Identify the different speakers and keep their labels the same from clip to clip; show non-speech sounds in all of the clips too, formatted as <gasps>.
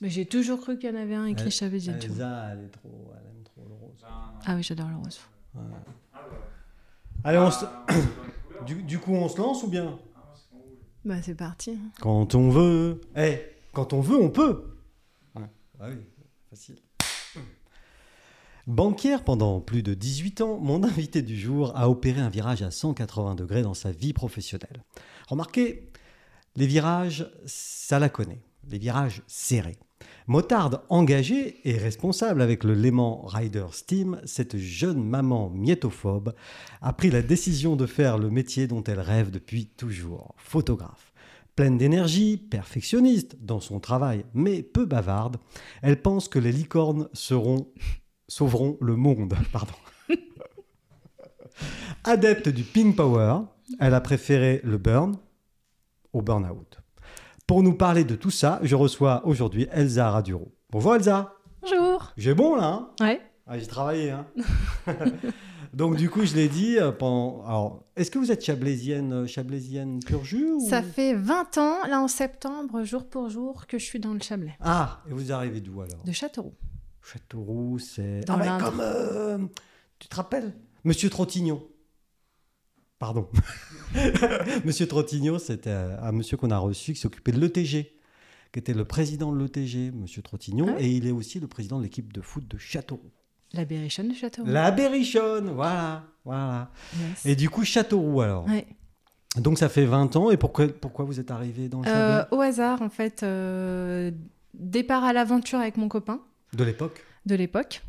Speaker 1: Mais j'ai toujours cru qu'il y en avait un écrit Chavez et tout.
Speaker 2: Elsa, elle est trop, elle aime trop le rose.
Speaker 1: Ah oui, j'adore le rose.
Speaker 2: Ouais. Allez, on se- du, du coup, on se lance ou bien
Speaker 1: Bah c'est parti.
Speaker 2: Quand on veut. Eh, quand on veut, on peut. Ah oui, facile. Banquière pendant plus de 18 ans, mon <laughs> invité du jour a opéré un virage à 180 degrés dans sa vie professionnelle. Remarquez, les virages, ça la connaît. Les virages serrés. Motarde engagée et responsable avec le Léman Riders Team, cette jeune maman miétophobe a pris la décision de faire le métier dont elle rêve depuis toujours, photographe. Pleine d'énergie, perfectionniste dans son travail, mais peu bavarde, elle pense que les licornes seront sauveront le monde, <laughs> pardon. Adepte du ping power, elle a préféré le burn au burn-out. Pour nous parler de tout ça, je reçois aujourd'hui Elsa Raduro. Bonjour Elsa,
Speaker 1: Bonjour.
Speaker 2: j'ai bon là hein
Speaker 1: Ouais.
Speaker 2: ah, j'ai travaillé, hein. Donc, du coup, je l'ai dit. euh, Pendant... Alors, est-ce que vous êtes chablaisienne, euh, chablaisienne pur jus ou...
Speaker 1: Ça fait 20 ans, là en septembre, jour pour jour, que je suis dans le Chablais.
Speaker 2: Ah, et vous arrivez d'où alors
Speaker 1: De Châteauroux.
Speaker 2: Châteauroux, c'est.
Speaker 1: Dans
Speaker 2: ah, ouais,
Speaker 1: l'Indre.
Speaker 2: comme. euh, Tu te rappelles Monsieur Trottignon. Pardon. <laughs> monsieur Trottignon, c'était un un monsieur qu'on a reçu qui s'occupait de l'ETG, qui était le président de l'ETG, monsieur Trottignon,
Speaker 1: Ah Oh. ouais
Speaker 2: et il est aussi le président de l'équipe de foot de Châteauroux.
Speaker 1: La Berrichonne de Châteauroux.
Speaker 2: La Berrichonne, voilà, voilà.
Speaker 1: Yes.
Speaker 2: Et du coup, Châteauroux alors
Speaker 1: Ouais.
Speaker 2: Donc ça fait 20 ans et pourquoi, pourquoi vous êtes arrivé dans le
Speaker 1: Euh,
Speaker 2: Chablais
Speaker 1: au hasard, en fait, euh, départ à l'aventure avec mon copain
Speaker 2: De l'époque
Speaker 1: de l'époque.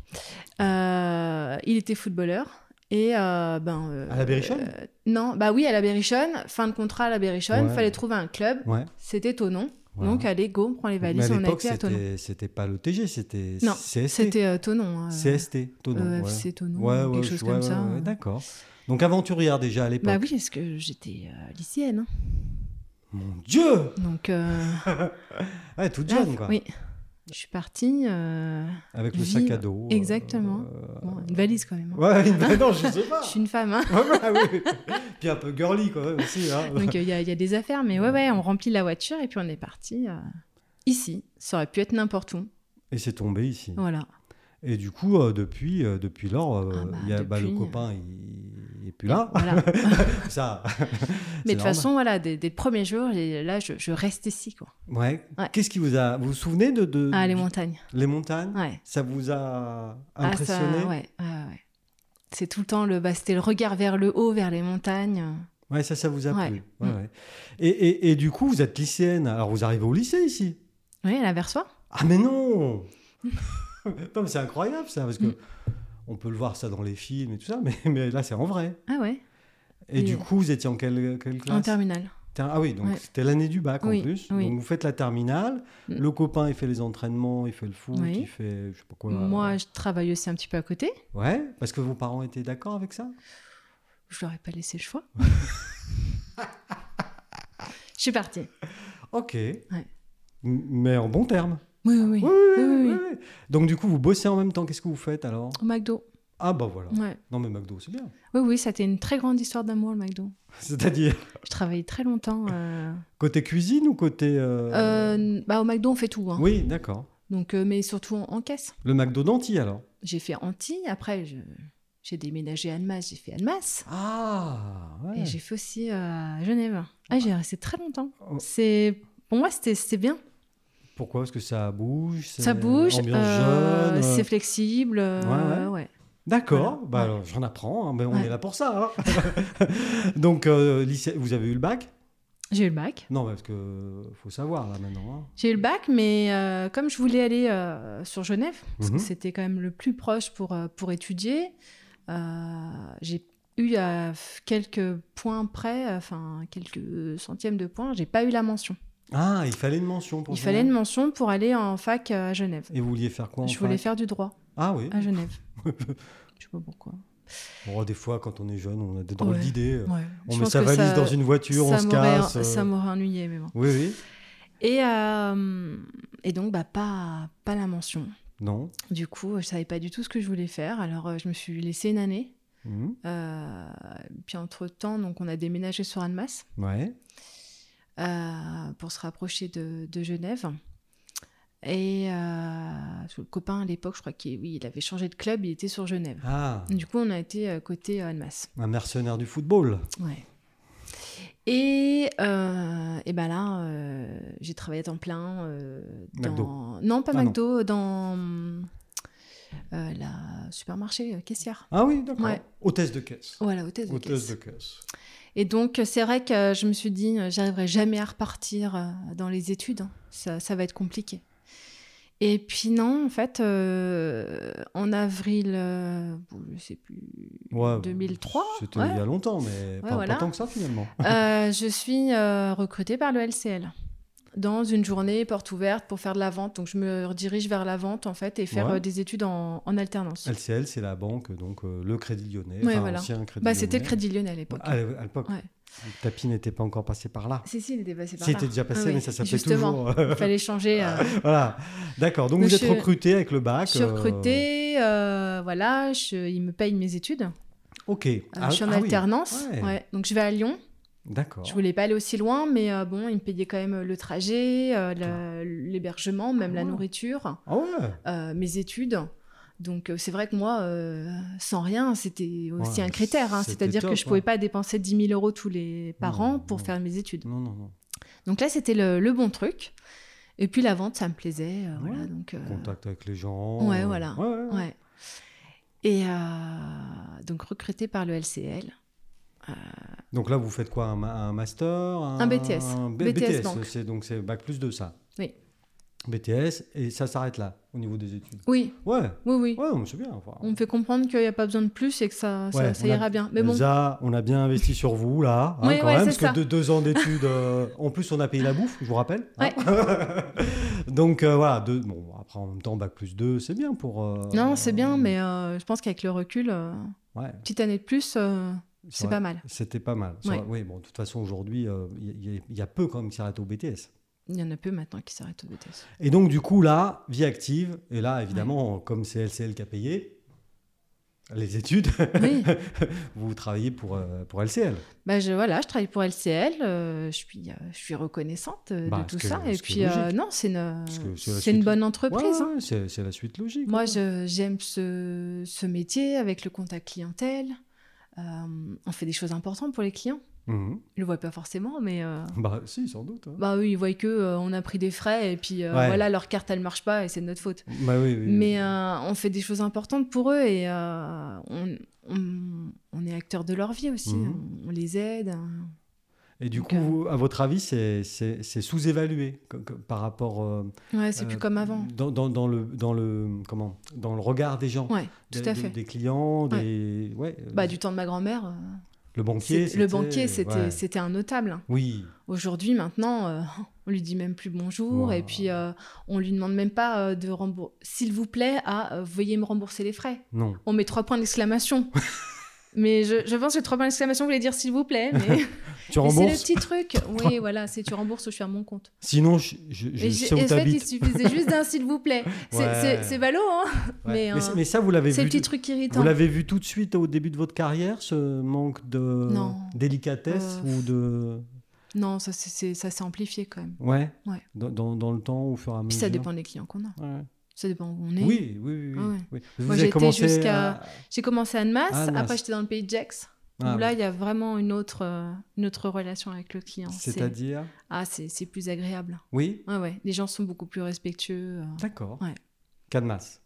Speaker 1: Euh, il était footballeur. Et euh, ben, euh,
Speaker 2: À la Berrichonne
Speaker 1: euh, Non, bah oui, à la Berrichonne. Fin de contrat à la Berrichonne.
Speaker 2: Ouais.
Speaker 1: Fallait trouver un club.
Speaker 2: Ouais.
Speaker 1: C'était au nom.
Speaker 2: voilà.
Speaker 1: Donc, allez, go, on prend les
Speaker 2: Mais à
Speaker 1: valises, on a
Speaker 2: l'époque,
Speaker 1: été à Tonon.
Speaker 2: c'était, c'était pas le TG, c'était E.
Speaker 1: Non,
Speaker 2: CST.
Speaker 1: C'était euh, Thonon, euh,
Speaker 2: CST, E, Tonon,
Speaker 1: euh,
Speaker 2: voilà.
Speaker 1: FC Thonon,
Speaker 2: Ouais, ouais,
Speaker 1: quelque chose
Speaker 2: ouais,
Speaker 1: comme
Speaker 2: ouais,
Speaker 1: ça.
Speaker 2: ouais, D'accord. Donc aventurière déjà à l'époque.
Speaker 1: bah oui, parce que j'étais euh, lycéenne. hein.
Speaker 2: Mon Dieu
Speaker 1: Donc, euh,
Speaker 2: ouais, Toute
Speaker 1: là,
Speaker 2: Ah, jeune, quoi.
Speaker 1: Ah, oui. Je suis partie. euh,
Speaker 2: Avec le
Speaker 1: Vive.
Speaker 2: sac à dos. euh,
Speaker 1: Exactement.
Speaker 2: euh,
Speaker 1: <laughs> bon, une valise quand même. hein.
Speaker 2: Ouais, bah non, je sais
Speaker 1: <laughs>
Speaker 2: pas.
Speaker 1: Je suis une femme, hein.
Speaker 2: Ah oui. Puis un peu girly, quoi, ouais, aussi. hein.
Speaker 1: donc euh, il y, a- y a des affaires, mais ouais, ouais, on remplit la voiture et puis on est parti euh, ici. Ça aurait pu être n'importe où,
Speaker 2: Et c'est tombé ici.
Speaker 1: voilà.
Speaker 2: Et du coup, euh, depuis, euh, depuis lors, euh,
Speaker 1: Ah bah,
Speaker 2: il y a- bah, le
Speaker 1: depuis, euh,
Speaker 2: copain, il il est
Speaker 1: <laughs>
Speaker 2: plus là. <laughs>
Speaker 1: voilà.
Speaker 2: Ça.
Speaker 1: mais de toute
Speaker 2: normal.
Speaker 1: façon, voilà, dès, dès le premier jour, j'ai- là, je, je reste ici, quoi.
Speaker 2: Ouais.
Speaker 1: Ouais.
Speaker 2: Qu'est-ce qui vous a. Vous vous souvenez de. de-
Speaker 1: Ah, les
Speaker 2: du-
Speaker 1: montagnes,
Speaker 2: les montagnes
Speaker 1: ouais.
Speaker 2: Ça vous a
Speaker 1: Ah, ça,
Speaker 2: impressionné ouais.
Speaker 1: ouais, ouais, ouais. C'est tout le temps le, bah, c'était le regard vers le haut, vers les montagnes.
Speaker 2: ça, ça vous a
Speaker 1: Ouais.
Speaker 2: plu. Ouais,
Speaker 1: Mm.
Speaker 2: ouais. Et, et- et du coup, vous êtes lycéenne. Alors, vous arrivez au lycée ici
Speaker 1: Oui, à la Versoix.
Speaker 2: Ah,
Speaker 1: <laughs>
Speaker 2: mais non Non, mais c'est incroyable ça, parce que.
Speaker 1: Mm.
Speaker 2: On peut le voir ça dans les films et tout ça, mais, mais là c'est en vrai.
Speaker 1: Ah ouais,
Speaker 2: Et
Speaker 1: Oui.
Speaker 2: du coup, vous étiez en quelle, quelle
Speaker 1: en
Speaker 2: classe
Speaker 1: terminale.
Speaker 2: Ter- Ah oui, donc
Speaker 1: Ouais.
Speaker 2: c'était l'année du bac en
Speaker 1: Oui,
Speaker 2: plus.
Speaker 1: oui.
Speaker 2: Donc vous faites la terminale,
Speaker 1: Mm.
Speaker 2: le copain il fait les entraînements, il fait le foot,
Speaker 1: Oui.
Speaker 2: il fait je sais pas quoi.
Speaker 1: Moi, je travaille aussi un petit peu à côté.
Speaker 2: Ouais, parce que vos parents étaient d'accord avec ça
Speaker 1: Je leur ai pas laissé le <laughs> choix. Je suis partie.
Speaker 2: Ok. M- Mais en bon terme.
Speaker 1: Oui, oui, oui. oui,
Speaker 2: Donc du coup, vous bossez en même temps. Qu'est-ce que vous faites alors
Speaker 1: Au McDo.
Speaker 2: Ah bah voilà.
Speaker 1: Ouais.
Speaker 2: Non mais McDo, c'est bien. <laughs>
Speaker 1: Oui, oui, ça a été une très grande histoire d'amour, le McDo.
Speaker 2: C'est-à-dire
Speaker 1: Je travaillais très longtemps. euh,
Speaker 2: côté cuisine ou côté... euh,
Speaker 1: euh, bah, au McDo, on fait tout. hein.
Speaker 2: Oui, d'accord.
Speaker 1: Donc, euh, mais surtout en, en caisse.
Speaker 2: Le McDo d'Antilles alors
Speaker 1: J'ai fait Antilles. Après, je- j'ai déménagé à Annemasse. J'ai fait Annemasse.
Speaker 2: Ah ouais.
Speaker 1: Et j'ai fait aussi euh, Genève. Ah, j'ai resté très longtemps.
Speaker 2: Oh.
Speaker 1: C'est Pour moi, c'était c'était bien.
Speaker 2: Pourquoi Parce que ça bouge. c'est
Speaker 1: Ça bouge.
Speaker 2: Ambiance
Speaker 1: euh,
Speaker 2: jeune. euh,
Speaker 1: C'est flexible. euh, ouais.
Speaker 2: D'accord,
Speaker 1: Voilà.
Speaker 2: bah,
Speaker 1: Ouais.
Speaker 2: alors, j'en apprends, hein, mais on
Speaker 1: Ouais.
Speaker 2: est là pour ça. hein. <laughs> Donc, euh, lycée, vous avez eu le bac
Speaker 1: J'ai eu le bac.
Speaker 2: Non, parce que faut savoir là maintenant. hein.
Speaker 1: J'ai eu le bac, mais euh, comme je voulais aller euh, sur Genève, parce
Speaker 2: Mhm.
Speaker 1: que c'était quand même le plus proche pour, euh, pour étudier, euh, j'ai eu à f- quelques points près, euh, enfin quelques centièmes de points, j'ai pas eu la mention.
Speaker 2: Ah, il fallait une mention pour
Speaker 1: Il
Speaker 2: ce
Speaker 1: fallait une
Speaker 2: moment.
Speaker 1: mention pour aller en fac euh, à Genève.
Speaker 2: Et vous vouliez faire quoi en
Speaker 1: je voulais
Speaker 2: fac
Speaker 1: faire du droit
Speaker 2: Ah oui.
Speaker 1: à
Speaker 2: <laughs>
Speaker 1: Genève. je sais pas pourquoi.
Speaker 2: Bon, des fois, quand on est jeune, on a des drôles
Speaker 1: Ouais.
Speaker 2: d'idées.
Speaker 1: Ouais.
Speaker 2: On
Speaker 1: Je
Speaker 2: met
Speaker 1: pense
Speaker 2: sa
Speaker 1: que
Speaker 2: valise
Speaker 1: ça-
Speaker 2: dans une voiture, on
Speaker 1: ça
Speaker 2: se
Speaker 1: m'aurait-
Speaker 2: casse. euh.
Speaker 1: Ça m'aurait ennuyé, mais bon.
Speaker 2: Oui, oui.
Speaker 1: Et, euh, et donc, bah, pas, pas la mention.
Speaker 2: Non.
Speaker 1: Du coup, je savais pas du tout ce que je voulais faire, alors euh, je me suis laissée une année.
Speaker 2: Mhm.
Speaker 1: Euh, puis entre temps, donc on a déménagé sur Annemasse
Speaker 2: Ouais.
Speaker 1: euh, pour se rapprocher de, de Genève. Et euh, parce que le copain à l'époque, je crois qu'il oui, il avait changé de club, il était sur Genève.
Speaker 2: Ah,
Speaker 1: Du coup, on a été euh, côté euh, Annemasse.
Speaker 2: un mercenaire du football.
Speaker 1: Ouais. Et, euh, et ben là, euh, j'ai travaillé à temps plein. euh, dans...
Speaker 2: McDo.
Speaker 1: Non, pas
Speaker 2: Ah, non.
Speaker 1: McDo, dans euh, la supermarché euh, caissière.
Speaker 2: Ah oui, d'accord.
Speaker 1: Ouais.
Speaker 2: Hôtesse de caisse.
Speaker 1: Voilà, hôtesse de
Speaker 2: Hôtesse
Speaker 1: caisse.
Speaker 2: de caisse.
Speaker 1: Et donc, euh, c'est vrai que je me suis dit, euh, j'arriverai jamais à repartir euh, dans les études. hein. Ça, ça va être compliqué. Et puis non, en fait, euh, en avril, euh, bon, je sais plus,
Speaker 2: Ouais,
Speaker 1: 2003,
Speaker 2: C'était
Speaker 1: ouais.
Speaker 2: il y a longtemps, mais pas, pas
Speaker 1: voilà.
Speaker 2: tant que ça finalement.
Speaker 1: Euh, je suis euh, recrutée par le LCL dans une journée porte ouverte pour faire de la vente. Donc je me redirige vers la vente en fait et faire
Speaker 2: Ouais.
Speaker 1: euh, des études en, en alternance.
Speaker 2: LCL, c'est la banque, donc euh, le Crédit Lyonnais,
Speaker 1: Ouais,
Speaker 2: enfin,
Speaker 1: voilà.
Speaker 2: ancien Crédit
Speaker 1: Bah, c'était le
Speaker 2: Lyonnais.
Speaker 1: Crédit Lyonnais à l'époque.
Speaker 2: À l'é- à l'époque,
Speaker 1: Ouais.
Speaker 2: le tapis n'était pas encore passé par là.
Speaker 1: Si, si, il était passé par là.
Speaker 2: C'était Ah, déjà passé,
Speaker 1: Ah oui,
Speaker 2: mais ça s'appelait
Speaker 1: justement.
Speaker 2: toujours.
Speaker 1: Il fallait changer. euh,
Speaker 2: <laughs> voilà. D'accord. Donc,
Speaker 1: Donc,
Speaker 2: vous êtes
Speaker 1: je-
Speaker 2: recruté avec le bac.
Speaker 1: je suis
Speaker 2: euh,
Speaker 1: recrutée, euh, voilà, je- ils me payent mes études. Euh,
Speaker 2: Ok. Ah-
Speaker 1: je suis en
Speaker 2: ah oui.
Speaker 1: alternance.
Speaker 2: Ouais.
Speaker 1: ouais. Donc je vais à Lyon.
Speaker 2: D'accord.
Speaker 1: Je voulais pas aller aussi loin, mais euh, bon, ils me payaient quand même le trajet, euh, la- l'hébergement, même la
Speaker 2: Ouais.
Speaker 1: nourriture.
Speaker 2: Ah ouais.
Speaker 1: euh, mes études. Donc euh, c'est vrai que moi, euh, sans rien, c'était aussi
Speaker 2: Ouais,
Speaker 1: un critère. hein.
Speaker 2: c'était
Speaker 1: C'est-à-dire
Speaker 2: top,
Speaker 1: que je pouvais
Speaker 2: ouais.
Speaker 1: pas dépenser 10 000 euros tous les par
Speaker 2: Non,
Speaker 1: an pour
Speaker 2: non.
Speaker 1: faire mes études.
Speaker 2: Non, non, non.
Speaker 1: Donc là, c'était le, le bon truc. Et puis la vente, ça me plaisait. euh, voilà, donc, euh,
Speaker 2: Contact avec les gens.
Speaker 1: ouais,
Speaker 2: euh,
Speaker 1: voilà.
Speaker 2: ouais, ouais.
Speaker 1: ouais. Et euh, donc recruté par le LCL.
Speaker 2: Donc là, vous faites quoi Un, ma- un master Un,
Speaker 1: BTS.
Speaker 2: B-
Speaker 1: BTS,
Speaker 2: BTS,
Speaker 1: banque.
Speaker 2: c'est donc c'est bac plus 2 ça.
Speaker 1: Oui.
Speaker 2: BTS et ça s'arrête là au niveau des études.
Speaker 1: Oui,
Speaker 2: Ouais.
Speaker 1: oui, oui.
Speaker 2: Ouais, on me bien. enfin,
Speaker 1: On me fait comprendre qu'il n'y a pas besoin de plus et que ça, ça-
Speaker 2: Ouais,
Speaker 1: ça
Speaker 2: on a-
Speaker 1: ira bien. Mais bon,
Speaker 2: Elsa, on a bien investi sur vous là, hein,
Speaker 1: Oui,
Speaker 2: quand
Speaker 1: ouais,
Speaker 2: même,
Speaker 1: c'est
Speaker 2: parce
Speaker 1: ça.
Speaker 2: que de deux ans d'études, euh, en plus on a payé la bouffe, je vous rappelle. hein.
Speaker 1: Ouais.
Speaker 2: <laughs> Donc euh, voilà, deux, bon après en même temps bac plus 2, c'est bien pour. euh,
Speaker 1: non, c'est bien, mais euh, je pense qu'avec le recul, euh,
Speaker 2: Ouais,
Speaker 1: petite année de plus, euh,
Speaker 2: c'est
Speaker 1: c'est
Speaker 2: vrai.
Speaker 1: pas mal.
Speaker 2: C'était pas mal. C'est
Speaker 1: Ouais.
Speaker 2: vrai. Oui, bon, de toute façon aujourd'hui, euh, il y, a- il y a peu quand même qui s'arrêtent au BTS.
Speaker 1: Il y en a peu maintenant qui s'arrêtent au BTS.
Speaker 2: Et donc du coup là, vie active, et là évidemment comme c'est LCL qui a payé les études,
Speaker 1: Oui,
Speaker 2: <laughs> vous travaillez pour euh, pour LCL.
Speaker 1: bah je, voilà, je travaille pour LCL, euh, je, suis, euh, je suis reconnaissante euh,
Speaker 2: Bah,
Speaker 1: de tout
Speaker 2: ce que-
Speaker 1: ça.
Speaker 2: ce
Speaker 1: Et
Speaker 2: qui
Speaker 1: puis,
Speaker 2: est
Speaker 1: euh,
Speaker 2: logique.
Speaker 1: non, c'est une,
Speaker 2: Parce que c'est la
Speaker 1: c'est une
Speaker 2: suite.
Speaker 1: bonne entreprise.
Speaker 2: Ouais,
Speaker 1: hein.
Speaker 2: ouais, c'est c'est la suite logique.
Speaker 1: Moi,
Speaker 2: ouais.
Speaker 1: je- j'aime ce, ce métier avec le contact clientèle. Euh, on fait des choses importantes pour les clients.
Speaker 2: Mhm.
Speaker 1: Ils ne le voient pas forcément, mais euh,
Speaker 2: Bah si, sans doute. hein.
Speaker 1: bah, eux, ils voient que euh, on a pris des frais et puis euh,
Speaker 2: Ouais.
Speaker 1: voilà, leur carte, elle ne marche pas et c'est de notre faute.
Speaker 2: Bah oui, oui, oui.
Speaker 1: Mais euh, on fait des choses importantes pour eux et euh, on, on- on est acteur de leur vie aussi.
Speaker 2: Mhm.
Speaker 1: On, on les aide. hein.
Speaker 2: Et du
Speaker 1: donc,
Speaker 2: coup,
Speaker 1: euh,
Speaker 2: vous- à votre avis, c'est c'est- c'est sous-évalué co- co- par rapport. euh,
Speaker 1: Ouais, c'est
Speaker 2: euh,
Speaker 1: plus comme avant.
Speaker 2: Dans, dans- dans le, dans, le, comment dans le regard des gens.
Speaker 1: Ouais,
Speaker 2: des,
Speaker 1: tout à
Speaker 2: des-
Speaker 1: fait.
Speaker 2: Des clients,
Speaker 1: Ouais.
Speaker 2: des. Ouais, euh,
Speaker 1: Bah, du temps de ma grand-mère, euh,
Speaker 2: le banquier.
Speaker 1: c'est- le
Speaker 2: c'était-
Speaker 1: banquier, c'était
Speaker 2: ouais.
Speaker 1: c'était un notable. hein.
Speaker 2: Oui,
Speaker 1: Aujourd'hui, maintenant, euh, <laughs> on lui dit même plus bonjour
Speaker 2: Wow.
Speaker 1: et puis euh, on lui demande même pas euh, de rembourser. S'il vous plaît, à euh, veuillez me rembourser les frais.
Speaker 2: non.
Speaker 1: On met trois points
Speaker 2: <laughs>
Speaker 1: d'exclamation. mais je, je pense que trois points d'exclamation voulait dire s'il vous plaît. Mais,
Speaker 2: <laughs>
Speaker 1: mais <laughs>
Speaker 2: Tu
Speaker 1: c'est le
Speaker 2: rembourses
Speaker 1: petit
Speaker 2: <laughs>
Speaker 1: truc. Oui, voilà, c'est tu rembourses ou je suis à mon compte.
Speaker 2: Sinon, je, je, je
Speaker 1: et j'ai-
Speaker 2: sais où
Speaker 1: et en fait, il
Speaker 2: t'habites.
Speaker 1: suffisait juste d'un s'il vous
Speaker 2: <laughs>
Speaker 1: plaît. C'est-
Speaker 2: Ouais.
Speaker 1: C'est c'est ballot, hein
Speaker 2: Ouais.
Speaker 1: mais,
Speaker 2: Mais c'est-
Speaker 1: euh,
Speaker 2: mais ça, vous l'avez
Speaker 1: C'est le
Speaker 2: vu.
Speaker 1: hein. petit truc irritant.
Speaker 2: Vous l'avez vu tout de suite au début de votre carrière, ce manque de
Speaker 1: Non.
Speaker 2: délicatesse
Speaker 1: Euh,
Speaker 2: ou de.
Speaker 1: Non, ça c'est- c'est- ça s'est amplifié quand même.
Speaker 2: Ouais.
Speaker 1: Ouais.
Speaker 2: Dans, dans- dans le temps, au fur et à mesure.
Speaker 1: Puis ça dépend des clients qu'on a.
Speaker 2: Ouais.
Speaker 1: Ça dépend où on est.
Speaker 2: Oui, oui, oui. oui,
Speaker 1: Ah ouais.
Speaker 2: oui.
Speaker 1: Moi,
Speaker 2: avez
Speaker 1: j'ai été
Speaker 2: commencé
Speaker 1: jusqu'à-
Speaker 2: à-
Speaker 1: J'ai commencé à Annemasse,
Speaker 2: Ah, Annemasse.
Speaker 1: après j'étais dans le pays de Gex.
Speaker 2: Ah,
Speaker 1: où là, il y a vraiment une autre, euh, une autre relation avec le client. C'est-
Speaker 2: C'est-à-dire
Speaker 1: Ah, c'est c'est plus agréable.
Speaker 2: Oui,
Speaker 1: Ouais, ouais. Les gens sont beaucoup plus respectueux. euh.
Speaker 2: d'accord.
Speaker 1: Ouais.
Speaker 2: Cadmas.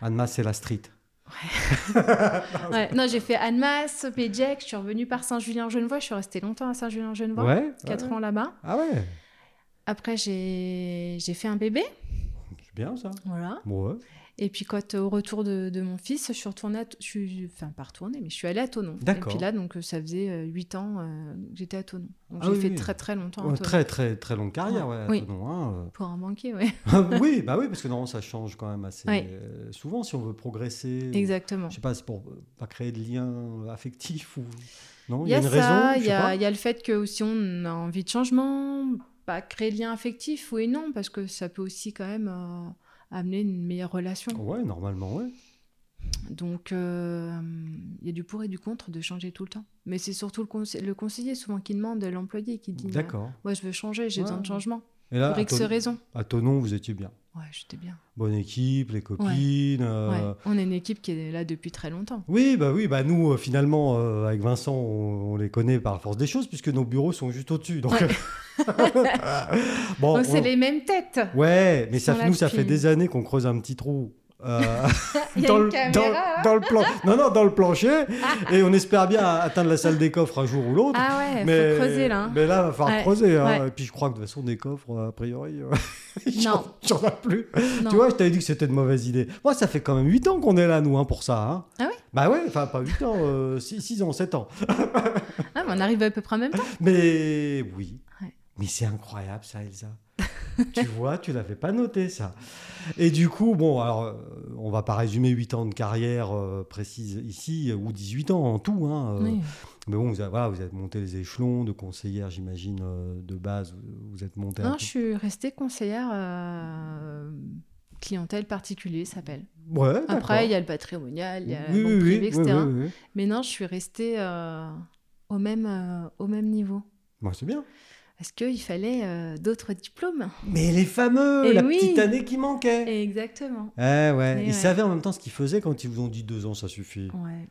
Speaker 2: Cadmas, c'est la street. Ah
Speaker 1: Ouais. Non, j'ai fait Annemasse, pays de Gex, je suis revenue par Saint-Julien-Genevois, je suis restée longtemps à Saint-Julien-Genevois,
Speaker 2: Ouais.
Speaker 1: 4
Speaker 2: ouais.
Speaker 1: ans là-bas.
Speaker 2: Ah ouais,
Speaker 1: Après, j'ai j'ai fait un bébé.
Speaker 2: c'est bien ça.
Speaker 1: Voilà.
Speaker 2: Ouais.
Speaker 1: Et puis quand euh, au retour de, de mon fils, je suis retournée, à T- je suis, enfin pas retournée, mais je suis allée à Tonon.
Speaker 2: D'accord.
Speaker 1: Et puis là, donc euh, ça faisait euh, 8 ans euh, que j'étais à Tonon. Donc
Speaker 2: Ah
Speaker 1: j'ai
Speaker 2: oui, Oh,
Speaker 1: fait
Speaker 2: oui.
Speaker 1: très très longtemps à
Speaker 2: Ouais,
Speaker 1: Thonon.
Speaker 2: Euh, très, très, très longue carrière, ouais, à
Speaker 1: Oui.
Speaker 2: Tonon, hein, <laughs>
Speaker 1: Pour un banquier, ouais.
Speaker 2: euh. oui, bah oui, parce que normalement, ça change quand même assez
Speaker 1: Ouais.
Speaker 2: euh, souvent si on veut progresser. ou-
Speaker 1: Exactement.
Speaker 2: Je sais pas, c'est pour euh, pas créer de lien affectif ou. Non,
Speaker 1: Il
Speaker 2: il
Speaker 1: y a,
Speaker 2: une
Speaker 1: ça,
Speaker 2: raison. je
Speaker 1: il y
Speaker 2: sais
Speaker 1: a,
Speaker 2: pas.
Speaker 1: il y a le fait que aussi on a envie de changement, pas créer de lien affectif, oui et non, parce que ça peut aussi quand même euh, amener une meilleure relation.
Speaker 2: Oh, Ouais, normalement, ouais.
Speaker 1: Donc euh, il y a du pour et du contre de changer tout le temps. Mais c'est surtout le, conse- le conseiller souvent qui demande, l'employé qui dit, euh,
Speaker 2: D'accord.
Speaker 1: moi je veux changer, j'ai
Speaker 2: Ouais,
Speaker 1: besoin de
Speaker 2: ouais. Ah,
Speaker 1: changement.
Speaker 2: Et là,
Speaker 1: pour
Speaker 2: à
Speaker 1: X
Speaker 2: Tonon-
Speaker 1: raisons.
Speaker 2: À Tonon, vous étiez bien.
Speaker 1: Ouais, j'étais bien.
Speaker 2: Bonne équipe, les copines.
Speaker 1: Ouais.
Speaker 2: euh,
Speaker 1: On est une équipe qui est là depuis très longtemps.
Speaker 2: Oui, bah oui, bah nous, euh, finalement, euh, avec Vincent, on, on les connaît par la force des choses, puisque nos bureaux sont juste au-dessus. Donc, euh,
Speaker 1: Ouais.
Speaker 2: <laughs> bon,
Speaker 1: <laughs> Donc c'est
Speaker 2: on-
Speaker 1: les mêmes têtes.
Speaker 2: ouais, mais ça,
Speaker 1: sont là
Speaker 2: nous, ça
Speaker 1: depuis-
Speaker 2: fait des années qu'on creuse un petit trou. euh,
Speaker 1: <laughs> Il y a
Speaker 2: dans,
Speaker 1: une
Speaker 2: le,
Speaker 1: caméra. hein.
Speaker 2: dans,
Speaker 1: là.
Speaker 2: dans le plan... Non, non, dans
Speaker 1: <laughs>
Speaker 2: le plancher. et on espère bien atteindre la salle des coffres un jour ou l'autre.
Speaker 1: Ah ouais,
Speaker 2: mais,
Speaker 1: faut creuser là. hein.
Speaker 2: mais là, va falloir
Speaker 1: Ouais,
Speaker 2: creuser. hein.
Speaker 1: ouais.
Speaker 2: Et puis je crois que de toute façon, des coffres, euh, a priori, euh, <laughs> il y en-
Speaker 1: Non.
Speaker 2: il y en a plus.
Speaker 1: Non.
Speaker 2: Tu vois, je t'avais dit que c'était une mauvaise idée. Moi, ça fait quand même 8 ans qu'on est là, nous, hein, pour ça. hein.
Speaker 1: Ah ouais
Speaker 2: Bah ouais, enfin, pas 8 ans, 6, ans, 7 ans.
Speaker 1: Ah, mais on arrive à peu près en même temps.
Speaker 2: Mais oui.
Speaker 1: Ouais.
Speaker 2: Mais c'est incroyable, ça, Elsa. <laughs> tu vois, tu l'avais pas noté, ça. Et du coup, bon, alors, euh, on va pas résumer 8 ans de carrière euh, précise ici, euh, ou 18 ans en tout. Hein, euh,
Speaker 1: Oui.
Speaker 2: Mais bon, vous avez, voilà, vous avez monté les échelons de conseillère, j'imagine, euh, de base. Vous, vous êtes monté un
Speaker 1: Non,
Speaker 2: peu.
Speaker 1: je suis restée conseillère euh, clientèle particulier, ça s'appelle.
Speaker 2: Ouais,
Speaker 1: Après, il
Speaker 2: d'accord.
Speaker 1: y a le patrimonial, il y a
Speaker 2: Oui,
Speaker 1: le
Speaker 2: oui, oui,
Speaker 1: privé,
Speaker 2: oui,
Speaker 1: etc.
Speaker 2: oui, oui.
Speaker 1: Mais non, je suis restée euh, au, même, euh, au même niveau.
Speaker 2: Bon, Bah, c'est bien.
Speaker 1: Parce qu'il fallait euh, d'autres diplômes.
Speaker 2: Mais les fameux,
Speaker 1: Eh
Speaker 2: la
Speaker 1: oui.
Speaker 2: petite année qui manquait.
Speaker 1: Exactement.
Speaker 2: Eh ouais,
Speaker 1: Mais
Speaker 2: ils
Speaker 1: ouais.
Speaker 2: savaient en même temps ce qu'ils faisaient quand ils vous ont dit deux ans, ça suffit.
Speaker 1: Ouais.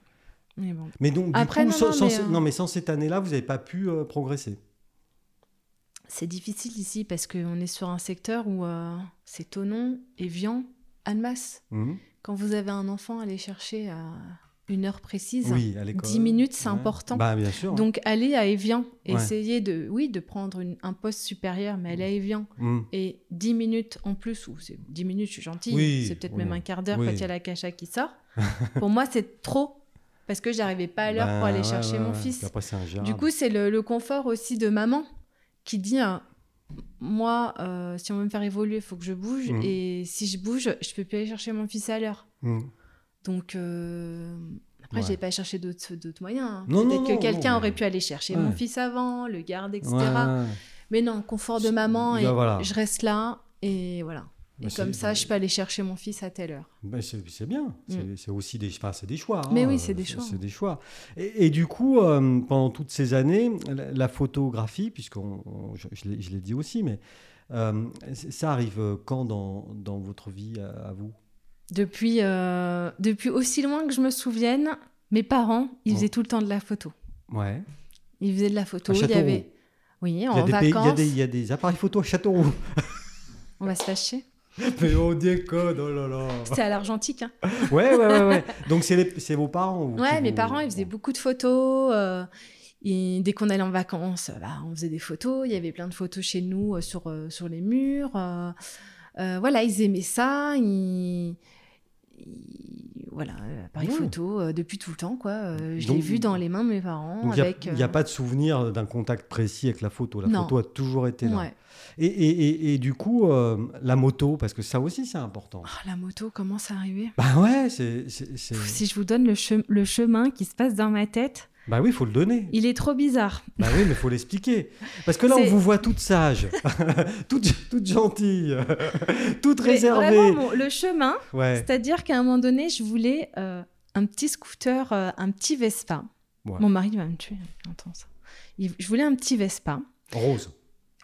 Speaker 1: Mais bon.
Speaker 2: Mais donc, du
Speaker 1: Après,
Speaker 2: coup,
Speaker 1: non,
Speaker 2: sans,
Speaker 1: non,
Speaker 2: sans
Speaker 1: mais,
Speaker 2: ce-
Speaker 1: euh,
Speaker 2: non, mais sans cette année-là, vous n'avez pas pu euh, progresser.
Speaker 1: C'est difficile ici parce qu'on est sur un secteur où euh, c'est Tonon, Evian, Almas.
Speaker 2: Mhm.
Speaker 1: Quand vous avez un enfant, allez chercher à une heure précise.
Speaker 2: Oui, à l'école.
Speaker 1: 10 minutes, c'est
Speaker 2: Ouais.
Speaker 1: important.
Speaker 2: Bah, bien sûr.
Speaker 1: Donc aller à Evian,
Speaker 2: Ouais.
Speaker 1: essayer de, oui, de prendre une- un poste supérieur, mais aller à Evian
Speaker 2: Mhm.
Speaker 1: et 10 minutes en plus, ou c'est 10 minutes, je suis gentille,
Speaker 2: Oui,
Speaker 1: c'est peut-être
Speaker 2: oui.
Speaker 1: même un quart d'heure
Speaker 2: Oui.
Speaker 1: quand il y a la cacha qui
Speaker 2: <laughs>
Speaker 1: sort. pour moi, c'est trop parce que j'arrivais pas à l'heure
Speaker 2: Bah,
Speaker 1: pour aller
Speaker 2: ouais,
Speaker 1: chercher
Speaker 2: ouais,
Speaker 1: mon
Speaker 2: ouais.
Speaker 1: fils.
Speaker 2: Puis Après, c'est ingérable.
Speaker 1: Du coup, c'est le, le confort aussi de maman qui dit hein, Moi, euh, si on veut me faire évoluer, il faut que je bouge.
Speaker 2: Mhm.
Speaker 1: Et si je bouge, je peux plus aller chercher mon fils à l'heure.
Speaker 2: Mhm.
Speaker 1: Donc, euh, après,
Speaker 2: Ouais.
Speaker 1: j'ai pas cherché d'autres d'autres moyens. hein.
Speaker 2: Non,
Speaker 1: Peut-être
Speaker 2: non,
Speaker 1: que
Speaker 2: non,
Speaker 1: quelqu'un
Speaker 2: non,
Speaker 1: aurait
Speaker 2: mais-
Speaker 1: pu aller chercher
Speaker 2: Ouais.
Speaker 1: mon fils avant, le garde, etc.
Speaker 2: Ouais, ouais.
Speaker 1: Mais non, confort de
Speaker 2: C'est-
Speaker 1: maman, et
Speaker 2: Bah, voilà.
Speaker 1: je reste là, et voilà. Et
Speaker 2: Bah,
Speaker 1: comme
Speaker 2: c'est-
Speaker 1: ça, je peux aller chercher mon fils à telle heure.
Speaker 2: Bah, c'est c'est bien. C'est- C'est aussi des, enfin, c'est des choix. hein.
Speaker 1: Mais oui, c'est des
Speaker 2: Euh,
Speaker 1: choix.
Speaker 2: C'est des choix. Et, et du coup, euh, pendant toutes ces années, la, la photographie, puisque je, je l'ai- je l'ai dit aussi, mais euh, c- ça arrive euh, quand dans, dans votre vie à, à vous
Speaker 1: Depuis, euh, depuis aussi loin que je me souvienne, mes parents, ils
Speaker 2: Oh.
Speaker 1: faisaient tout le temps de la photo.
Speaker 2: Ouais.
Speaker 1: Ils faisaient de la photo.
Speaker 2: À
Speaker 1: Il y
Speaker 2: Châteauroux.
Speaker 1: avait. Oui,
Speaker 2: Il y, a
Speaker 1: en
Speaker 2: des pays- il y a
Speaker 1: vacances.
Speaker 2: des- il y a des appareils photo à Châteauroux.
Speaker 1: On va se
Speaker 2: <laughs>
Speaker 1: fâcher.
Speaker 2: mais on déconne, oh là là.
Speaker 1: C'était à l'argentique. Hein.
Speaker 2: Ouais, ouais, ouais. ouais. Donc, c'est les- c'est vos parents ou-
Speaker 1: Ouais,
Speaker 2: qui
Speaker 1: mes
Speaker 2: vous-
Speaker 1: parents, ils faisaient beaucoup de photos. euh, et dès qu'on allait en vacances, euh, bah, on faisait des photos. Il y avait plein de photos chez nous euh, sur, euh, sur les murs. euh, euh, voilà, ils aimaient ça. Ils... ils- Voilà, euh, appareil
Speaker 2: Ouais.
Speaker 1: photo euh, depuis tout le temps, quoi. Euh, je
Speaker 2: Oh. Donc-
Speaker 1: l'ai vu dans les mains de mes parents.
Speaker 2: Donc, il n'y a,
Speaker 1: avec,
Speaker 2: il y a
Speaker 1: euh,
Speaker 2: pas de souvenir d'un contact précis avec la photo. La
Speaker 1: Non.
Speaker 2: photo a toujours été là.
Speaker 1: ouais.
Speaker 2: Et, et- et- et du coup, euh, la moto, parce que ça aussi, c'est important.
Speaker 1: Ah, la moto, comment ça arrivait
Speaker 2: Bah ouais, c'est. c'est- c'est-
Speaker 1: Pff, Si je vous donne le, chem- le chemin qui se passe dans ma tête,
Speaker 2: Bah oui, il faut le donner.
Speaker 1: il est trop bizarre.
Speaker 2: Bah oui, mais il faut l'expliquer. Parce que là, on
Speaker 1: C'est-
Speaker 2: vous voit toute sage, <laughs> toute, toute gentille, <laughs> toute
Speaker 1: Mais
Speaker 2: réservée.
Speaker 1: vraiment, mon- le chemin,
Speaker 2: Ouais,
Speaker 1: C'est-à-dire qu'à un moment donné, je voulais euh, un petit scooter, euh, un petit Vespa.
Speaker 2: Ouais.
Speaker 1: Mon mari va me tuer, j'entends ça. Il- je voulais un petit Vespa.
Speaker 2: rose.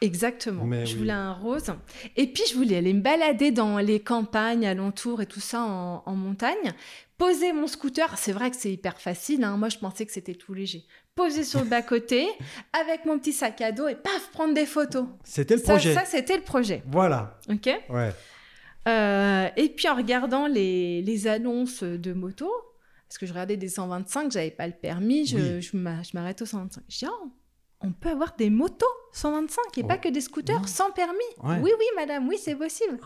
Speaker 1: Exactement.
Speaker 2: Mais
Speaker 1: je
Speaker 2: oui.
Speaker 1: voulais un rose. Et puis, je voulais aller me balader dans les campagnes alentours et tout ça en, en montagne. Poser mon scooter, c'est vrai que c'est hyper facile. hein. Moi, je pensais que c'était tout léger. Poser sur le
Speaker 2: <laughs>
Speaker 1: bas-côté avec mon petit sac à dos et paf, prendre des photos.
Speaker 2: C'était le
Speaker 1: Ça,
Speaker 2: projet.
Speaker 1: ça c'était le projet.
Speaker 2: Voilà.
Speaker 1: OK
Speaker 2: Ouais.
Speaker 1: euh, et puis en regardant les, les annonces de moto, parce que je regardais des 125, j'avais pas le permis, je,
Speaker 2: Oui.
Speaker 1: je m'a- je m'arrête au 125. Je dis, Oh, on peut avoir des motos 125 et
Speaker 2: Oh.
Speaker 1: pas que des scooters
Speaker 2: Non.
Speaker 1: sans permis.
Speaker 2: ouais.
Speaker 1: Oui, oui, madame, oui, c'est possible.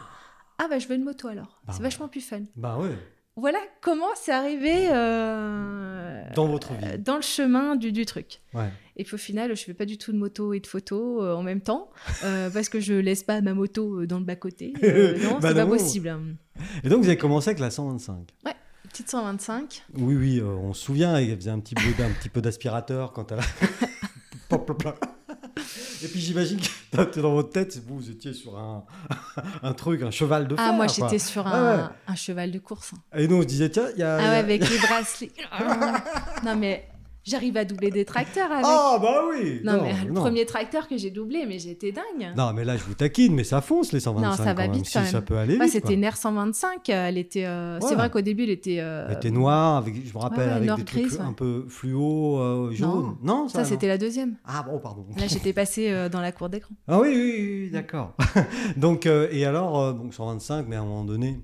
Speaker 1: Ah bah je veux une moto alors,
Speaker 2: Bah,
Speaker 1: c'est vachement plus fun.
Speaker 2: Bah ouais.
Speaker 1: Voilà comment c'est arrivé euh,
Speaker 2: Dans votre vie.
Speaker 1: dans le chemin du, du truc.
Speaker 2: Ouais.
Speaker 1: Et puis au final, je fais pas du tout de moto et de photo euh, en même temps, euh, parce que je laisse pas ma moto euh, dans le bas-côté.
Speaker 2: <laughs>
Speaker 1: Euh, non,
Speaker 2: Bah
Speaker 1: c'est pas
Speaker 2: non.
Speaker 1: possible.
Speaker 2: Et donc, vous avez commencé avec la 125.
Speaker 1: Petite 125.
Speaker 2: Oui, oui, euh, on se souvient, elle faisait un petit, bruit d'un petit peu d'aspirateur quand elle a... <laughs> Plop, plop, plop. Et puis j'imagine que dans votre tête, vous, vous étiez sur un, <laughs> un truc, un cheval de fer.
Speaker 1: Ah, moi
Speaker 2: quoi.
Speaker 1: j'étais sur
Speaker 2: Ah
Speaker 1: un,
Speaker 2: ouais. Ah,
Speaker 1: un cheval de course. hein.
Speaker 2: Et nous, on se disait, tiens, il y a...
Speaker 1: Ah
Speaker 2: il y
Speaker 1: ouais,
Speaker 2: a-
Speaker 1: avec les bracelets. <laughs> non mais J'arrive à doubler des tracteurs avec.
Speaker 2: Ah, bah oui
Speaker 1: non, mais le premier tracteur que j'ai doublé, mais j'étais dingue.
Speaker 2: Non, mais là, je vous taquine, mais ça fonce, les 125.
Speaker 1: Non, ça va
Speaker 2: quand
Speaker 1: vite,
Speaker 2: Si,
Speaker 1: quand
Speaker 2: ça
Speaker 1: même.
Speaker 2: peut aller
Speaker 1: Ouais,
Speaker 2: vite,
Speaker 1: Bah, c'était
Speaker 2: quoi.
Speaker 1: une R125. euh, Elle était. euh,
Speaker 2: Ouais.
Speaker 1: C'est vrai qu'au début, elle était. euh,
Speaker 2: Elle était noire, avec, je me rappelle,
Speaker 1: ouais,
Speaker 2: avec
Speaker 1: noir
Speaker 2: des trucs
Speaker 1: grise, ouais.
Speaker 2: un peu fluo, euh, jaune. Non, ça,
Speaker 1: ça,
Speaker 2: non.
Speaker 1: c'était la deuxième.
Speaker 2: Ah bon, pardon. <laughs>
Speaker 1: Là, j'étais passée euh, dans la cour d'écran.
Speaker 2: Ah oui, oui, oui, oui, d'accord. <laughs> donc, euh, et alors, euh, donc 125, mais à un moment donné...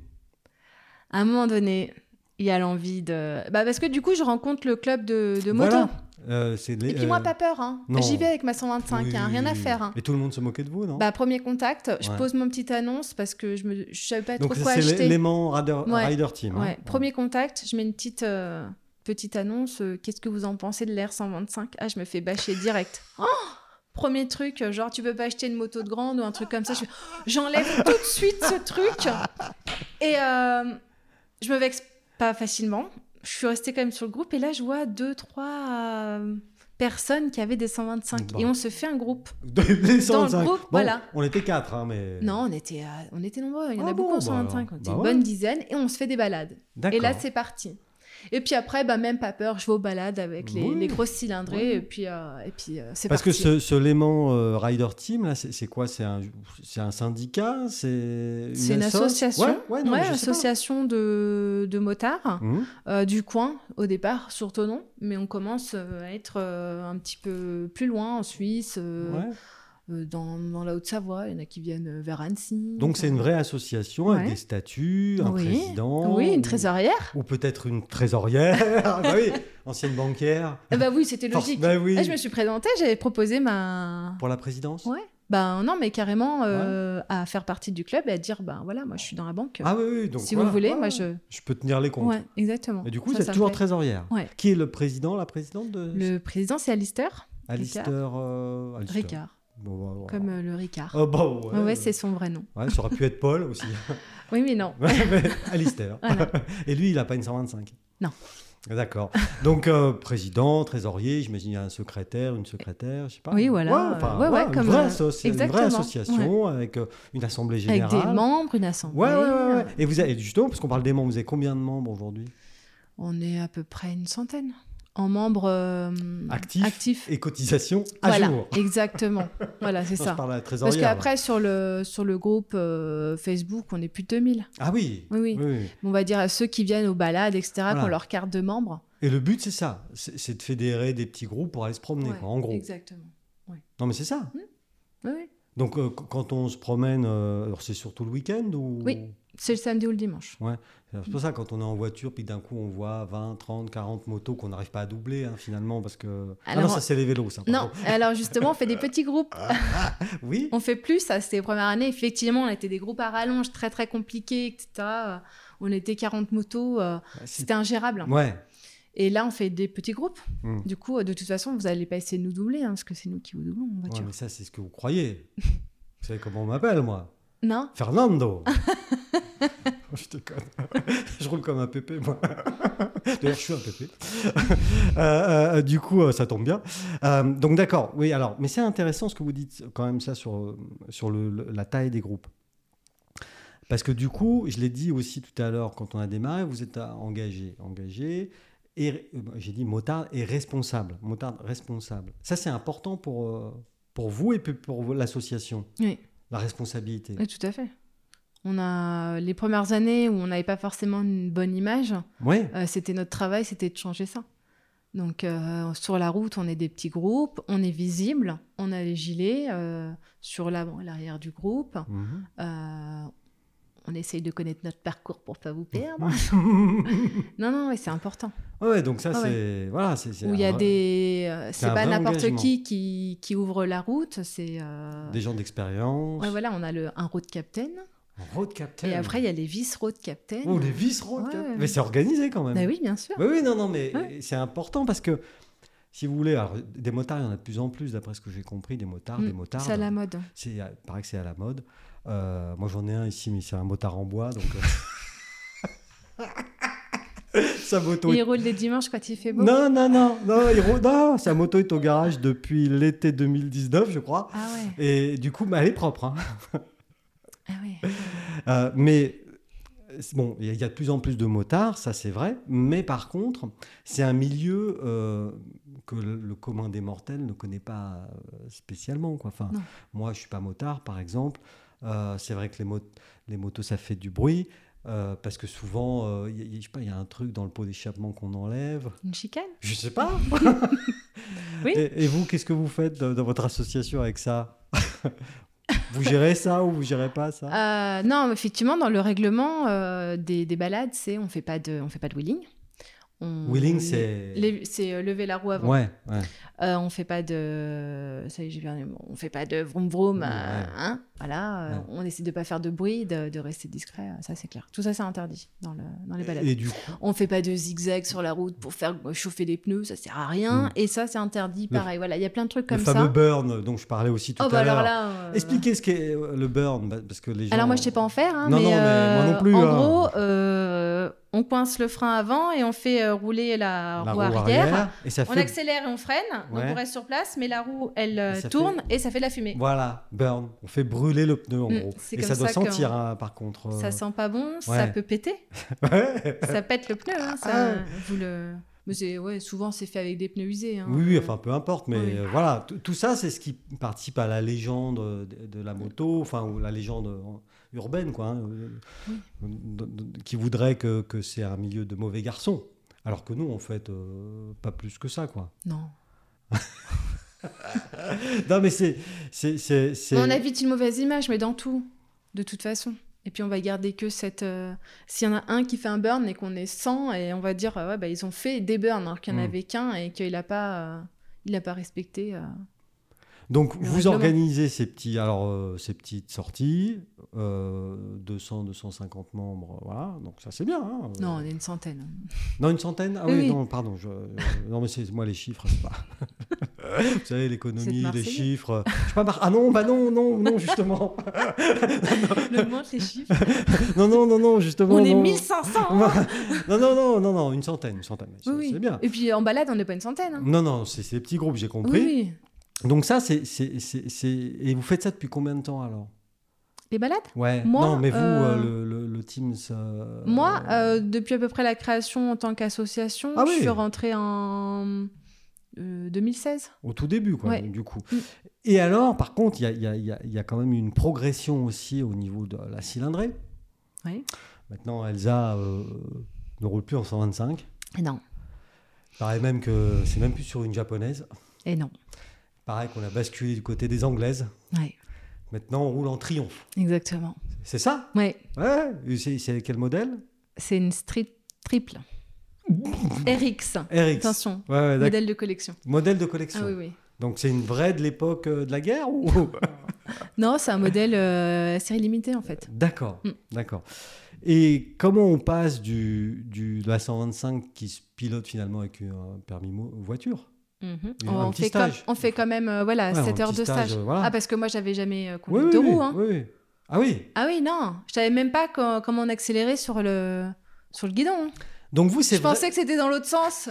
Speaker 1: À un moment donné, il y a l'envie de. Bah, parce que du coup, je rencontre le club de, de moto.
Speaker 2: Voilà. Euh, c'est les-
Speaker 1: Et puis
Speaker 2: euh,
Speaker 1: moi, pas peur. hein.
Speaker 2: non.
Speaker 1: J'y vais avec ma 125,
Speaker 2: oui,
Speaker 1: hein, rien
Speaker 2: oui,
Speaker 1: à
Speaker 2: oui.
Speaker 1: faire. hein.
Speaker 2: Et tout le monde se moquait de vous, non
Speaker 1: Bah, premier contact, je
Speaker 2: Ouais.
Speaker 1: pose mon petite annonce parce que je ne savais pas trop
Speaker 2: Donc,
Speaker 1: quoi
Speaker 2: c'est l'é-
Speaker 1: acheter.
Speaker 2: l'élément rider,
Speaker 1: Ouais.
Speaker 2: rider team. hein. <laughs>
Speaker 1: Ouais, Premier contact, je mets une petite, euh, petite annonce. euh, Qu'est-ce que vous en pensez de l'R 125 Ah, je me fais bâcher direct. Oh Premier truc, euh, genre tu peux pas acheter une moto de grande ou un truc comme ça. Je fais, <gasps> J'enlève tout de suite ce truc. Et euh, je me vexe pas facilement. Je suis restée quand même sur le groupe. Et là, je vois deux, trois euh, personnes qui avaient des 125.
Speaker 2: Bon.
Speaker 1: Et on se fait un groupe.
Speaker 2: les 125.
Speaker 1: groupe,
Speaker 2: Bon,
Speaker 1: voilà.
Speaker 2: On était quatre, hein, mais...
Speaker 1: Non, on était, euh, on était nombreux. Il y en
Speaker 2: Ah
Speaker 1: a
Speaker 2: bon,
Speaker 1: beaucoup en
Speaker 2: bah
Speaker 1: 125.
Speaker 2: alors.
Speaker 1: on était
Speaker 2: Bah
Speaker 1: une
Speaker 2: ouais.
Speaker 1: bonne dizaine. Et on se fait des balades.
Speaker 2: D'accord.
Speaker 1: Et là, c'est parti. Et puis après, bah, même pas peur, je vais aux balades avec les,
Speaker 2: Oui.
Speaker 1: les grosses cylindrées
Speaker 2: Oui.
Speaker 1: et puis, euh, et puis euh, c'est
Speaker 2: Parce
Speaker 1: parti.
Speaker 2: que ce, ce Léman euh, Rider Team, là, c'est c'est quoi C'est un, c'est un syndicat C'est une,
Speaker 1: C'est une
Speaker 2: assoce
Speaker 1: association,
Speaker 2: Ouais, ouais, non,
Speaker 1: Ouais,
Speaker 2: mais je sais pas.
Speaker 1: association de, de motards
Speaker 2: Mhm.
Speaker 1: euh, du coin au départ, surtout non, mais on commence euh, à être euh, un petit peu plus loin en Suisse, euh,
Speaker 2: Ouais.
Speaker 1: euh, dans, dans la Haute-Savoie, il y en a qui viennent euh, vers Annecy.
Speaker 2: Donc c'est une vraie association avec
Speaker 1: Ouais.
Speaker 2: des statuts, un
Speaker 1: Oui.
Speaker 2: président.
Speaker 1: Oui,
Speaker 2: ou-
Speaker 1: une trésorière.
Speaker 2: Ou peut-être une
Speaker 1: <laughs>
Speaker 2: trésorière. Ah bah oui, ancienne bancaire.
Speaker 1: Ah bah oui, c'était
Speaker 2: Force-
Speaker 1: logique.
Speaker 2: bah oui.
Speaker 1: Ah, je me suis présentée, j'avais proposé ma,
Speaker 2: Pour la présidence
Speaker 1: Ouais. Ben non, mais carrément euh, à faire partie du club et à dire ben voilà, moi je suis dans la banque.
Speaker 2: Ah oui, oui. Donc,
Speaker 1: si
Speaker 2: voilà.
Speaker 1: vous voulez,
Speaker 2: Ouais,
Speaker 1: moi
Speaker 2: ouais.
Speaker 1: je.
Speaker 2: Je peux tenir les comptes.
Speaker 1: Ouais, exactement.
Speaker 2: Et du coup,
Speaker 1: Ça,
Speaker 2: vous êtes
Speaker 1: ça me
Speaker 2: toujours
Speaker 1: plaît.
Speaker 2: trésorière.
Speaker 1: Ouais.
Speaker 2: Qui est le président, la présidente de
Speaker 1: Le président, c'est Alistair
Speaker 2: Alistair, euh, Alistair.
Speaker 1: Ricard,
Speaker 2: Bon, bah, voilà.
Speaker 1: comme euh, le Ricard.
Speaker 2: Ah bah ouais.
Speaker 1: ouais, ouais, c'est son vrai nom.
Speaker 2: Ouais, ça aurait pu être Paul
Speaker 1: <laughs>
Speaker 2: aussi.
Speaker 1: Oui, mais
Speaker 2: <laughs>
Speaker 1: non.
Speaker 2: Ouais, mais Alistair.
Speaker 1: Voilà.
Speaker 2: Et lui, il n'a pas une 125
Speaker 1: Non.
Speaker 2: D'accord. Donc, euh, président, trésorier, j'imagine il y a un secrétaire, une secrétaire, je sais pas.
Speaker 1: Oui, voilà.
Speaker 2: enfin,
Speaker 1: Ouais, ouais,
Speaker 2: une
Speaker 1: comme,
Speaker 2: vraie
Speaker 1: euh,
Speaker 2: asso- c'est une vraie
Speaker 1: exactement.
Speaker 2: association avec euh, une assemblée
Speaker 1: Avec
Speaker 2: générale.
Speaker 1: des membres, une assemblée.
Speaker 2: Ouais, ouais, ouais, ouais. Et vous avez, justement, parce qu'on parle des membres, vous avez combien de membres aujourd'hui
Speaker 1: On est à peu près une centaine en membres euh,
Speaker 2: Actifs
Speaker 1: actifs.
Speaker 2: Et cotisations à
Speaker 1: Voilà,
Speaker 2: jour. <laughs>
Speaker 1: exactement. voilà, c'est
Speaker 2: Non, je
Speaker 1: ça.
Speaker 2: parle à la
Speaker 1: Parce
Speaker 2: trésorière. là.
Speaker 1: qu'après, sur le, sur le groupe euh, Facebook, on est plus de 2000.
Speaker 2: Ah oui.
Speaker 1: Oui, oui. On va dire à ceux qui viennent aux balades, etc.,
Speaker 2: Voilà.
Speaker 1: qui ont leur carte de membre.
Speaker 2: Et le but, c'est ça. C'est c'est de fédérer des petits groupes pour aller se promener,
Speaker 1: Ouais, Hmm.
Speaker 2: quoi, en gros.
Speaker 1: Exactement.
Speaker 2: Non, mais c'est ça.
Speaker 1: Oui, oui.
Speaker 2: Donc, euh, qu- quand on se promène, euh, alors c'est surtout le week-end ou
Speaker 1: Oui. C'est le samedi ou le dimanche.
Speaker 2: C'est pour ça, quand on est en voiture, puis d'un coup, on voit 20, 30, 40 motos qu'on n'arrive pas à doubler, hein, finalement, parce que. Ah
Speaker 1: Alors-
Speaker 2: non, ça, c'est les vélos, ça.
Speaker 1: Non,
Speaker 2: pardon.
Speaker 1: alors justement, on fait des petits groupes.
Speaker 2: Oui
Speaker 1: On fait plus, ça c'était les premières années. Effectivement, on était des groupes à rallonge très très compliqués, etc. Euh, On était 40 motos, euh,
Speaker 2: c'est-
Speaker 1: c'était ingérable.
Speaker 2: Ouais.
Speaker 1: Et là, on fait des petits groupes.
Speaker 2: Hmm.
Speaker 1: Du coup, euh, de toute façon, vous n'allez pas essayer de nous doubler, hein, parce que c'est nous qui vous doublons en
Speaker 2: Ouais,
Speaker 1: voiture.
Speaker 2: mais ça, c'est ce que vous croyez. vous savez comment on m'appelle, moi
Speaker 1: Non
Speaker 2: Fernando <laughs> Je déconne. <laughs> je roule comme un pépé, moi. <laughs> D'ailleurs, je suis un pépé. <laughs> Euh, euh, du coup, euh, ça tombe bien. Euh, donc, d'accord. Oui, alors, mais c'est intéressant ce que vous dites quand même, ça, sur, euh, sur le- le- la taille des groupes. Parce que du coup, je l'ai dit aussi tout à l'heure, quand on a démarré, vous êtes euh, engagé. Engagé. Et euh, j'ai dit motard et responsable. Motard responsable. Ça, c'est important pour, euh, pour vous et puis pour l'association.
Speaker 1: Oui.
Speaker 2: La responsabilité.
Speaker 1: Oui, tout à fait. On a les premières années où on n'avait pas forcément une bonne image.
Speaker 2: Ouais.
Speaker 1: Euh, c'était notre travail, c'était de changer ça. Donc euh, sur la route, on est des petits groupes, on est visible, on a les gilets euh, sur l'avant et l'arrière du groupe.
Speaker 2: Mhm.
Speaker 1: Euh, on essaye de connaître notre parcours pour pas vous perdre. <laughs> non, non, ouais, c'est important.
Speaker 2: <laughs> ouais, donc ça,
Speaker 1: Ah ouais.
Speaker 2: c'est. Voilà, c'est. c'est
Speaker 1: Où il y
Speaker 2: un
Speaker 1: a
Speaker 2: vrai-
Speaker 1: des, euh,
Speaker 2: un
Speaker 1: c'est pas
Speaker 2: vrai
Speaker 1: n'importe
Speaker 2: engagement.
Speaker 1: qui, qui qui ouvre la route. C'est euh,
Speaker 2: des gens d'expérience.
Speaker 1: ouais, voilà, on a le un road captain
Speaker 2: Road captain.
Speaker 1: et après il y a les vice road captain.
Speaker 2: Oh, les vice road
Speaker 1: Ouais.
Speaker 2: captain. Mais c'est organisé quand même.
Speaker 1: Bah oui, bien sûr.
Speaker 2: Oui, oui, non, non, mais
Speaker 1: Ouais.
Speaker 2: c'est important parce que. Si vous voulez, alors, des motards, il y en a de plus en plus, d'après ce que j'ai compris, des motards, des
Speaker 1: Mm,
Speaker 2: motards.
Speaker 1: C'est à la mode.
Speaker 2: C'est, il paraît que c'est à la mode. Euh, moi, j'en ai un ici, mais c'est un motard en bois, donc.
Speaker 1: <laughs>
Speaker 2: euh, <laughs> Sa moto
Speaker 1: Il
Speaker 2: est
Speaker 1: roule les dimanches quand il fait beau.
Speaker 2: Non, non, non, non, il roule- non, sa moto est au garage depuis l'été 2019, je crois.
Speaker 1: Ah ouais.
Speaker 2: Et du coup, bah, elle est propre. hein.
Speaker 1: Ah ouais.
Speaker 2: Euh, mais bon, il y, a- il y a de plus en plus de motards, ça c'est vrai, mais par contre, c'est un milieu euh, que le, le commun des mortels ne connaît pas euh, spécialement. Quoi. Enfin,
Speaker 1: Non.
Speaker 2: moi, je suis pas motard, par exemple. Euh, c'est vrai que les, mot- les motos, ça fait du bruit. euh, parce que souvent, euh, il y a- il y a- je sais pas, il y a un truc dans le pot d'échappement qu'on enlève.
Speaker 1: Une chicane
Speaker 2: Je sais pas.
Speaker 1: <laughs> Oui.
Speaker 2: et, et vous, qu'est-ce que vous faites dans, dans votre association avec ça Vous gérez ça ou vous gérez pas ça
Speaker 1: Euh, Non, effectivement, dans le règlement euh, des, des balades, c'est on fait pas de, on fait pas de wheeling. On-
Speaker 2: Wheeling, c'est.
Speaker 1: les- C'est euh, lever la roue avant.
Speaker 2: Ouais, ouais.
Speaker 1: Euh, on fait pas de, ça y est, j'ai perdu le mot. On fait pas de vroom vroom.
Speaker 2: Ouais.
Speaker 1: euh, hein, voilà, euh,
Speaker 2: Ouais.
Speaker 1: on essaie de pas faire de bruit, de, de rester discret. euh, Ça c'est clair. Tout ça c'est interdit dans, le, dans les balades.
Speaker 2: Et du coup,
Speaker 1: On fait pas de zigzag sur la route pour faire chauffer les pneus. Ça sert à rien.
Speaker 2: Mm.
Speaker 1: Et ça c'est interdit.
Speaker 2: Le-
Speaker 1: Pareil. Voilà, il y a plein de trucs
Speaker 2: le
Speaker 1: comme
Speaker 2: fameux
Speaker 1: ça.
Speaker 2: burn dont je parlais aussi tout
Speaker 1: Oh
Speaker 2: à
Speaker 1: bah alors
Speaker 2: l'heure.
Speaker 1: là. euh,
Speaker 2: Expliquez ce qu'est euh, le burn, bah, parce que les gens.
Speaker 1: Alors moi je sais pas en faire, hein,
Speaker 2: Non,
Speaker 1: mais,
Speaker 2: non, mais
Speaker 1: euh,
Speaker 2: moi non plus,
Speaker 1: en
Speaker 2: hein.
Speaker 1: gros, euh, on coince le frein avant et on fait euh, rouler la,
Speaker 2: La
Speaker 1: roue,
Speaker 2: roue
Speaker 1: arrière.
Speaker 2: et ça
Speaker 1: On
Speaker 2: fait.
Speaker 1: accélère et on freine,
Speaker 2: Ouais.
Speaker 1: donc on reste sur place, mais la roue elle
Speaker 2: Et
Speaker 1: euh,
Speaker 2: ça
Speaker 1: tourne et ça fait de la fumée.
Speaker 2: Voilà, burn. On fait brûler le pneu en
Speaker 1: Mm,
Speaker 2: gros.
Speaker 1: c'est
Speaker 2: Et
Speaker 1: comme
Speaker 2: ça doit
Speaker 1: ça que-
Speaker 2: sentir, hein, par contre. euh,
Speaker 1: Ça sent pas bon, ça
Speaker 2: ouais.
Speaker 1: peut péter,
Speaker 2: <laughs> ouais.
Speaker 1: ça pète le pneu. hein, ça, vous le... Mais c'est- ouais, souvent c'est fait avec des pneus usés. hein.
Speaker 2: Oui, oui,
Speaker 1: Euh,
Speaker 2: enfin peu importe, mais
Speaker 1: oui.
Speaker 2: euh, voilà, tout- tout ça, c'est ce qui participe à la légende euh, de, de la moto, enfin, ou la légende euh, urbaine, quoi, hein, euh,
Speaker 1: Oui.
Speaker 2: de- de- qui voudrait que, que c'est un milieu de mauvais garçons. Alors que nous, en fait, euh, pas plus que ça, quoi.
Speaker 1: Non.
Speaker 2: Non, mais c'est. c'est- c'est- c'est-
Speaker 1: On a vite une mauvaise image, mais dans tout, de toute façon. Et puis on va garder que cette. euh, S'il y en a un qui fait un burn et qu'on est 100, et on va dire, euh, ouais, bah, ils ont fait des burns, alors qu'il n'y en
Speaker 2: Mm.
Speaker 1: avait qu'un et qu'il n'a pas, euh, il a pas respecté. euh.
Speaker 2: Donc,
Speaker 1: Le
Speaker 2: vous
Speaker 1: règlement.
Speaker 2: organisez ces, petits, alors, euh, ces petites sorties, euh, 200, 250 membres, voilà, donc ça, c'est bien. hein.
Speaker 1: Non, on est une centaine.
Speaker 2: Non, une centaine Ah oui,
Speaker 1: Oui, oui.
Speaker 2: non, pardon. Je, je- non, mais c'est moi les chiffres, c'est pas. <laughs> Vous savez,
Speaker 1: C'est de
Speaker 2: l'économie, les
Speaker 1: Marseille.
Speaker 2: chiffres. Je suis pas mar- Ah non, bah non, non,
Speaker 1: <laughs>
Speaker 2: non, justement.
Speaker 1: Le montre les chiffres.
Speaker 2: Non, non, non, non, justement.
Speaker 1: hein. on est
Speaker 2: non.
Speaker 1: 1500 hein.
Speaker 2: <laughs> Non, non, non, non, non, une centaine, une centaine. C'est
Speaker 1: Oui, oui.
Speaker 2: c'est bien.
Speaker 1: Et puis en balade, on n'est pas une centaine. hein.
Speaker 2: Non, non, c'est c'est des petits groupes, j'ai compris.
Speaker 1: Oui, oui.
Speaker 2: Donc ça, c'est, c'est, c'est, c'est- Et vous faites ça depuis combien de temps alors
Speaker 1: Les balades
Speaker 2: Ouais.
Speaker 1: Moi,
Speaker 2: non, mais vous, euh,
Speaker 1: euh,
Speaker 2: le, le, le Teams. euh,
Speaker 1: Moi, euh, depuis à peu près la création en tant qu'association,
Speaker 2: Ah
Speaker 1: je
Speaker 2: oui.
Speaker 1: suis rentrée en euh, 2016.
Speaker 2: Au tout début, quoi,
Speaker 1: Ouais.
Speaker 2: du coup.
Speaker 1: Mm.
Speaker 2: Et alors, par contre, il y a, il y a- il y a- il y a quand même une progression aussi au niveau de la cylindrée.
Speaker 1: Oui.
Speaker 2: Maintenant, Elsa euh, ne roule plus en 125.
Speaker 1: Et non.
Speaker 2: Paraît même que c'est même plus sur une japonaise.
Speaker 1: Et non.
Speaker 2: Paraît qu'on a basculé du côté des anglaises.
Speaker 1: Ouais,
Speaker 2: Maintenant, on roule en triomphe.
Speaker 1: exactement.
Speaker 2: C'est ça
Speaker 1: Ouais.
Speaker 2: Ouais. Et c'est- C'est quel modèle
Speaker 1: C'est une street triple. RX.
Speaker 2: RX.
Speaker 1: Attention,
Speaker 2: Ouais, ouais, d'accord.
Speaker 1: modèle de collection.
Speaker 2: Modèle de collection.
Speaker 1: Ah oui, oui.
Speaker 2: Donc, c'est une vraie de l'époque euh, de la guerre ou
Speaker 1: <laughs> Non, c'est un modèle euh, série limitée en fait.
Speaker 2: D'accord,
Speaker 1: Mm.
Speaker 2: d'accord. Et comment on passe du, du, de la 125 qui se pilote finalement avec un permis mo- voiture
Speaker 1: Mhm.
Speaker 2: Et
Speaker 1: On,
Speaker 2: un
Speaker 1: on
Speaker 2: petit
Speaker 1: fait comme-
Speaker 2: stage.
Speaker 1: on fait quand même euh, voilà,
Speaker 2: Ouais, un
Speaker 1: 7 heures
Speaker 2: petit
Speaker 1: de stage.
Speaker 2: euh, voilà.
Speaker 1: Ah, parce que moi j'avais jamais euh,
Speaker 2: oui,
Speaker 1: conduit
Speaker 2: oui,
Speaker 1: de
Speaker 2: oui,
Speaker 1: roue. hein.
Speaker 2: oui, oui. Ah oui,
Speaker 1: Ah oui, non, je savais même pas co- comment on accélérait sur le, sur le guidon. hein.
Speaker 2: donc vous,
Speaker 1: Je
Speaker 2: c'est vrai.
Speaker 1: pensais que c'était dans l'autre sens.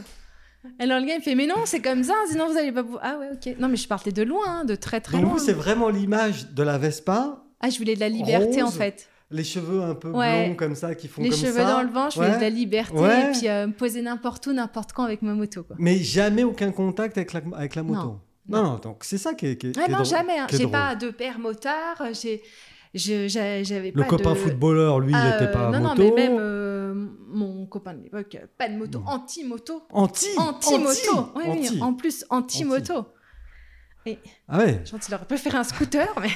Speaker 1: Alors le gars il me fait mais non c'est comme ça sinon vous allez pas pouvoir ah ouais ok non mais je partais de loin hein, de très très
Speaker 2: Donc
Speaker 1: loin
Speaker 2: vous, c'est vraiment l'image de la Vespa,
Speaker 1: ah je voulais de la liberté en
Speaker 2: Rose,
Speaker 1: fait
Speaker 2: les cheveux un peu
Speaker 1: Ouais.
Speaker 2: blonds comme ça, qui font
Speaker 1: les
Speaker 2: comme
Speaker 1: cheveux
Speaker 2: ça.
Speaker 1: dans le vent je voulais
Speaker 2: Ouais.
Speaker 1: de la liberté
Speaker 2: Ouais.
Speaker 1: et puis euh, me poser n'importe où n'importe quand avec ma moto quoi
Speaker 2: Mais jamais aucun contact avec la, avec la moto.
Speaker 1: Non.
Speaker 2: Non, non, donc c'est ça qui est, qui est-
Speaker 1: Ouais,
Speaker 2: qui est
Speaker 1: non
Speaker 2: drôle-
Speaker 1: jamais hein.
Speaker 2: qui est
Speaker 1: j'ai
Speaker 2: drôle.
Speaker 1: pas de père motard j'ai je- j'a- j'avais
Speaker 2: Le
Speaker 1: pas
Speaker 2: copain
Speaker 1: de...
Speaker 2: footballeur, lui,
Speaker 1: Ah,
Speaker 2: il n'était
Speaker 1: euh,
Speaker 2: pas à
Speaker 1: non
Speaker 2: moto.
Speaker 1: non mais même euh, mon copain de l'époque euh, pas de moto
Speaker 2: Non.
Speaker 1: anti moto
Speaker 2: Anti,
Speaker 1: Anti-moto
Speaker 2: anti,
Speaker 1: Oui,
Speaker 2: anti.
Speaker 1: oui, en plus, anti-moto.
Speaker 2: Ah ouais,
Speaker 1: Je pense qu'il aurait préféré un scooter, mais...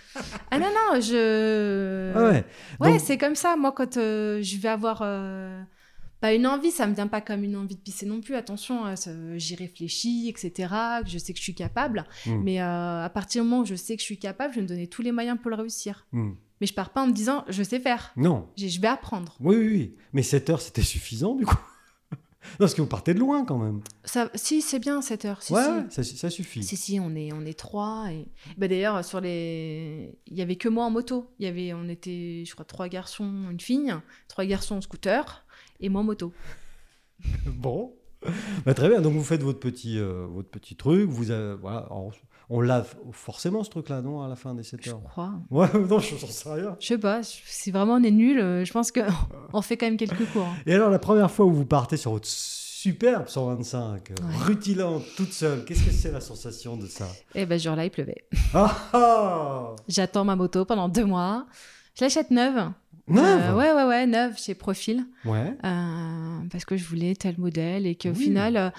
Speaker 1: <laughs> ah non, non, je...
Speaker 2: ah ouais.
Speaker 1: Ouais,
Speaker 2: Donc-
Speaker 1: c'est comme ça. Moi, quand euh, je vais avoir... euh, Pas une envie, ça me vient pas comme une envie de pisser non plus. Attention, hein, ça- j'y réfléchis, etc. que Je sais que je suis capable.
Speaker 2: Mm.
Speaker 1: Mais euh, à partir du moment où je sais que je suis capable, je vais me donner tous les moyens pour le réussir.
Speaker 2: Hmm.
Speaker 1: Mais je pars pas en me disant, je sais faire.
Speaker 2: Non,
Speaker 1: J'ai- Je vais apprendre.
Speaker 2: Oui, oui, oui. Mais 7 heures, c'était suffisant, du coup. <laughs> Non, parce que vous partez de loin, quand même.
Speaker 1: Ça... Si, c'est bien, cette heure. Si,
Speaker 2: ouais,
Speaker 1: si.
Speaker 2: ouais, ça, su- ça
Speaker 1: <laughs>
Speaker 2: suffit.
Speaker 1: Si, si, on est, on est trois. Et... Bah, D'ailleurs, sur les... il y avait que moi en moto. Il y avait, on était, je crois, trois garçons, une fille, trois garçons en scooter et moi en moto.
Speaker 2: Bon. Bah, très bien. Donc, vous faites votre petit, euh, votre petit truc. Vous, avez- voilà, en, On lave forcément ce truc-là, non, à la fin des 7
Speaker 1: Je
Speaker 2: heures
Speaker 1: crois.
Speaker 2: Ouais, <laughs> non, je j'en sais rien.
Speaker 1: Je sais pas, si vraiment on est nul, euh, je pense qu'on <laughs> on fait quand même quelques cours. hein.
Speaker 2: Et alors, la première fois où vous partez sur votre superbe 125, euh,
Speaker 1: Ouais.
Speaker 2: rutilante, toute seule, qu'est-ce que c'est la sensation de ça
Speaker 1: Et ben, ce jour-là, il pleuvait.
Speaker 2: Ah ah
Speaker 1: J'attends ma moto pendant deux mois. Je l'achète neuve.
Speaker 2: Neuve
Speaker 1: Euh, Ouais, ouais, ouais, neuve chez Profil.
Speaker 2: Ouais.
Speaker 1: Euh, parce que je voulais tel modèle et qu'au
Speaker 2: Oui.
Speaker 1: final, euh,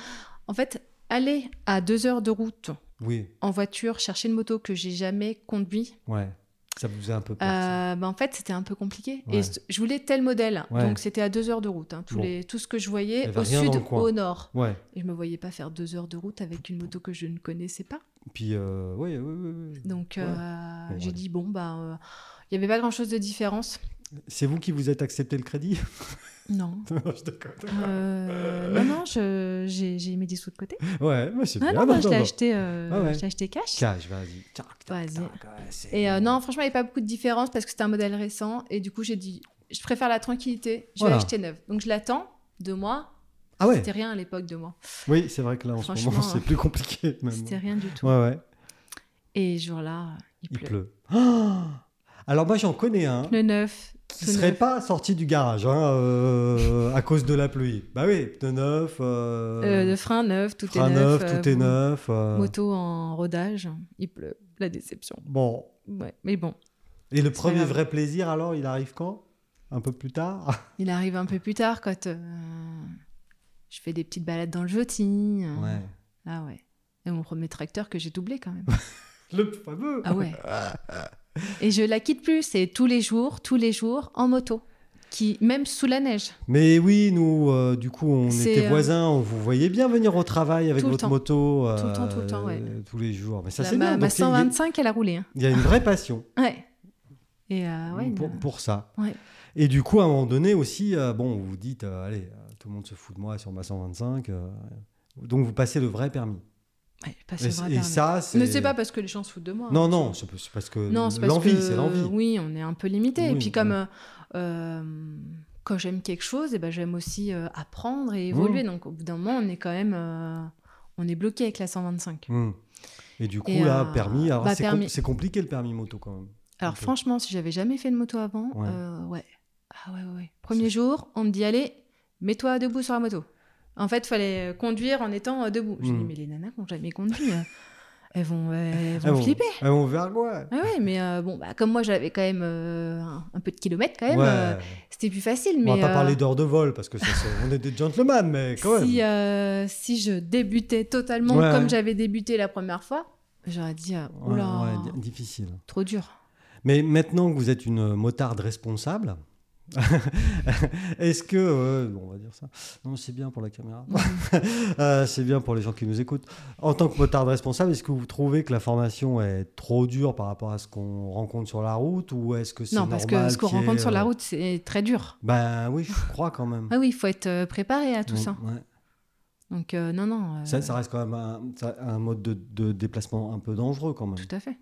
Speaker 1: en fait, aller à deux heures de route
Speaker 2: Oui,
Speaker 1: en voiture chercher une moto que j'ai jamais conduite,
Speaker 2: ouais. Ça vous faisait un peu peur. ça.
Speaker 1: euh, ben, en fait, c'était un peu compliqué.
Speaker 2: Ouais.
Speaker 1: Et c- je voulais tel modèle.
Speaker 2: Ouais.
Speaker 1: Donc, c'était à deux heures de route. hein. Tous
Speaker 2: Bon.
Speaker 1: les, tout ce que je
Speaker 2: Il y
Speaker 1: voyais
Speaker 2: avait
Speaker 1: au
Speaker 2: rien dans
Speaker 1: sud,
Speaker 2: le coin.
Speaker 1: au nord.
Speaker 2: Ouais.
Speaker 1: Et je me voyais pas faire deux heures de route avec une moto que je ne connaissais pas.
Speaker 2: Puis, euh, oui, oui, oui. oui.
Speaker 1: Donc,
Speaker 2: Ouais.
Speaker 1: euh,
Speaker 2: Bon,
Speaker 1: j'ai
Speaker 2: allez.
Speaker 1: dit, bon, bah, euh, il y avait pas grand chose de différence.
Speaker 2: C'est vous qui vous êtes accepté le crédit <laughs>
Speaker 1: Non.
Speaker 2: Non, je déconne.
Speaker 1: Euh, non, non, je- j'ai j'ai mis des sous de côté.
Speaker 2: Ouais, mais c'est
Speaker 1: Ah
Speaker 2: bien.
Speaker 1: non,
Speaker 2: Ah,
Speaker 1: moi,
Speaker 2: non,
Speaker 1: je l'ai
Speaker 2: non.
Speaker 1: acheté, euh,
Speaker 2: Ah ouais.
Speaker 1: je l'ai acheté cash.
Speaker 2: Cash, vas-y. Tac, tac,
Speaker 1: Vas-y.
Speaker 2: tac, ouais, c'est-
Speaker 1: Et euh, non, franchement, il n'y avait pas beaucoup de différence parce que c'était un modèle récent. Et du coup, j'ai dit, je préfère la tranquillité, je
Speaker 2: Voilà.
Speaker 1: vais acheter neuf. Donc, je l'attends deux mois.
Speaker 2: Ah ouais
Speaker 1: C'était rien à l'époque, deux mois.
Speaker 2: Oui, c'est vrai que là, en ce
Speaker 1: Franchement,
Speaker 2: moment, c'est
Speaker 1: euh,
Speaker 2: plus compliqué. Même.
Speaker 1: C'était rien du tout.
Speaker 2: Ouais, ouais,
Speaker 1: Et ce jour-là, il,
Speaker 2: il
Speaker 1: pleut.
Speaker 2: pleut. Ah Alors, moi, j'en connais un
Speaker 1: Le neuf.
Speaker 2: qui
Speaker 1: tout
Speaker 2: serait
Speaker 1: neuf.
Speaker 2: pas sorti du garage hein, euh, à cause de la pluie. Bah oui, pneu neuf,
Speaker 1: Euh,
Speaker 2: euh,
Speaker 1: le frein neuf, tout
Speaker 2: frein
Speaker 1: est neuf.
Speaker 2: neuf,
Speaker 1: euh,
Speaker 2: tout est neuf. euh,
Speaker 1: Moto en rodage, il pleut. La déception.
Speaker 2: Bon.
Speaker 1: Ouais. Mais bon,
Speaker 2: Et le
Speaker 1: pas
Speaker 2: premier
Speaker 1: grave.
Speaker 2: vrai plaisir, alors, il arrive quand Un peu plus tard
Speaker 1: il arrive un peu plus tard quand euh, je fais des petites balades dans le jetis. euh,
Speaker 2: Ouais.
Speaker 1: Ah ouais. Et mon premier tracteur que j'ai doublé quand
Speaker 2: <laughs>
Speaker 1: même.
Speaker 2: Le fameux
Speaker 1: Ah ouais. Et je la quitte plus, c'est tous les jours, tous les jours en moto, qui même sous la neige.
Speaker 2: Mais oui, nous, euh, du coup, on
Speaker 1: C'est,
Speaker 2: était
Speaker 1: euh,
Speaker 2: voisins, on vous voyait bien venir au travail avec
Speaker 1: Tout le
Speaker 2: votre
Speaker 1: temps.
Speaker 2: moto. euh,
Speaker 1: Tout le temps, tout le temps, ouais.
Speaker 2: Tous les jours. Mais ça,
Speaker 1: La-
Speaker 2: c'est
Speaker 1: ma,
Speaker 2: bien.
Speaker 1: ma
Speaker 2: Donc, il y a-
Speaker 1: 125, elle a roulé. hein.
Speaker 2: Il y a une vraie passion
Speaker 1: Ouais. Et euh, ouais,
Speaker 2: pour,
Speaker 1: une-
Speaker 2: pour ça.
Speaker 1: Ouais.
Speaker 2: Et du coup, à un moment donné aussi, euh, bon, vous vous dites, euh, allez, euh, tout le monde se fout de moi sur ma 125. euh, donc, vous passez le vrai permis.
Speaker 1: ouais, pas ce
Speaker 2: Et,
Speaker 1: vrai
Speaker 2: et
Speaker 1: permis.
Speaker 2: ça, c'est.
Speaker 1: Mais c'est pas parce que les gens se foutent de moi. hein.
Speaker 2: Non, non, c'est c'est parce que
Speaker 1: Non, c'est parce
Speaker 2: Euh, l'envie,
Speaker 1: que,
Speaker 2: c'est l'envie.
Speaker 1: Oui, on est un peu limité.
Speaker 2: Oui,
Speaker 1: et puis comme
Speaker 2: oui.
Speaker 1: euh, euh, quand j'aime quelque chose, eh ben, j'aime aussi euh, apprendre
Speaker 2: Mmh.
Speaker 1: et évoluer. Donc au bout d'un moment, on est quand même... euh, on est bloqué avec la 125.
Speaker 2: Hum. Et du coup,
Speaker 1: Et,
Speaker 2: là,
Speaker 1: euh,
Speaker 2: permis, alors
Speaker 1: bah,
Speaker 2: c'est com-
Speaker 1: permis.
Speaker 2: c'est compliqué le permis moto quand même.
Speaker 1: Alors
Speaker 2: Ok.
Speaker 1: franchement, si j'avais jamais fait de moto avant,
Speaker 2: Ouais.
Speaker 1: euh, ouais. Ah ouais, ouais, ouais. Premier jour, on me dit allez, mets-toi debout sur la moto. En fait, fallait euh, conduire en étant euh, debout. J'ai dit
Speaker 2: Mm.
Speaker 1: mais les nanas qui n'ont jamais conduit, euh, <laughs> elles vont, euh, elles
Speaker 2: Ah
Speaker 1: vont
Speaker 2: bon,
Speaker 1: flipper.
Speaker 2: ah bon, vers quoi
Speaker 1: Ouais, ouais, mais euh, bon, bah, comme moi j'avais quand même euh, un, un peu de kilomètres quand même,
Speaker 2: Ouais.
Speaker 1: euh, c'était plus facile.
Speaker 2: On
Speaker 1: mais
Speaker 2: va pas
Speaker 1: euh,
Speaker 2: parler d'heures de vol parce que ça, c'est- on est des gentlemen, mais quand même.
Speaker 1: si, euh, si je débutais totalement
Speaker 2: Ouais, ouais.
Speaker 1: comme j'avais débuté la première fois, j'aurais dit euh,
Speaker 2: Ouais,
Speaker 1: oula,
Speaker 2: ouais, di- difficile.
Speaker 1: trop dur.
Speaker 2: Mais maintenant que vous êtes une motarde responsable, <laughs> est-ce que, euh, bon, on va dire ça, non c'est bien pour la caméra, <laughs> Euh, c'est bien pour les gens qui nous écoutent. En tant que motarde responsable, est-ce que vous trouvez que la formation est trop dure par rapport à ce qu'on rencontre sur la route ou est-ce que c'est
Speaker 1: Non,
Speaker 2: normal
Speaker 1: parce que ce qu'on
Speaker 2: qu'il y ait,
Speaker 1: rencontre sur la
Speaker 2: euh,
Speaker 1: route, c'est très dur.
Speaker 2: Ben oui, je crois quand même.
Speaker 1: Ah oui, il faut être euh, préparé à tout
Speaker 2: Donc,
Speaker 1: ça.
Speaker 2: ouais.
Speaker 1: Donc euh, non, non. euh,
Speaker 2: ça, ça reste quand même un, ça- un mode de, de déplacement un peu dangereux quand même.
Speaker 1: Tout à fait.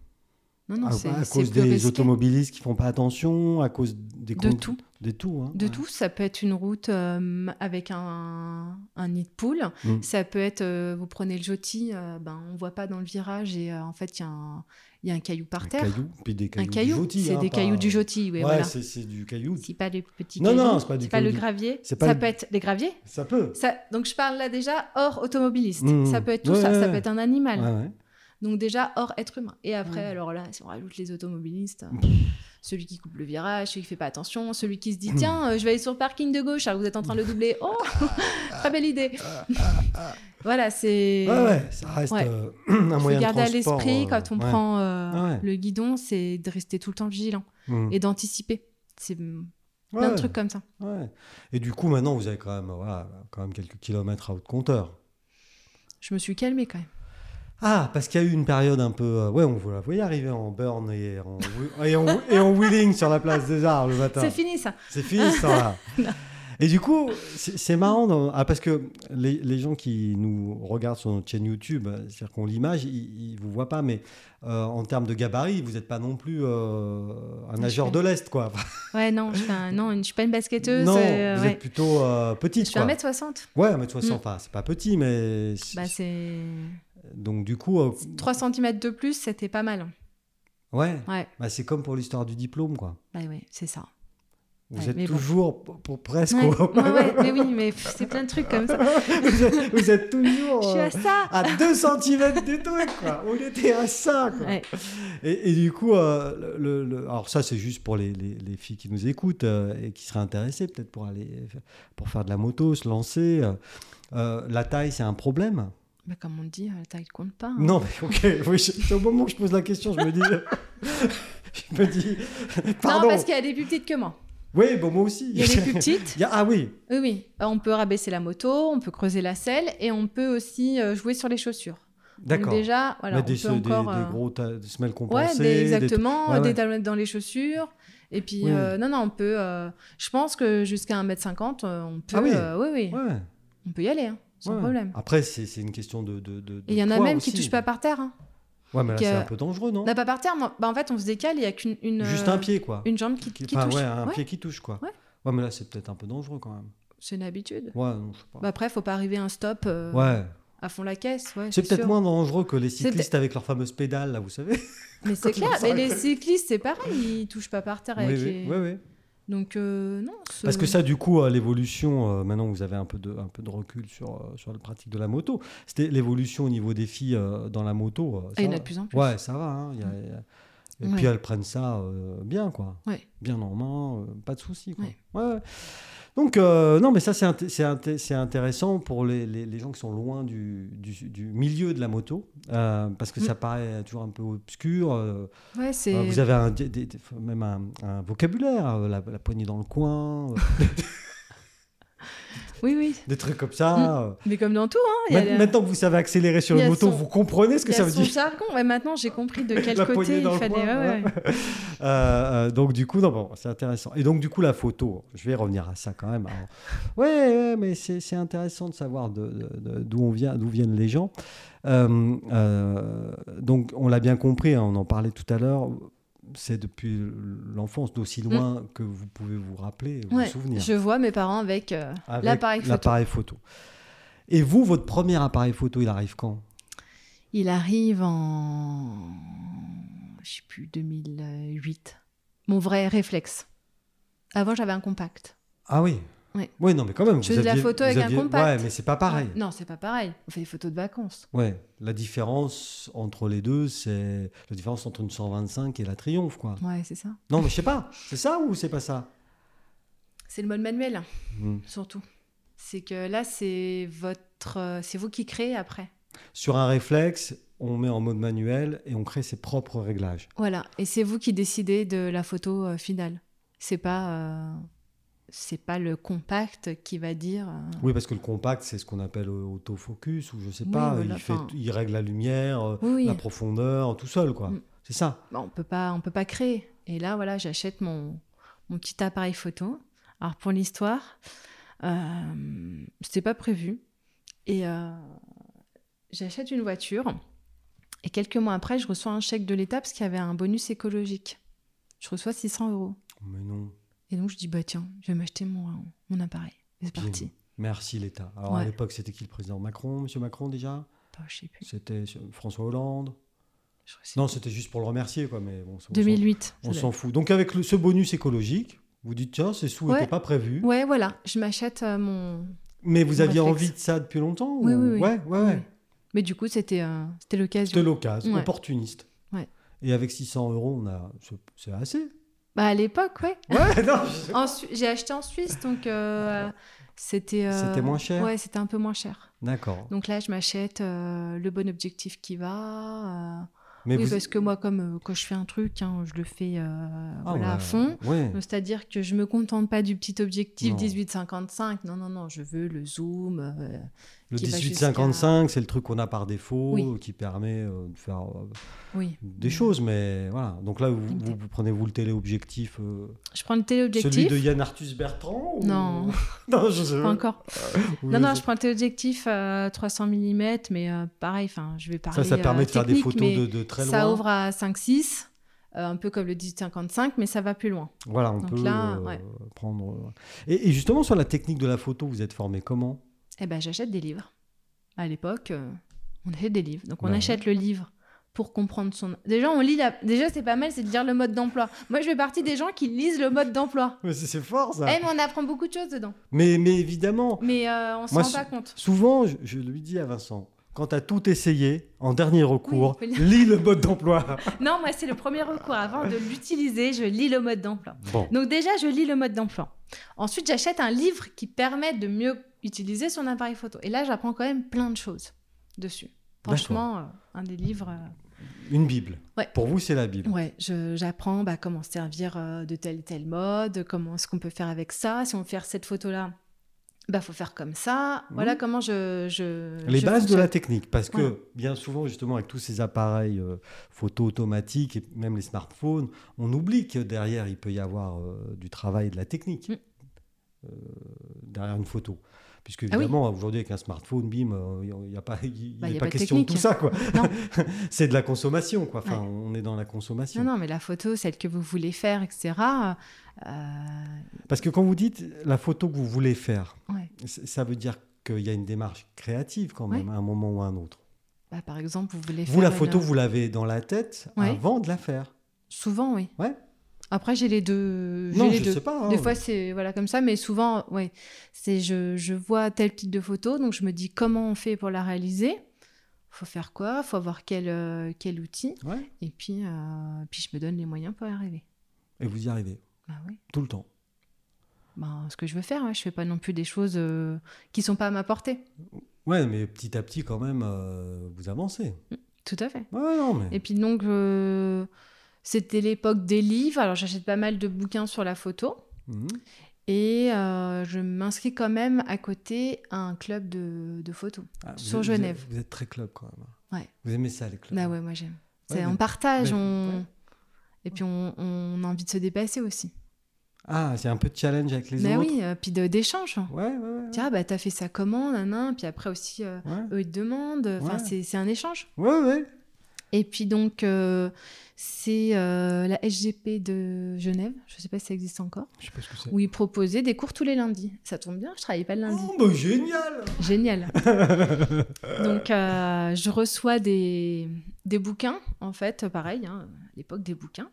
Speaker 1: Non, non,
Speaker 2: à,
Speaker 1: c'est
Speaker 2: Ah, à
Speaker 1: c'est
Speaker 2: cause
Speaker 1: plus
Speaker 2: des
Speaker 1: risqué.
Speaker 2: automobilistes qui font pas attention, à cause des
Speaker 1: De
Speaker 2: conduites-
Speaker 1: tout.
Speaker 2: des tout, hein,
Speaker 1: De
Speaker 2: ouais.
Speaker 1: tout, ça peut être une route euh, avec un, un nid de poule.
Speaker 2: Mm.
Speaker 1: Ça peut être, euh, vous prenez le joti, euh, ben, on voit pas dans le virage et euh, en fait, il y, a un- il y a un caillou par
Speaker 2: Un
Speaker 1: terre.
Speaker 2: caillou, puis des
Speaker 1: Un
Speaker 2: cailloux
Speaker 1: caillou,
Speaker 2: du joti,
Speaker 1: c'est
Speaker 2: hein,
Speaker 1: des
Speaker 2: pas-
Speaker 1: cailloux du joti, oui,
Speaker 2: Ouais,
Speaker 1: voilà.
Speaker 2: c'est, c'est du caillou.
Speaker 1: C'est pas les petits
Speaker 2: Non, non,
Speaker 1: cailloux,
Speaker 2: c'est pas du
Speaker 1: le
Speaker 2: caillou.
Speaker 1: gravier.
Speaker 2: C'est pas
Speaker 1: ça
Speaker 2: le-
Speaker 1: peut être des graviers.
Speaker 2: Ça peut.
Speaker 1: Ça, donc je parle là déjà hors automobiliste.
Speaker 2: Mm.
Speaker 1: Ça peut être tout
Speaker 2: Ouais,
Speaker 1: ça,
Speaker 2: ouais,
Speaker 1: ça
Speaker 2: ouais.
Speaker 1: peut être un animal.
Speaker 2: Ouais, ouais.
Speaker 1: Donc déjà hors être humain. Et après,
Speaker 2: Ouais. Mmh.
Speaker 1: alors là, si on rajoute les automobilistes, euh,
Speaker 2: Pff.
Speaker 1: celui qui coupe le virage, celui qui fait pas attention, celui qui se dit tiens, euh, je vais aller sur le parking de gauche, alors vous êtes en train de le
Speaker 2: <laughs>
Speaker 1: doubler. Oh, <laughs> très belle idée. voilà, c'est.
Speaker 2: Ouais, ouais, ça reste
Speaker 1: Ouais.
Speaker 2: euh, <clears throat> un
Speaker 1: Faut
Speaker 2: moyen de
Speaker 1: garder à
Speaker 2: transport.
Speaker 1: l'esprit
Speaker 2: euh,
Speaker 1: quand on
Speaker 2: ouais.
Speaker 1: prend euh,
Speaker 2: Ah ouais.
Speaker 1: le guidon, c'est de rester tout le temps vigilant
Speaker 2: Mm.
Speaker 1: et d'anticiper. C'est mm, plein
Speaker 2: Ouais,
Speaker 1: de trucs comme ça.
Speaker 2: ouais. Et du coup, maintenant, vous avez quand même, voilà, quand même quelques kilomètres à haute compteur.
Speaker 1: Je me suis calmée quand même.
Speaker 2: Ah, parce qu'il y a eu une période un peu. euh, ouais, on vous la voyait arriver en burn et en, whe- et en, et en wheeling sur la place des Arts le matin.
Speaker 1: C'est fini ça.
Speaker 2: C'est fini ça.
Speaker 1: <laughs>
Speaker 2: là. Et du coup, c'est c'est marrant dans- ah, parce que les, les gens qui nous regardent sur notre chaîne YouTube, euh, c'est-à-dire qu'on l'image, ils ne vous voient pas, mais euh, en termes de gabarit, vous n'êtes pas non plus euh, un
Speaker 1: Je
Speaker 2: nageur
Speaker 1: fais-
Speaker 2: de l'Est, quoi.
Speaker 1: Ouais, non, je, fais un- non, une- je suis pas une basketteuse.
Speaker 2: non,
Speaker 1: euh,
Speaker 2: vous
Speaker 1: ouais.
Speaker 2: êtes plutôt euh,
Speaker 1: Je
Speaker 2: petite,
Speaker 1: fais
Speaker 2: quoi.
Speaker 1: 1m60.
Speaker 2: Ouais, mais de toute façon,
Speaker 1: Mm.
Speaker 2: enfin, c'est pas petit, mais.
Speaker 1: Bah, c'est.
Speaker 2: Donc du coup, euh,
Speaker 1: 3 cm de plus, c'était pas mal. hein.
Speaker 2: ouais,
Speaker 1: Ouais,
Speaker 2: bah, c'est comme pour l'histoire du diplôme, quoi.
Speaker 1: bah ouais, c'est ça.
Speaker 2: Vous
Speaker 1: Ouais,
Speaker 2: êtes
Speaker 1: mais bon.
Speaker 2: toujours pour, pour presque.
Speaker 1: Ouais,
Speaker 2: au- <laughs>
Speaker 1: ouais, ouais, mais oui, mais pff, c'est plein de trucs comme ça.
Speaker 2: vous, êtes, vous êtes toujours
Speaker 1: Je suis
Speaker 2: euh,
Speaker 1: à ça.
Speaker 2: à 2 cm du truc, quoi. On était à ça, quoi.
Speaker 1: Ouais.
Speaker 2: Et, et du coup, euh, le- le, le- alors ça, c'est juste pour les, les- les filles qui nous écoutent euh, et qui seraient intéressées peut-être pour aller euh, pour faire de la moto, se lancer. euh. Euh, la taille, c'est un problème.
Speaker 1: Bah, comme on dit, euh, la taille compte pas. hein.
Speaker 2: Non, mais ok. <laughs> oui, je- c'est au moment où je pose la question, je me dis, <laughs> je me dis,
Speaker 1: Non,
Speaker 2: pardon.
Speaker 1: parce qu'il y a des plus petites que moi.
Speaker 2: Oui, bon, moi aussi.
Speaker 1: Il y a des plus petites.
Speaker 2: <laughs> Il y a- ah oui,
Speaker 1: Oui, oui. Euh, On peut rabaisser la moto, on peut creuser la selle et on peut aussi euh, jouer sur les chaussures. Donc
Speaker 2: d'accord.
Speaker 1: Déjà, voilà,
Speaker 2: Mais
Speaker 1: on
Speaker 2: des,
Speaker 1: peut
Speaker 2: des-
Speaker 1: encore.
Speaker 2: des
Speaker 1: euh,
Speaker 2: gros ta- des semelles
Speaker 1: Ouais,
Speaker 2: compensées.
Speaker 1: des-
Speaker 2: des-
Speaker 1: exactement,
Speaker 2: ouais,
Speaker 1: euh, des
Speaker 2: ouais.
Speaker 1: talons dans les chaussures. Et puis,
Speaker 2: Oui.
Speaker 1: euh, non, non, on peut. euh, je pense que jusqu'à 1m50, euh, on peut.
Speaker 2: Ah oui.
Speaker 1: euh, oui, oui,
Speaker 2: Ouais,
Speaker 1: on peut y aller, hein, sans
Speaker 2: ouais.
Speaker 1: problème.
Speaker 2: Après, c'est c'est une question de. de, de- de
Speaker 1: Et il y en a
Speaker 2: poids
Speaker 1: même qui
Speaker 2: aussi.
Speaker 1: touchent pas par terre. Hein.
Speaker 2: Ouais, mais là,
Speaker 1: Donc,
Speaker 2: c'est
Speaker 1: euh,
Speaker 2: un peu dangereux, non
Speaker 1: Là, pas par terre, moi- bah, en fait, on se décale, il y a qu'une une,
Speaker 2: Juste
Speaker 1: euh,
Speaker 2: un pied, quoi.
Speaker 1: une jambe qui, qui
Speaker 2: Enfin,
Speaker 1: touche.
Speaker 2: ouais, un
Speaker 1: Ouais,
Speaker 2: pied qui touche, quoi.
Speaker 1: Ouais.
Speaker 2: mais là, c'est peut-être un peu dangereux quand même.
Speaker 1: C'est une habitude.
Speaker 2: Ouais, non, je sais pas.
Speaker 1: Bah, après, faut pas arriver à un stop euh,
Speaker 2: ouais.
Speaker 1: à fond la caisse. Ouais,
Speaker 2: C'est peut-être
Speaker 1: sûr.
Speaker 2: moins dangereux que les
Speaker 1: C'est peut-
Speaker 2: cyclistes avec leurs fameuses pédales, là, vous savez.
Speaker 1: Mais
Speaker 2: <laughs>
Speaker 1: c'est clair,
Speaker 2: ça
Speaker 1: mais les cyclistes, c'est pareil, ils touchent pas par terre
Speaker 2: Oui,
Speaker 1: avec
Speaker 2: oui,
Speaker 1: les-
Speaker 2: oui, oui.
Speaker 1: Donc, euh, non. ce-
Speaker 2: Parce que ça, du coup, euh, l'évolution, euh, maintenant vous avez un peu de, un peu de recul sur, euh, sur la pratique de la moto, c'était l'évolution au niveau des filles euh, dans la moto. euh,
Speaker 1: Ah,
Speaker 2: ça
Speaker 1: il y en a
Speaker 2: va.
Speaker 1: de plus en plus.
Speaker 2: Ouais, ça va. hein, il y a- il y a- Et puis
Speaker 1: Ouais.
Speaker 2: elles prennent ça euh, bien, quoi.
Speaker 1: Ouais.
Speaker 2: Bien en main, euh, pas de soucis. quoi.
Speaker 1: Ouais.
Speaker 2: Ouais, ouais. Donc, euh, non, mais ça, c'est inté- c'est inté- c'est intéressant pour les, les- les gens qui sont loin du, du- du milieu de la moto, euh, parce que
Speaker 1: Mm.
Speaker 2: ça paraît toujours un peu obscur. euh,
Speaker 1: Ouais, c'est.
Speaker 2: euh, Vous avez un, des- des- des- même un, un vocabulaire, euh, la, la poignée dans
Speaker 1: <laughs>
Speaker 2: le coin, euh,
Speaker 1: Oui, oui.
Speaker 2: des trucs comme ça. euh.
Speaker 1: Mais comme dans tout, hein. il y a
Speaker 2: Ma-
Speaker 1: la-
Speaker 2: Maintenant que vous savez accélérer sur
Speaker 1: il y
Speaker 2: le
Speaker 1: a
Speaker 2: moto,
Speaker 1: son-
Speaker 2: vous comprenez ce que
Speaker 1: il y
Speaker 2: ça
Speaker 1: a
Speaker 2: veut
Speaker 1: son
Speaker 2: dire.
Speaker 1: jargon. Ouais, maintenant, j'ai compris
Speaker 2: <laughs>
Speaker 1: de quel
Speaker 2: La
Speaker 1: côté
Speaker 2: poignée dans
Speaker 1: il
Speaker 2: le
Speaker 1: fallait.
Speaker 2: coin,
Speaker 1: ouais, ouais, ouais.
Speaker 2: <laughs> Euh, euh, donc du coup, non, bon, c'est intéressant. Et donc du coup, la photo, je vais revenir à ça quand même. Alors, ouais, ouais, mais c'est c'est intéressant de savoir de- de- de- d'où on vient, d'où viennent les gens. Euh, euh, donc on l'a bien compris, hein, on en parlait tout à l'heure. C'est depuis l'enfance, d'aussi loin que vous pouvez vous rappeler, vous
Speaker 1: Mm. Ouais,
Speaker 2: souvenir.
Speaker 1: Je vois mes parents avec, euh,
Speaker 2: avec
Speaker 1: l'appareil photo.
Speaker 2: l'appareil photo. Et vous, votre premier appareil photo, il arrive quand
Speaker 1: Il arrive en. Je sais plus, 2008. Mon vrai réflexe. Avant, j'avais un compact.
Speaker 2: Ah oui.
Speaker 1: Ouais.
Speaker 2: Oui, non, mais quand même.
Speaker 1: Je
Speaker 2: vous
Speaker 1: fais de la
Speaker 2: aviez-
Speaker 1: photo
Speaker 2: vous
Speaker 1: avec un
Speaker 2: aviez-
Speaker 1: compact.
Speaker 2: Ouais, mais c'est pas pareil.
Speaker 1: Ouais. Non, c'est pas pareil. On fait des photos de vacances.
Speaker 2: Ouais, la différence entre les deux, c'est la différence entre une 125 et la Triomphe, quoi.
Speaker 1: Ouais, c'est ça.
Speaker 2: Non, mais je sais pas, c'est ça ou c'est pas ça
Speaker 1: C'est le mode manuel. hein,
Speaker 2: Hmm.
Speaker 1: surtout. C'est que là, c'est votre, euh, c'est vous qui créez après.
Speaker 2: Sur un réflexe, on met en mode manuel et on crée ses propres réglages.
Speaker 1: Voilà, et c'est vous qui décidez de la photo euh, finale. C'est pas, euh, c'est pas le compact qui va dire. euh,
Speaker 2: Oui, parce que le compact, c'est ce qu'on appelle euh, autofocus ou je sais
Speaker 1: Oui,
Speaker 2: pas,
Speaker 1: voilà,
Speaker 2: il, fait,
Speaker 1: enfin-
Speaker 2: il règle la lumière, euh,
Speaker 1: Oui, oui.
Speaker 2: la profondeur, tout seul, quoi.
Speaker 1: Mm.
Speaker 2: C'est ça.
Speaker 1: Bon, on peut pas, on peut pas créer. Et là, voilà, j'achète mon, mon petit appareil photo. Alors pour l'histoire, euh, c'était pas prévu. Et euh, j'achète une voiture. Et quelques mois après, je reçois un chèque de l'État parce qu'il y avait un bonus écologique. Je reçois 600 euros.
Speaker 2: Mais non,
Speaker 1: Et donc je dis bah tiens, je vais m'acheter mon, mon appareil. Et C'est
Speaker 2: Bien.
Speaker 1: parti.
Speaker 2: merci l'État. Alors à
Speaker 1: Ouais.
Speaker 2: l'époque, c'était qui le président Macron, Monsieur Macron déjà
Speaker 1: Bah, je sais plus.
Speaker 2: C'était euh, François Hollande
Speaker 1: Je sais
Speaker 2: Non,
Speaker 1: plus.
Speaker 2: c'était juste pour le remercier, quoi, mais bon, on s'en-
Speaker 1: 2008.
Speaker 2: On
Speaker 1: ça
Speaker 2: s'en fout. Donc avec le- ce bonus écologique, vous dites tiens, ces sous n'étaient
Speaker 1: Ouais.
Speaker 2: pas prévus.
Speaker 1: doit- Ouais, voilà, je m'achète euh, mon.
Speaker 2: Mais vous
Speaker 1: On
Speaker 2: aviez
Speaker 1: réflexe.
Speaker 2: envie de ça depuis longtemps
Speaker 1: Oui,
Speaker 2: ou-
Speaker 1: oui, oui.
Speaker 2: Ouais, ouais, ouais.
Speaker 1: Oui. Mais du coup, c'était euh, c'était
Speaker 2: C'était
Speaker 1: l'occasion.
Speaker 2: l'occasion,
Speaker 1: Ouais.
Speaker 2: opportuniste.
Speaker 1: Ouais.
Speaker 2: Et avec 600 euros, on a, c'est- c'est assez.
Speaker 1: Bah à l'époque, <laughs> ouais.
Speaker 2: Ouais, non, je-
Speaker 1: En Su- J'ai acheté en Suisse, donc euh, c'était. euh,
Speaker 2: C'était moins cher.
Speaker 1: Ouais, c'était un peu moins cher.
Speaker 2: D'accord.
Speaker 1: Donc là, je m'achète euh, le bon objectif qui va. euh,
Speaker 2: Mais
Speaker 1: oui,
Speaker 2: vous-
Speaker 1: parce que moi, comme euh, quand je fais un truc, hein, je le fais euh,
Speaker 2: Ah,
Speaker 1: voilà, à
Speaker 2: ouais.
Speaker 1: fond.
Speaker 2: Ouais.
Speaker 1: Donc, C'est-à-dire que je me contente pas du petit objectif
Speaker 2: Non.
Speaker 1: 18-55. Non, non, non, je veux le zoom. euh,
Speaker 2: Le
Speaker 1: qui va
Speaker 2: 1855, c'est le truc qu'on a par défaut,
Speaker 1: Oui.
Speaker 2: qui permet euh, de faire euh,
Speaker 1: Oui.
Speaker 2: des choses, mais voilà. Donc là, vous, vous- vous prenez vous le téléobjectif, euh,
Speaker 1: Je prends le
Speaker 2: celui
Speaker 1: téléobjectif.
Speaker 2: de Yann Arthus Bertrand ou-
Speaker 1: Non.
Speaker 2: <laughs> non, je sais
Speaker 1: Pas encore.
Speaker 2: Ou
Speaker 1: non,
Speaker 2: je
Speaker 1: non,
Speaker 2: sais-
Speaker 1: je prends le téléobjectif euh, 300 mm, mais euh, pareil, enfin, je vais parler.
Speaker 2: Ça, ça permet
Speaker 1: euh,
Speaker 2: de faire des
Speaker 1: technique,
Speaker 2: photos
Speaker 1: mais
Speaker 2: de, de très loin.
Speaker 1: Ça ouvre à 5-6, euh, un peu comme le 18-55, mais ça va plus loin.
Speaker 2: Voilà, on
Speaker 1: Donc
Speaker 2: peut
Speaker 1: là,
Speaker 2: euh,
Speaker 1: ouais.
Speaker 2: prendre. Et, et justement, sur la technique de la photo, vous êtes formé comment
Speaker 1: Eh ben, j'achète des livres. À l'époque, euh, On achète des livres. Donc on
Speaker 2: Bah ouais.
Speaker 1: achète le livre pour comprendre son. Déjà, on lit la... Déjà, c'est pas mal, c'est de lire le mode d'emploi. Moi, je fais partie des gens qui lisent le mode d'emploi.
Speaker 2: Mais c'est- c'est fort
Speaker 1: Eh,
Speaker 2: ça.
Speaker 1: mais on apprend beaucoup de choses dedans.
Speaker 2: Mais, mais évidemment,
Speaker 1: Mais euh, on s'en
Speaker 2: Moi,
Speaker 1: rend
Speaker 2: c'est-
Speaker 1: pas compte.
Speaker 2: souvent, je, je lui dis à Vincent, quand t'as tout essayé, en dernier recours,
Speaker 1: Oui, il faut
Speaker 2: lis le mode d'emploi.
Speaker 1: Non, moi, c'est le premier recours. Avant de l'utiliser, je lis le mode d'emploi.
Speaker 2: Bon,
Speaker 1: Donc déjà, je lis le mode d'emploi. Ensuite, j'achète un livre qui permet de mieux utiliser son appareil photo. Et là, j'apprends quand même plein de choses dessus. Franchement, euh, un des livres... euh,
Speaker 2: une Bible.
Speaker 1: Ouais.
Speaker 2: Pour vous, c'est la Bible.
Speaker 1: Ouais, je- j'apprends bah, comment se servir euh, de tel et tel mode, comment ce qu'on peut faire avec ça. Si on fait cette photo-là, bah faut faire comme ça. Voilà
Speaker 2: Mhm.
Speaker 1: comment je... je
Speaker 2: Les
Speaker 1: Euh, je
Speaker 2: bases de la
Speaker 1: fonctionne.
Speaker 2: technique, parce
Speaker 1: Voilà.
Speaker 2: que bien souvent, justement, avec tous ces appareils euh, photo automatiques et même les smartphones, on oublie que derrière, il peut y avoir euh, du travail et de la technique
Speaker 1: Mm.
Speaker 2: euh, derrière une photo. Puisque
Speaker 1: Ah oui.
Speaker 2: évidemment, aujourd'hui, avec un smartphone, bim, euh, il n'y a pas, il
Speaker 1: Bah,
Speaker 2: n'est
Speaker 1: il y a pas
Speaker 2: pas
Speaker 1: de
Speaker 2: question de tout
Speaker 1: technique.
Speaker 2: ça. quoi.
Speaker 1: Non.
Speaker 2: <laughs> C'est de la consommation. Quoi. Enfin,
Speaker 1: Ouais.
Speaker 2: On est dans la consommation.
Speaker 1: Non, non, mais la photo, celle que vous voulez faire, etc. euh, euh,
Speaker 2: Parce que quand vous dites la photo que vous voulez faire,
Speaker 1: Ouais.
Speaker 2: c- ça veut dire qu'il y a une démarche créative quand
Speaker 1: Ouais.
Speaker 2: même, à un moment ou à un autre.
Speaker 1: bah, par exemple, vous voulez faire...
Speaker 2: Vous, la
Speaker 1: une-
Speaker 2: photo, vous l'avez dans la tête
Speaker 1: Ouais.
Speaker 2: avant de la faire.
Speaker 1: Souvent, oui.
Speaker 2: Ouais.
Speaker 1: Après, j'ai les deux. j'ai
Speaker 2: Non,
Speaker 1: les
Speaker 2: je
Speaker 1: deux.
Speaker 2: sais pas. hein.
Speaker 1: Des fois, c'est voilà comme ça, mais souvent, ouais, c'est je, je vois tel type de photo, donc je me dis comment on fait pour la réaliser. Faut faire quoi Faut avoir quel, euh, quel outil
Speaker 2: Ouais.
Speaker 1: Et puis, euh, puis je me donne les moyens pour y arriver.
Speaker 2: Et vous y arrivez,
Speaker 1: Bah oui.
Speaker 2: tout le temps.
Speaker 1: Ben, ce que je veux faire, ouais. je fais pas non plus des choses euh, qui sont pas à ma portée.
Speaker 2: Ouais, mais petit à petit, quand même, euh, vous avancez.
Speaker 1: Tout à fait.
Speaker 2: Ouais, non, mais.
Speaker 1: Et puis donc, euh, c'était l'époque des livres. Alors j'achète pas mal de bouquins sur la photo.
Speaker 2: Mhm.
Speaker 1: Et euh, je m'inscris quand même à côté à un club de, de photos.
Speaker 2: Ah, vous
Speaker 1: Sur
Speaker 2: êtes- vous
Speaker 1: Genève.
Speaker 2: êtes- Vous êtes, très club quand même.
Speaker 1: Ouais.
Speaker 2: Vous aimez ça, les clubs.
Speaker 1: Bah ouais, moi j'aime.
Speaker 2: Ouais,
Speaker 1: C'est
Speaker 2: mais-
Speaker 1: on partage,
Speaker 2: mais-
Speaker 1: on...
Speaker 2: ouais.
Speaker 1: et puis on, on a envie de se dépasser aussi.
Speaker 2: Ah, c'est un peu de challenge avec les
Speaker 1: bah
Speaker 2: autres.
Speaker 1: oui, euh, puis de- d'échange.
Speaker 2: Ouais, ouais, ouais.
Speaker 1: Tiens, ah bah t'as fait ça comment, nanan, puis après aussi, euh,
Speaker 2: Ouais,
Speaker 1: eux ils te demandent, enfin
Speaker 2: Ouais.
Speaker 1: c'est- c'est un échange.
Speaker 2: ouais. ouais.
Speaker 1: Et puis donc, euh, c'est euh, la SGP de Genève, je sais pas si ça existe encore,
Speaker 2: Je sais pas ce que c'est.
Speaker 1: où ils proposaient des cours tous les lundis. Ça tombe bien, je travaillais pas le lundi.
Speaker 2: Oh, bah génial
Speaker 1: Génial.
Speaker 2: <laughs>
Speaker 1: Donc, euh, je reçois des, des bouquins, en fait, pareil, hein, à l'époque des bouquins.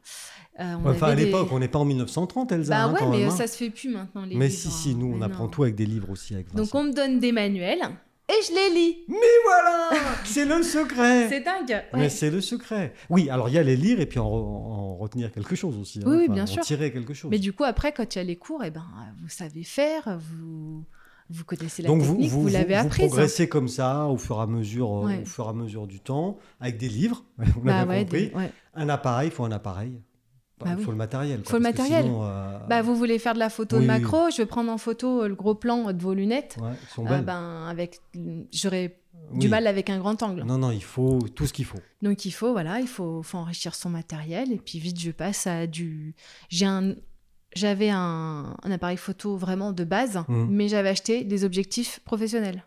Speaker 1: Euh, on
Speaker 2: Ouais, Enfin, à
Speaker 1: avait des-
Speaker 2: l'époque, on n'est pas en 1930, Elsa,
Speaker 1: Bah
Speaker 2: hein,
Speaker 1: ouais,
Speaker 2: quand
Speaker 1: mais
Speaker 2: même. hein.
Speaker 1: ça se fait plus maintenant, les
Speaker 2: Mais
Speaker 1: livres,
Speaker 2: si,
Speaker 1: hein.
Speaker 2: si, nous, on
Speaker 1: Mais
Speaker 2: apprend
Speaker 1: non.
Speaker 2: tout avec des livres aussi. Avec
Speaker 1: Donc,
Speaker 2: Vincent.
Speaker 1: on me donne des manuels et je les lis.
Speaker 2: Voilà C'est le
Speaker 1: <laughs>
Speaker 2: secret
Speaker 1: C'est dingue. ouais.
Speaker 2: Mais c'est le secret. Oui, alors il y a les lire et puis en, re- en retenir quelque chose aussi. hein.
Speaker 1: Oui, oui,
Speaker 2: Enfin,
Speaker 1: bien
Speaker 2: en
Speaker 1: sûr.
Speaker 2: tirer quelque chose.
Speaker 1: Mais du coup, après, quand il y a les cours, eh ben, euh, vous savez faire, vous, vous connaissez la
Speaker 2: Donc vous,
Speaker 1: technique,
Speaker 2: vous,
Speaker 1: vous,
Speaker 2: vous-
Speaker 1: l'avez
Speaker 2: vous
Speaker 1: apprise. hein.
Speaker 2: progressez comme ça au fur et à mesure, euh,
Speaker 1: Ouais.
Speaker 2: au fur et à mesure du temps, avec des livres. <laughs> On a
Speaker 1: Bah
Speaker 2: bien
Speaker 1: ouais,
Speaker 2: compris.
Speaker 1: des- ouais.
Speaker 2: Un appareil, il faut un appareil. Il
Speaker 1: Bah
Speaker 2: faut
Speaker 1: oui.
Speaker 2: le matériel. quoi,
Speaker 1: Faut le
Speaker 2: parce que
Speaker 1: matériel.
Speaker 2: sinon, euh,
Speaker 1: Bah, vous voulez faire de la photo
Speaker 2: Oui,
Speaker 1: de
Speaker 2: oui, oui.
Speaker 1: macro, je vais prendre en photo euh, le gros plan de vos lunettes.
Speaker 2: ouais, ils sont
Speaker 1: Ah
Speaker 2: belles.
Speaker 1: ben, avec, j'aurais
Speaker 2: Oui.
Speaker 1: du mal avec un grand angle.
Speaker 2: Non, non, il faut tout ce qu'il faut.
Speaker 1: Donc il faut voilà, il faut, faut enrichir son matériel et puis vite je passe à du j'ai un j'avais un, un appareil photo vraiment de base,
Speaker 2: Mhm.
Speaker 1: mais j'avais acheté des objectifs professionnels.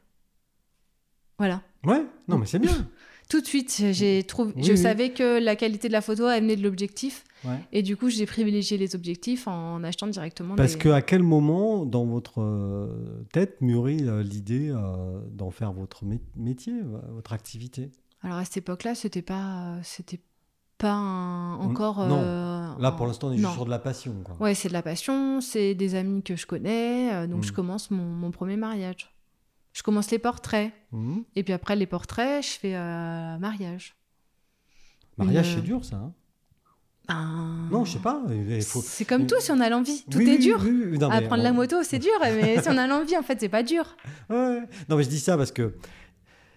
Speaker 1: Voilà.
Speaker 2: Ouais, non, mais c'est bien.
Speaker 1: <laughs> Tout de suite, j'ai trouvé,
Speaker 2: Oui,
Speaker 1: je
Speaker 2: oui.
Speaker 1: savais que la qualité de la photo elle venait de l'objectif,
Speaker 2: Ouais.
Speaker 1: et du coup j'ai privilégié les objectifs en achetant directement.
Speaker 2: Parce
Speaker 1: des-
Speaker 2: que à quel moment dans votre euh, tête mûrit euh, l'idée euh, d'en faire votre mé- métier, euh, votre activité
Speaker 1: Alors à cette époque-là, c'était pas, euh, c'était pas un- encore.
Speaker 2: non.
Speaker 1: euh,
Speaker 2: Là,
Speaker 1: un-
Speaker 2: pour l'instant, on est juste
Speaker 1: non.
Speaker 2: sur de la passion. Quoi.
Speaker 1: Ouais, c'est de la passion, c'est des amis que je connais, euh, donc
Speaker 2: Mm.
Speaker 1: je commence mon, mon premier mariage. Je commence les portraits,
Speaker 2: Mhm.
Speaker 1: et puis après les portraits, je fais euh, mariage.
Speaker 2: Mariage,
Speaker 1: Une-
Speaker 2: c'est dur, ça. hein
Speaker 1: Ben,
Speaker 2: Non, je sais pas. Il faut...
Speaker 1: C'est comme tout, si on a l'envie, tout
Speaker 2: Oui,
Speaker 1: est
Speaker 2: oui,
Speaker 1: dur.
Speaker 2: oui, oui, non, mais
Speaker 1: Apprendre la
Speaker 2: on-
Speaker 1: moto, c'est dur, mais si on a l'envie, en fait, c'est pas dur.
Speaker 2: Ouais. Non, mais je dis ça parce que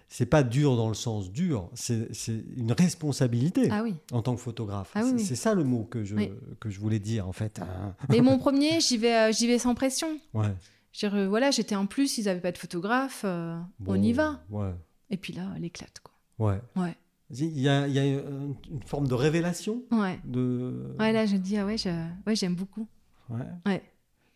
Speaker 2: c'est pas dur dans le sens dur, c'est c'est une responsabilité
Speaker 1: Ah oui.
Speaker 2: en tant que photographe.
Speaker 1: Ah oui,
Speaker 2: c'est
Speaker 1: oui.
Speaker 2: c'est ça le mot que je,
Speaker 1: Oui.
Speaker 2: que je voulais dire, en fait. hein.
Speaker 1: Mais mon premier, j'y vais, euh, j'y vais sans pression.
Speaker 2: Ouais.
Speaker 1: J'ai re- voilà, j'étais en plus, ils avaient pas de photographe, euh, on y
Speaker 2: Bon,
Speaker 1: va.
Speaker 2: Ouais.
Speaker 1: Et puis là, elle éclate, quoi.
Speaker 2: ouais.
Speaker 1: Ouais.
Speaker 2: Il y a, il y a une une forme de révélation
Speaker 1: Ouais.
Speaker 2: de
Speaker 1: Ouais, là, je dis, ah ouais, je... ouais, j'aime beaucoup.
Speaker 2: Ouais.
Speaker 1: Ouais.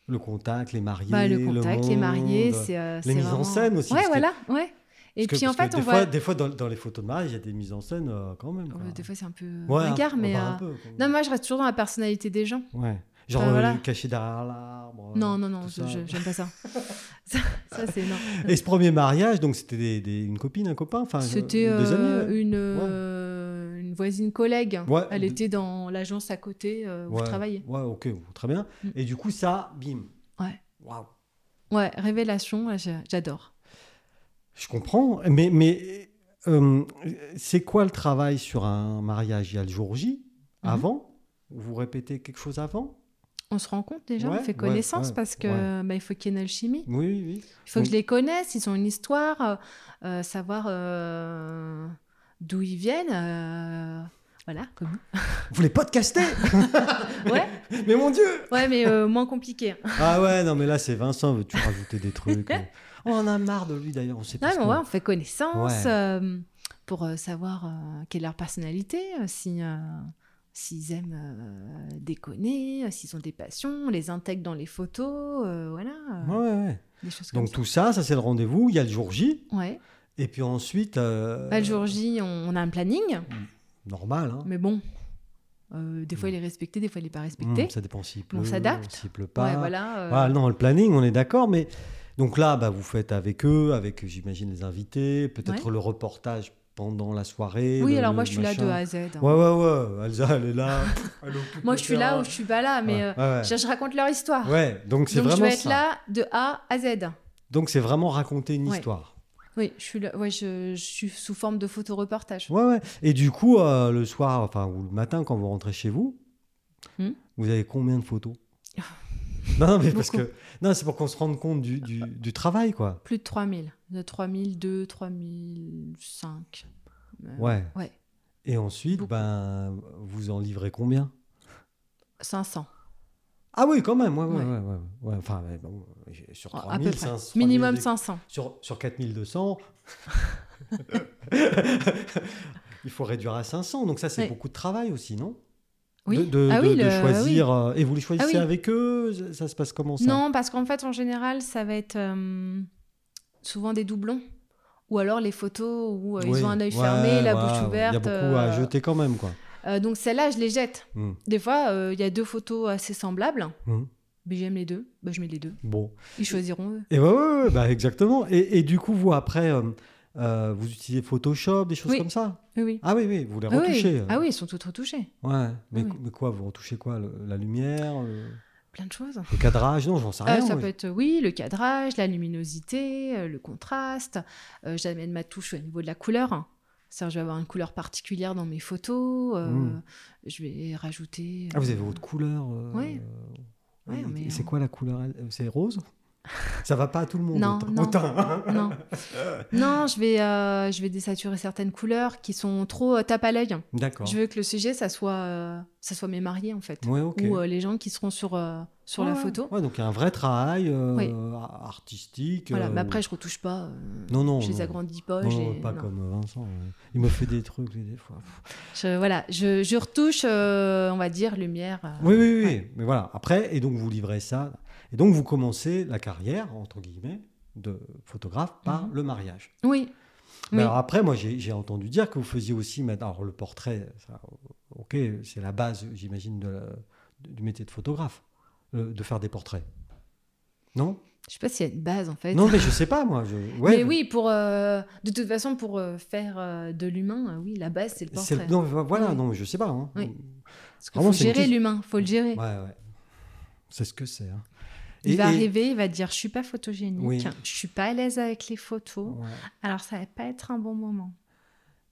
Speaker 2: le contact, les mariés,
Speaker 1: Bah, le contact, les mariés,
Speaker 2: monde.
Speaker 1: c'est. euh,
Speaker 2: les
Speaker 1: c'est
Speaker 2: mises en
Speaker 1: vraiment-
Speaker 2: scène aussi.
Speaker 1: Ouais,
Speaker 2: parce que-
Speaker 1: voilà, ouais. Et
Speaker 2: parce que-
Speaker 1: puis en
Speaker 2: parce
Speaker 1: fait,
Speaker 2: que
Speaker 1: on
Speaker 2: des
Speaker 1: voit.
Speaker 2: fois, des fois dans, dans les photos de mariage, il y a des mises en scène euh, quand même. quoi.
Speaker 1: Ouais, des fois, c'est un peu euh,
Speaker 2: Ouais, un-
Speaker 1: ringard, mais.
Speaker 2: bah, un
Speaker 1: euh,
Speaker 2: peu, quand même.
Speaker 1: Non, moi, je reste toujours dans la personnalité des gens.
Speaker 2: Ouais. Genre
Speaker 1: Enfin, voilà.
Speaker 2: euh, caché derrière l'arbre.
Speaker 1: non, non,
Speaker 2: euh, tout <laughs>
Speaker 1: non, je-
Speaker 2: ça.
Speaker 1: je- j'aime pas ça. Ça, ça, c'est énorme.
Speaker 2: Et ce premier mariage, donc c'était des- des- une copine, un copain, enfin
Speaker 1: C'était
Speaker 2: euh, des amis.
Speaker 1: euh,
Speaker 2: ouais.
Speaker 1: une, euh, une voisine collègue.
Speaker 2: Ouais.
Speaker 1: Elle était dans l'agence à côté euh, où
Speaker 2: ouais,
Speaker 1: je travaillais.
Speaker 2: Ouais, ok, très bien.
Speaker 1: Mm.
Speaker 2: Et du coup, ça, bim.
Speaker 1: Ouais.
Speaker 2: Waouh.
Speaker 1: Ouais, révélation, ouais, j'a- j'adore.
Speaker 2: Je comprends, mais, mais euh, c'est quoi le travail sur un mariage Il y a le jour J,
Speaker 1: Mhm.
Speaker 2: avant Vous répétez quelque chose avant
Speaker 1: On se rencontre déjà,
Speaker 2: Ouais,
Speaker 1: on fait
Speaker 2: ouais,
Speaker 1: connaissance
Speaker 2: ouais,
Speaker 1: parce que
Speaker 2: ouais.
Speaker 1: bah, il faut qu'il y ait une alchimie.
Speaker 2: Oui, oui, oui.
Speaker 1: Il faut que
Speaker 2: Donc-
Speaker 1: je les connaisse, ils ont une histoire, euh, euh, savoir euh, d'où ils viennent. euh, voilà, comme
Speaker 2: Vous les podcastez
Speaker 1: <laughs> Ouais,
Speaker 2: Mais mon Dieu
Speaker 1: ouais mais euh, moins
Speaker 2: <laughs>
Speaker 1: compliqué.
Speaker 2: Ah ouais, non, mais là, c'est Vincent, veux-tu rajouter des
Speaker 1: <laughs>
Speaker 2: trucs euh. Oh, On en a marre de lui, d'ailleurs, on sait
Speaker 1: Non,
Speaker 2: pas ce
Speaker 1: mais
Speaker 2: qu'on-
Speaker 1: ouais, on fait connaissance
Speaker 2: Ouais.
Speaker 1: euh, pour euh, savoir euh, quelle est leur personnalité, euh, si, euh, s'ils aiment euh, déconner, euh, s'ils ont des passions, on les intègre dans les photos, euh, voilà, euh,
Speaker 2: Ouais, ouais, ouais.
Speaker 1: des choses comme
Speaker 2: Donc Euh, tout ça, ça c'est le rendez-vous, il y a le jour J,
Speaker 1: ça. Ouais.
Speaker 2: et puis ensuite... euh,
Speaker 1: Bah, le jour J, on, on a un planning,
Speaker 2: Normal, hein.
Speaker 1: mais bon, euh, des
Speaker 2: Hmm.
Speaker 1: fois il est respecté, des fois il n'est pas respecté.
Speaker 2: Hum, ça dépend s'il
Speaker 1: Mais
Speaker 2: pleut,
Speaker 1: Mmh. on s'adapte.
Speaker 2: s'il pleut pas.
Speaker 1: Ouais, voilà. euh,
Speaker 2: Voilà, non, le planning, on est d'accord, mais donc là, bah, vous faites avec eux, avec, j'imagine, les invités, peut-être le reportage pendant la soirée.
Speaker 1: Oui,
Speaker 2: le-
Speaker 1: alors
Speaker 2: le
Speaker 1: moi je suis là
Speaker 2: machin.
Speaker 1: de A à Z. hein.
Speaker 2: Ouais, ouais, ouais, Elsa, elle
Speaker 1: <laughs>
Speaker 2: est là. elle occupe
Speaker 1: moi
Speaker 2: le
Speaker 1: je suis là
Speaker 2: terrain.
Speaker 1: où je suis pas là, mais
Speaker 2: Ouais,
Speaker 1: euh,
Speaker 2: ouais,
Speaker 1: je, je raconte leur histoire.
Speaker 2: ouais. Ouais, donc c'est
Speaker 1: Ah. Donc je
Speaker 2: vraiment
Speaker 1: vais être
Speaker 2: ça.
Speaker 1: là de A à Z.
Speaker 2: Donc c'est vraiment raconter une
Speaker 1: Ouais.
Speaker 2: histoire.
Speaker 1: Oui, je suis, là- ouais, je, je suis sous forme de photoreportage.
Speaker 2: Ouais, ouais. Et du coup, euh, le soir, enfin, ou le matin, quand vous rentrez chez vous,
Speaker 1: Hum.
Speaker 2: vous avez combien de
Speaker 1: <laughs>
Speaker 2: photos Non, non, mais parce
Speaker 1: Beaucoup.
Speaker 2: que. Non, c'est pour qu'on se rende compte du, du, du travail, quoi.
Speaker 1: Plus de 3000. De 3002, 3005. Euh,
Speaker 2: Ouais.
Speaker 1: Ouais,
Speaker 2: Et ensuite,
Speaker 1: Beaucoup.
Speaker 2: ben, vous en livrez combien
Speaker 1: 500.
Speaker 2: Ah oui, quand même, ouais, ouais,
Speaker 1: Ouais. Oh,
Speaker 2: ouais. ouais, ouais. Enfin, ouais, bon, j'ai- sur
Speaker 1: à
Speaker 2: 3000,
Speaker 1: peu près.
Speaker 2: 500,
Speaker 1: Minimum
Speaker 2: 3000,
Speaker 1: 500.
Speaker 2: Sur,
Speaker 1: <laughs>
Speaker 2: sur 4200, <laughs> il faut réduire à 500. Donc ça, c'est
Speaker 1: Ouais.
Speaker 2: beaucoup de travail aussi, non
Speaker 1: Oui.
Speaker 2: De, de-
Speaker 1: ah
Speaker 2: de-
Speaker 1: oui,
Speaker 2: de
Speaker 1: le-
Speaker 2: choisir. euh, Et vous les
Speaker 1: Ah
Speaker 2: choisissez
Speaker 1: oui.
Speaker 2: avec eux ça, ça se passe comment
Speaker 1: oui.
Speaker 2: ça
Speaker 1: Non, parce qu'en fait, en général, ça va être euh, souvent des doublons. Ou alors les photos où euh,
Speaker 2: Oui.
Speaker 1: ils ont un œil
Speaker 2: Ouais,
Speaker 1: fermé, la
Speaker 2: ouais,
Speaker 1: bouche ouverte.
Speaker 2: Il y a beaucoup à
Speaker 1: euh,
Speaker 2: jeter quand même, quoi.
Speaker 1: euh, donc celles-là, je les jette.
Speaker 2: Hmm.
Speaker 1: Des fois, euh, il y a deux photos assez semblables.
Speaker 2: Hmm. Euh,
Speaker 1: Mais j'aime les deux. Bah, je mets les deux.
Speaker 2: Bon.
Speaker 1: Ils choisiront eux.
Speaker 2: Et ouais, ouais, ouais, bah, exactement. Et, et du coup, vous, après, euh, euh, vous utilisez Photoshop, des choses
Speaker 1: Oui.
Speaker 2: comme ça
Speaker 1: Oui, oui.
Speaker 2: Ah oui, oui, vous les
Speaker 1: Ah oui.
Speaker 2: retouchez. euh.
Speaker 1: Ah oui, ils sont toutes retouchées.
Speaker 2: Ouais, mais,
Speaker 1: oui.
Speaker 2: mais quoi Vous retouchez quoi le- La lumière Le,
Speaker 1: Plein de choses.
Speaker 2: le cadrage Non, j'en sais
Speaker 1: Euh,
Speaker 2: Ah, rien.
Speaker 1: ça
Speaker 2: moi.
Speaker 1: peut être, oui, le cadrage, la luminosité, euh, le contraste. Euh, J'amène ma touche au niveau de la couleur. Ça, je vais avoir une couleur particulière dans mes photos. euh,
Speaker 2: Mm.
Speaker 1: Je vais rajouter.
Speaker 2: Ah, vous
Speaker 1: euh,
Speaker 2: avez votre couleur euh,
Speaker 1: Ouais.
Speaker 2: euh,
Speaker 1: Ouais,
Speaker 2: et-
Speaker 1: mais
Speaker 2: et c'est
Speaker 1: on-
Speaker 2: quoi la couleur elle- euh, C'est rose Ça va pas à tout le monde.
Speaker 1: Non,
Speaker 2: autant.
Speaker 1: non.
Speaker 2: autant.
Speaker 1: Non. non, je vais, euh, je vais désaturer certaines couleurs qui sont trop euh, tape à l'œil.
Speaker 2: <laughs> D'accord.
Speaker 1: Je veux que le sujet, ça soit, euh, ça soit mes mariés, en fait.
Speaker 2: Ouais, ok. Ah.
Speaker 1: Ou euh, les gens qui seront sur, euh, sur la
Speaker 2: Ouais,
Speaker 1: photo.
Speaker 2: Ouais, donc il y a un vrai travail euh,
Speaker 1: Oui.
Speaker 2: a- artistique.
Speaker 1: Voilà,
Speaker 2: euh,
Speaker 1: mais après, je retouche pas. euh,
Speaker 2: Non, non.
Speaker 1: je les
Speaker 2: non.
Speaker 1: agrandis pas.
Speaker 2: Non,
Speaker 1: j'ai-
Speaker 2: pas
Speaker 1: non.
Speaker 2: comme Vincent. ouais. Il me fait des trucs lui, des fois.
Speaker 1: Je, voilà, je, je retouche, euh, on va dire, lumière. euh,
Speaker 2: Oui, oui, oui. Mais voilà. Après, et donc vous livrez ça. Et donc vous commencez la carrière, entre guillemets, de photographe par
Speaker 1: Mhm.
Speaker 2: le mariage.
Speaker 1: Oui.
Speaker 2: Mais
Speaker 1: Oui.
Speaker 2: alors après, moi, j'ai j'ai entendu dire que vous faisiez aussi maintenant alors le portrait. ça, ok, c'est la base, j'imagine, de la- du métier de photographe, euh, de faire des portraits. Non
Speaker 1: Je sais pas s'il y a une base en fait.
Speaker 2: Non, mais je sais pas, moi. je- ouais,
Speaker 1: mais oui, pour euh, de toute façon pour euh, faire euh, de l'humain, euh, oui, la base c'est le
Speaker 2: c'est-
Speaker 1: portrait.
Speaker 2: non, mais voilà,
Speaker 1: Oui.
Speaker 2: non, mais je sais pas. hein.
Speaker 1: Oui. Parce qu'il
Speaker 2: Vraiment,
Speaker 1: faut
Speaker 2: c'est une
Speaker 1: gérer
Speaker 2: question-
Speaker 1: l'humain, faut le gérer.
Speaker 2: Ouais, ouais. C'est ce que c'est. hein.
Speaker 1: Il
Speaker 2: Et-
Speaker 1: va
Speaker 2: et-
Speaker 1: arriver, il va dire je suis pas photogénique,
Speaker 2: Oui.
Speaker 1: je suis pas à l'aise avec les photos,
Speaker 2: Ouais.
Speaker 1: alors ça va pas être un bon moment.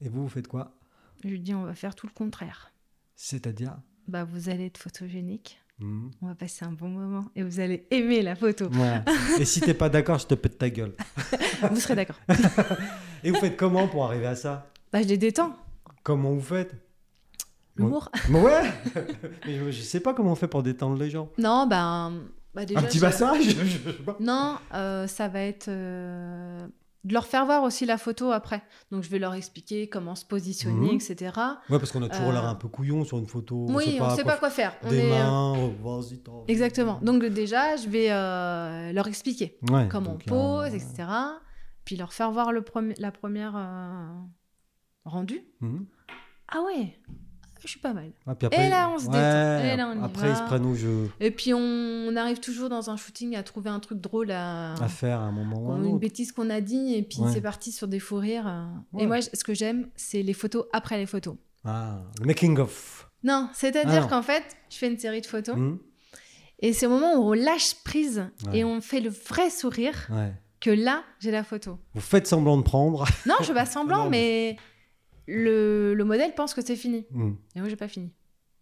Speaker 2: Et vous, vous faites quoi
Speaker 1: Je lui dis on va faire tout le contraire.
Speaker 2: C'est-à-dire
Speaker 1: Bah vous allez être photogénique,
Speaker 2: Hmm.
Speaker 1: on va passer un bon moment et vous allez aimer la
Speaker 2: <laughs>
Speaker 1: photo. <laughs>
Speaker 2: Ouais. Et si t'es pas d'accord, je te pète ta gueule.
Speaker 1: vous serez d'accord.
Speaker 2: Et vous faites comment pour arriver à ça
Speaker 1: Bah je les détends.
Speaker 2: Comment vous faites
Speaker 1: L'humour.
Speaker 2: Mais ouais <laughs> Mais je, je sais pas comment on fait pour détendre les gens.
Speaker 1: Non, ben bah, déjà
Speaker 2: un
Speaker 1: <laughs>
Speaker 2: petit
Speaker 1: je-
Speaker 2: massage je- je sais pas.
Speaker 1: Non, euh, ça va être euh, de leur faire voir aussi la photo après. Donc je vais leur expliquer comment se positionner,
Speaker 2: Mhm.
Speaker 1: etc.
Speaker 2: Ouais, parce qu'on a toujours
Speaker 1: Euh,
Speaker 2: l'air un peu couillon sur une photo.
Speaker 1: oui, on ne sait pas
Speaker 2: faire.
Speaker 1: quoi faire. On
Speaker 2: Des
Speaker 1: est, euh,
Speaker 2: mains, oh, vas-y, t'en veux.
Speaker 1: Exactement. Donc le- déjà, je vais euh, leur expliquer
Speaker 2: Ouais,
Speaker 1: comment
Speaker 2: donc,
Speaker 1: on pose,
Speaker 2: euh,
Speaker 1: etc. Puis leur faire voir le premi- la première euh, rendue.
Speaker 2: mhm.
Speaker 1: Ah ouais, je suis pas mal.
Speaker 2: Ah, puis après-
Speaker 1: Et là, on se détend.
Speaker 2: Ouais,
Speaker 1: Et là, on y
Speaker 2: Après, ils se
Speaker 1: va.
Speaker 2: prennent au jeu
Speaker 1: Et puis on, on arrive toujours dans un shooting à trouver un truc drôle à,
Speaker 2: à faire à un moment ou à un
Speaker 1: Ah. une
Speaker 2: autre.
Speaker 1: bêtise qu'on a dit et puis
Speaker 2: Ouais.
Speaker 1: c'est parti sur des fous rires. euh.
Speaker 2: Ouais.
Speaker 1: Et moi, je- ce que j'aime, c'est les photos après les photos.
Speaker 2: Ah, le making of.
Speaker 1: Non,
Speaker 2: Ah
Speaker 1: c'est-à-dire
Speaker 2: non.
Speaker 1: qu'en fait, je fais une série de photos
Speaker 2: Hmm
Speaker 1: et c'est au moment où on lâche prise
Speaker 2: Ouais.
Speaker 1: et on fait le vrai sourire
Speaker 2: Ouais.
Speaker 1: que là, j'ai la photo.
Speaker 2: Vous faites semblant de prendre. <laughs>
Speaker 1: Non, je fais pas semblant,
Speaker 2: Non,
Speaker 1: mais le, le modèle pense que c'est fini.
Speaker 2: Hmm.
Speaker 1: Et moi, j'ai pas fini.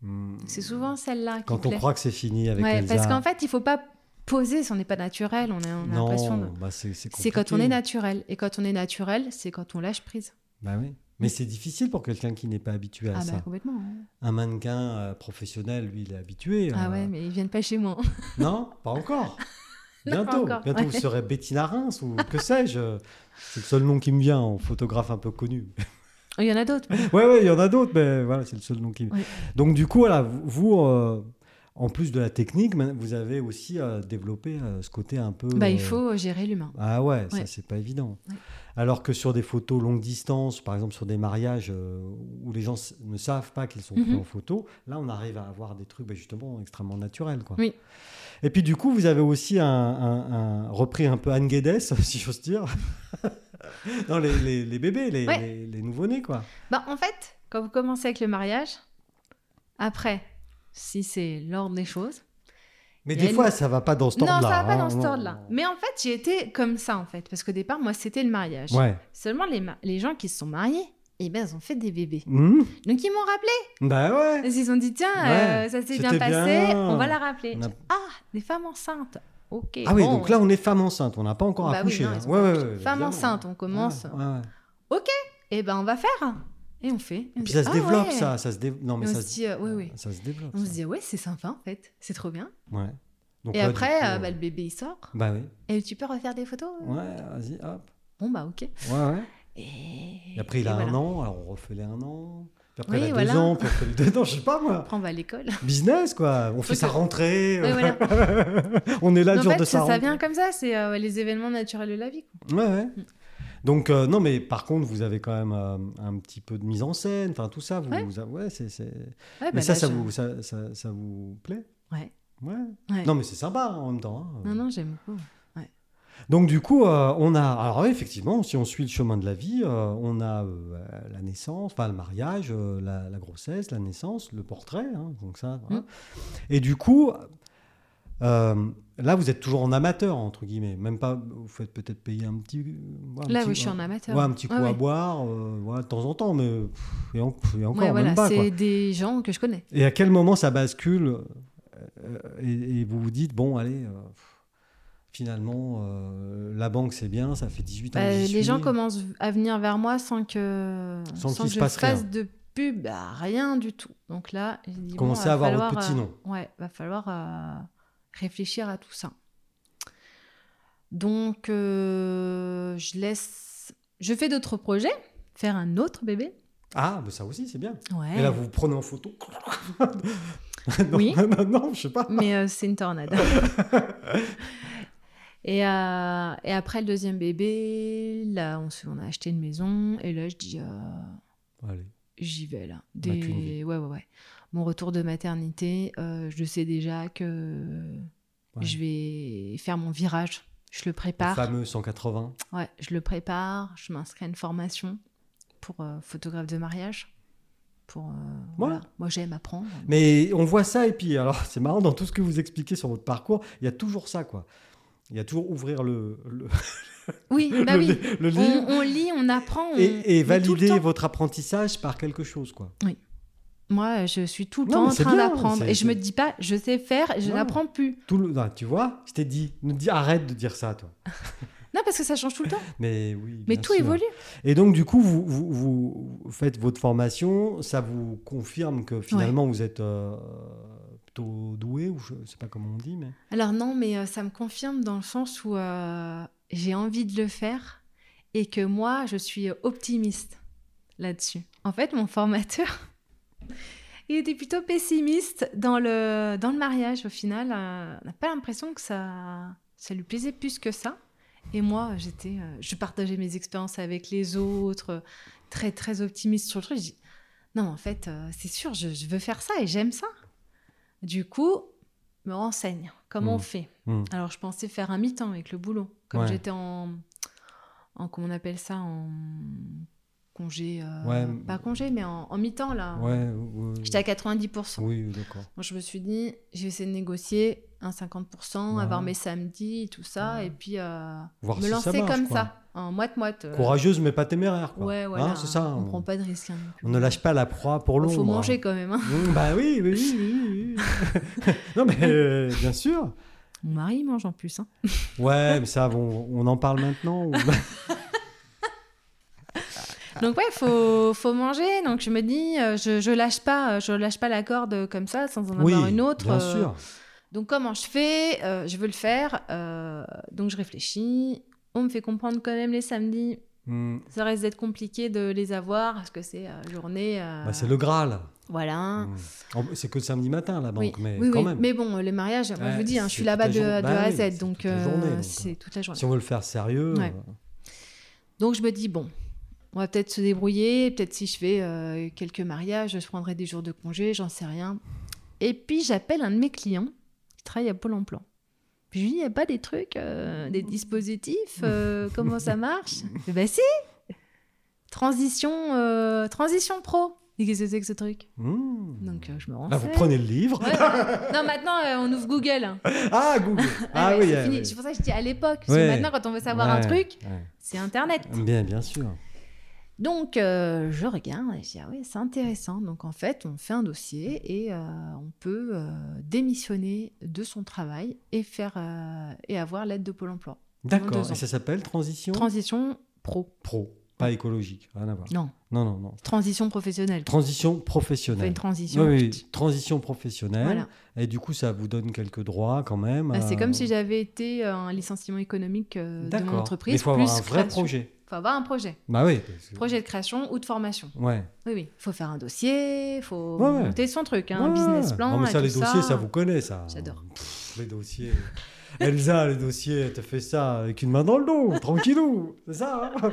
Speaker 2: Hmm.
Speaker 1: C'est souvent celle-là qui
Speaker 2: Quand on
Speaker 1: plaît.
Speaker 2: croit que c'est fini avec
Speaker 1: Ouais,
Speaker 2: Elsa.
Speaker 1: parce qu'en fait, il faut pas poser si on n'est pas naturel. On a, on a l'impression de.
Speaker 2: non, bah, c'est c'est
Speaker 1: C'est quand on
Speaker 2: compliqué.
Speaker 1: est naturel. Et quand on est naturel, c'est quand on lâche prise.
Speaker 2: Bah oui. Mais c'est difficile pour quelqu'un qui n'est pas habitué à
Speaker 1: Mm. Ah,
Speaker 2: ça.
Speaker 1: bah complètement. hein.
Speaker 2: Un mannequin euh, professionnel, lui, il est habitué.
Speaker 1: Ah
Speaker 2: euh,
Speaker 1: ouais, mais ils viennent pas chez moi.
Speaker 2: <laughs>
Speaker 1: <laughs>
Speaker 2: Non, pas encore.
Speaker 1: Non,
Speaker 2: Bientôt,
Speaker 1: pas encore,
Speaker 2: bientôt vous
Speaker 1: ouais.
Speaker 2: serez Bettina Reims ou que
Speaker 1: <laughs>
Speaker 2: sais-je. C'est le seul nom qui me vient en photographe un peu connu.
Speaker 1: Il y en a d'autres.
Speaker 2: Ouais, ouais, il y en a d'autres, mais voilà, c'est le seul nom qui.
Speaker 1: Ouais.
Speaker 2: Donc du coup, voilà, vous, euh, en plus de la technique, man- vous avez aussi euh, développé euh, ce côté un peu.
Speaker 1: Bah,
Speaker 2: euh,
Speaker 1: il faut gérer l'humain.
Speaker 2: Ah ouais, ça
Speaker 1: Ouais.
Speaker 2: c'est pas évident.
Speaker 1: Ouais.
Speaker 2: Alors que sur des photos longue distance, par exemple sur des mariages euh, où les gens s- ne savent pas qu'ils sont pris
Speaker 1: Mhm.
Speaker 2: en photo, là on arrive à avoir des trucs bah, justement extrêmement naturels. Quoi.
Speaker 1: Oui.
Speaker 2: Et puis du coup, vous avez aussi un, un- un- repris un peu Anne Guedes, <laughs> si j'ose dire. dans les, les- les bébés, les,
Speaker 1: Ouais.
Speaker 2: les- les nouveau-nés, quoi.
Speaker 1: Bah, en fait, quand vous commencez avec le mariage, après, si c'est l'ordre des choses.
Speaker 2: Mais
Speaker 1: Il y
Speaker 2: des
Speaker 1: a une-
Speaker 2: fois, ça va pas dans ce
Speaker 1: Non,
Speaker 2: ordre-là.
Speaker 1: ça va pas
Speaker 2: hein,
Speaker 1: dans cet
Speaker 2: non.
Speaker 1: ordre-là. Mais en fait, j'ai été comme ça, en fait. Parce qu'au départ, moi, c'était le mariage.
Speaker 2: Ouais.
Speaker 1: Seulement, les, ma- les gens qui se sont mariés, eh ben, ils ont fait des bébés.
Speaker 2: Mhm.
Speaker 1: Donc, ils m'ont rappelé.
Speaker 2: Bah ouais.
Speaker 1: Ils se sont dit, tiens,
Speaker 2: Ouais,
Speaker 1: euh, ça s'est
Speaker 2: c'était
Speaker 1: bien passé,
Speaker 2: bien.
Speaker 1: on va la rappeler.
Speaker 2: On a-
Speaker 1: Ah, des femmes enceintes. Ok.
Speaker 2: Ah oui,
Speaker 1: bon.
Speaker 2: donc là, on est femme enceinte, on n'a pas encore
Speaker 1: Bah oui,
Speaker 2: accouché.
Speaker 1: non,
Speaker 2: hein.
Speaker 1: ils ont
Speaker 2: Ouais,
Speaker 1: pas
Speaker 2: ouais,
Speaker 1: accouché.
Speaker 2: ouais,
Speaker 1: Femme
Speaker 2: évidemment.
Speaker 1: enceinte, on commence.
Speaker 2: Ah, Ouais, ouais, ouais.
Speaker 1: Eh ben, on va faire. Et on fait.
Speaker 2: Et puis ça se développe, ça. ça se dé- Non, mais
Speaker 1: Mais on
Speaker 2: ça
Speaker 1: se dit, euh, ouais, ouais.
Speaker 2: Ça se développe.
Speaker 1: On se
Speaker 2: ça.
Speaker 1: dit, ouais, c'est sympa, en fait. C'est trop bien.
Speaker 2: Ouais. Donc
Speaker 1: Et
Speaker 2: là, du
Speaker 1: après,
Speaker 2: coup,
Speaker 1: euh,
Speaker 2: euh,
Speaker 1: bah, le bébé, il sort.
Speaker 2: bah oui.
Speaker 1: Et tu peux refaire des photos euh
Speaker 2: Ouais, vas-y, hop.
Speaker 1: Bon, bah, ok.
Speaker 2: Ouais, ouais.
Speaker 1: Et,
Speaker 2: Et après, il
Speaker 1: et
Speaker 2: a
Speaker 1: voilà.
Speaker 2: un an, alors on refait les un an. Puis après,
Speaker 1: Oui,
Speaker 2: il a deux
Speaker 1: voilà.
Speaker 2: ans, puis on fait les deux ans, je sais pas moi.
Speaker 1: Après, on va à
Speaker 2: <laughs>
Speaker 1: l'école.
Speaker 2: Business, quoi. On fait
Speaker 1: Faut
Speaker 2: sa
Speaker 1: que-
Speaker 2: rentrée.
Speaker 1: Oui, voilà.
Speaker 2: <laughs> on est là le
Speaker 1: en
Speaker 2: jour
Speaker 1: fait,
Speaker 2: de sa
Speaker 1: ça, ça
Speaker 2: rentrée.
Speaker 1: vient comme ça. C'est euh, les événements naturels de la vie. quoi.
Speaker 2: Ouais, ouais. Donc, euh, non, mais par contre, vous avez quand même euh, un petit peu de mise en scène, enfin tout ça. Vous,
Speaker 1: Ouais.
Speaker 2: vous- ouais, c'est, c'est-
Speaker 1: Ouais,
Speaker 2: mais
Speaker 1: bah,
Speaker 2: ça,
Speaker 1: là,
Speaker 2: ça,
Speaker 1: je-
Speaker 2: vous, ça, ça- ça vous plaît
Speaker 1: Ouais.
Speaker 2: Ouais.
Speaker 1: Ouais.
Speaker 2: Non, mais c'est sympa hein, en même temps. hein.
Speaker 1: Non, non, j'aime beaucoup.
Speaker 2: Donc du coup, euh, on a alors effectivement, si on suit le chemin de la vie, euh, on a euh, la naissance, enfin le mariage, euh, la, la grossesse, la naissance, le portrait, hein, donc ça. voilà.
Speaker 1: Mm.
Speaker 2: Et du coup, euh, là, vous êtes toujours en amateur entre guillemets, même pas. Vous faites peut-être payer un petit. ouais, un
Speaker 1: Là,
Speaker 2: petit-
Speaker 1: oui, je suis en
Speaker 2: ouais,
Speaker 1: amateur.
Speaker 2: ouais, un petit coup
Speaker 1: Ouais,
Speaker 2: à
Speaker 1: ouais.
Speaker 2: boire, euh, voilà, de temps en temps, mais pff, et, en- pff, et encore
Speaker 1: Ouais, voilà,
Speaker 2: même pas. quoi.
Speaker 1: c'est des gens que je connais.
Speaker 2: Et à quel moment ça bascule euh, et, et vous vous dites, bon, allez, euh, pff, finalement, euh, la banque, c'est bien, ça fait 18 ans.
Speaker 1: Bah,
Speaker 2: que j'y
Speaker 1: les
Speaker 2: suis.
Speaker 1: gens commencent à venir vers moi sans que,
Speaker 2: Sans qu'il
Speaker 1: que
Speaker 2: se
Speaker 1: je
Speaker 2: passe
Speaker 1: fasse
Speaker 2: rien.
Speaker 1: de pub, bah, rien du tout. Donc là, j'ai dit,
Speaker 2: Vous
Speaker 1: bon,
Speaker 2: Commencez
Speaker 1: va
Speaker 2: à avoir
Speaker 1: falloir,
Speaker 2: votre petit
Speaker 1: euh,
Speaker 2: nom.
Speaker 1: Ouais, va falloir euh, réfléchir à tout ça. Donc, euh, je laisse. Je fais d'autres projets, faire un autre bébé.
Speaker 2: Ah, mais ça aussi, c'est bien.
Speaker 1: Ouais.
Speaker 2: Et là, vous vous prenez en photo. <laughs> non,
Speaker 1: Oui.
Speaker 2: <laughs> non, non, je sais pas.
Speaker 1: Mais euh, c'est une
Speaker 2: <laughs>
Speaker 1: tornade. et, euh, et après le deuxième bébé, là, on, se- on a acheté une maison. Et là, je dis, euh,
Speaker 2: Allez.
Speaker 1: j'y vais là.
Speaker 2: n'a qu'une vie.
Speaker 1: Des... Ouais, ouais, ouais. Mon retour de maternité, euh, je sais déjà que
Speaker 2: Ouais.
Speaker 1: je vais faire mon virage. Je le
Speaker 2: Le
Speaker 1: prépare.
Speaker 2: fameux 180.
Speaker 1: Ouais, je le prépare, je m'inscris à une formation pour euh, photographe de mariage. Pour, euh, voilà. Moi, j'aime apprendre.
Speaker 2: Mais on voit ça, et puis, alors, <laughs> c'est marrant, dans tout ce que vous expliquez sur votre parcours, il y a toujours ça, quoi. Il y a toujours ouvrir le, le, <laughs>
Speaker 1: Oui, bah
Speaker 2: le,
Speaker 1: oui.
Speaker 2: li- le livre
Speaker 1: On, on lit, on apprend. on-
Speaker 2: et, et
Speaker 1: Mm. mais tout le
Speaker 2: valider
Speaker 1: temps.
Speaker 2: votre apprentissage par quelque chose, quoi.
Speaker 1: Moi, je suis tout le
Speaker 2: Non,
Speaker 1: temps
Speaker 2: mais
Speaker 1: en
Speaker 2: c'est
Speaker 1: train
Speaker 2: bien,
Speaker 1: d'apprendre.
Speaker 2: c'est-
Speaker 1: Et je
Speaker 2: c'est-
Speaker 1: me dis pas, je sais faire, je
Speaker 2: Non.
Speaker 1: n'apprends plus.
Speaker 2: Tout le... non, tu vois, je t'ai dit, ne dis, arrête de dire ça, toi.
Speaker 1: Non, parce que ça change tout le temps.
Speaker 2: Mais oui.
Speaker 1: Mais
Speaker 2: bien
Speaker 1: tout
Speaker 2: sûr.
Speaker 1: évolue.
Speaker 2: Et donc, du coup, vous, vous, vous faites votre formation, ça vous confirme que finalement, vous êtes euh, plutôt doué, ou je sais pas comment on dit, mais.
Speaker 1: Alors non, mais euh, ça me confirme dans le sens où euh, j'ai envie de le faire et que moi, je suis optimiste là-dessus. En fait, mon formateur, <laughs> il était plutôt pessimiste dans le, dans le mariage au final. euh, on n'a pas l'impression que ça, ça lui plaisait plus que ça. Et moi, j'étais, euh, je partageais mes expériences avec les autres, euh, très très optimiste sur le truc. Je dis, non, en fait, euh, c'est sûr, je, je veux faire ça et j'aime ça. Du coup, je me renseigne. Comment
Speaker 2: Mm.
Speaker 1: on fait
Speaker 2: Mm.
Speaker 1: Alors, je pensais faire un mi-temps avec le boulot. Comme
Speaker 2: Ouais.
Speaker 1: j'étais en, en. Comment on appelle ça En congé. euh,
Speaker 2: Ouais, m-
Speaker 1: Pas congé, mais en, en mi-temps, là.
Speaker 2: Ouais, ouais.
Speaker 1: J'étais à 90%.
Speaker 2: Oui, d'accord.
Speaker 1: Moi, je me suis dit, j'ai essayé de négocier un 50%,
Speaker 2: Ouais.
Speaker 1: avoir mes samedis, tout ça,
Speaker 2: Ouais.
Speaker 1: et puis euh,
Speaker 2: Voir
Speaker 1: me
Speaker 2: si ça
Speaker 1: lancer
Speaker 2: marche,
Speaker 1: comme
Speaker 2: quoi.
Speaker 1: ça, en moite-moite. euh,
Speaker 2: Courageuse, mais pas téméraire, quoi.
Speaker 1: Ouais,
Speaker 2: Hein,
Speaker 1: voilà.
Speaker 2: c'est ça.
Speaker 1: On
Speaker 2: On,
Speaker 1: prend pas de risques. hein, non plus.
Speaker 2: on ne lâche pas la proie pour l'ombre.
Speaker 1: Faut manger quand même. hein.
Speaker 2: Mm, bah oui, oui, oui, oui,
Speaker 1: <laughs>
Speaker 2: oui. <laughs> non, mais euh, bien sûr.
Speaker 1: Mon mari il mange en plus. hein.
Speaker 2: Ouais, mais ça, bon, on en
Speaker 1: <laughs>
Speaker 2: parle maintenant. ou-
Speaker 1: Donc ouais, faut faut manger. Donc je me dis, euh, je, je lâche pas, euh, je lâche pas la corde comme ça sans en
Speaker 2: oui,
Speaker 1: avoir une autre.
Speaker 2: bien
Speaker 1: euh,
Speaker 2: sûr.
Speaker 1: Donc comment je fais Euh, Je veux le faire. euh, donc je réfléchis. On me fait comprendre quand même les samedis.
Speaker 2: Mm.
Speaker 1: Ça reste d'être compliqué de les avoir parce que c'est euh, journée. euh,
Speaker 2: Bah, c'est le Graal.
Speaker 1: Voilà.
Speaker 2: Mm. En- C'est que le samedi matin, la
Speaker 1: Oui,
Speaker 2: banque, mais
Speaker 1: oui,
Speaker 2: quand
Speaker 1: oui.
Speaker 2: même.
Speaker 1: mais bon, les mariages, moi, je
Speaker 2: Ouais,
Speaker 1: vous dis, hein, je
Speaker 2: c'est
Speaker 1: suis là-bas
Speaker 2: toute
Speaker 1: de,
Speaker 2: la journée.
Speaker 1: de
Speaker 2: Bah
Speaker 1: A à
Speaker 2: oui,
Speaker 1: Z,
Speaker 2: c'est
Speaker 1: donc
Speaker 2: toute la
Speaker 1: euh,
Speaker 2: journée, donc,
Speaker 1: c'est toute la journée.
Speaker 2: Si on veut le faire sérieux, euh,
Speaker 1: Ouais. Donc je me dis, bon, on va peut-être se débrouiller, peut-être si je fais euh, quelques mariages, je prendrai des jours de congé, j'en sais rien. Et puis j'appelle un de mes clients qui travaille à Pôle emploi. Puis je lui dis, il n'y a pas des trucs, euh, des dispositifs, euh, comment ça marche Il fait, Bah si Transition, euh, transition pro Il dit, Qu'est-ce que c'est que ce truc
Speaker 2: mm.
Speaker 1: Donc euh, je me
Speaker 2: Là, vous
Speaker 1: renseigne.
Speaker 2: prenez le livre.
Speaker 1: Ouais, ouais. Non, maintenant euh, on ouvre Google. hein.
Speaker 2: <laughs> Ah,
Speaker 1: <laughs>
Speaker 2: Google. Ah,
Speaker 1: Ouais,
Speaker 2: oui,
Speaker 1: c'est
Speaker 2: ah,
Speaker 1: fini.
Speaker 2: oui.
Speaker 1: C'est pour ça que je dis à l'époque. parce que
Speaker 2: Ouais.
Speaker 1: maintenant, quand on veut savoir un
Speaker 2: Ouais,
Speaker 1: truc,
Speaker 2: ouais.
Speaker 1: c'est Internet.
Speaker 2: Bien, bien sûr.
Speaker 1: Donc, euh, je regarde et je dis, ah ouais, c'est intéressant. Donc, en fait, on fait un dossier et euh, on peut euh, démissionner de son travail et, faire, euh, et avoir l'aide de Pôle emploi.
Speaker 2: D'accord.
Speaker 1: deux
Speaker 2: Et
Speaker 1: ans.
Speaker 2: ça s'appelle transition
Speaker 1: Transition pro.
Speaker 2: pro, pas écologique, rien à voir.
Speaker 1: Non,
Speaker 2: Non, non, non.
Speaker 1: transition professionnelle.
Speaker 2: Transition
Speaker 1: On fait une
Speaker 2: professionnelle.
Speaker 1: transition.
Speaker 2: Oui, oui, transition professionnelle.
Speaker 1: Voilà.
Speaker 2: Et du coup, ça vous donne quelques droits quand même.
Speaker 1: Bah, c'est
Speaker 2: euh,
Speaker 1: comme si j'avais été euh, un licenciement économique euh, de
Speaker 2: D'accord.
Speaker 1: mon entreprise.
Speaker 2: Mais il faut
Speaker 1: plus
Speaker 2: avoir un vrai
Speaker 1: création.
Speaker 2: projet.
Speaker 1: faut avoir un projet.
Speaker 2: Bah oui. parce que-
Speaker 1: Projet de création ou de formation.
Speaker 2: Ouais.
Speaker 1: Oui, oui. faut faire un dossier, faut
Speaker 2: Ouais, ouais.
Speaker 1: monter son truc, hein,
Speaker 2: Ouais.
Speaker 1: un business plan.
Speaker 2: Non, mais ça,
Speaker 1: et
Speaker 2: les
Speaker 1: tout
Speaker 2: dossiers, ça vous connaît, ça.
Speaker 1: J'adore.
Speaker 2: Pff, les dossiers. Elsa, les dossiers, elle te fait ça avec une main dans le dos, tranquillou. C'est ça. hein
Speaker 1: Moi,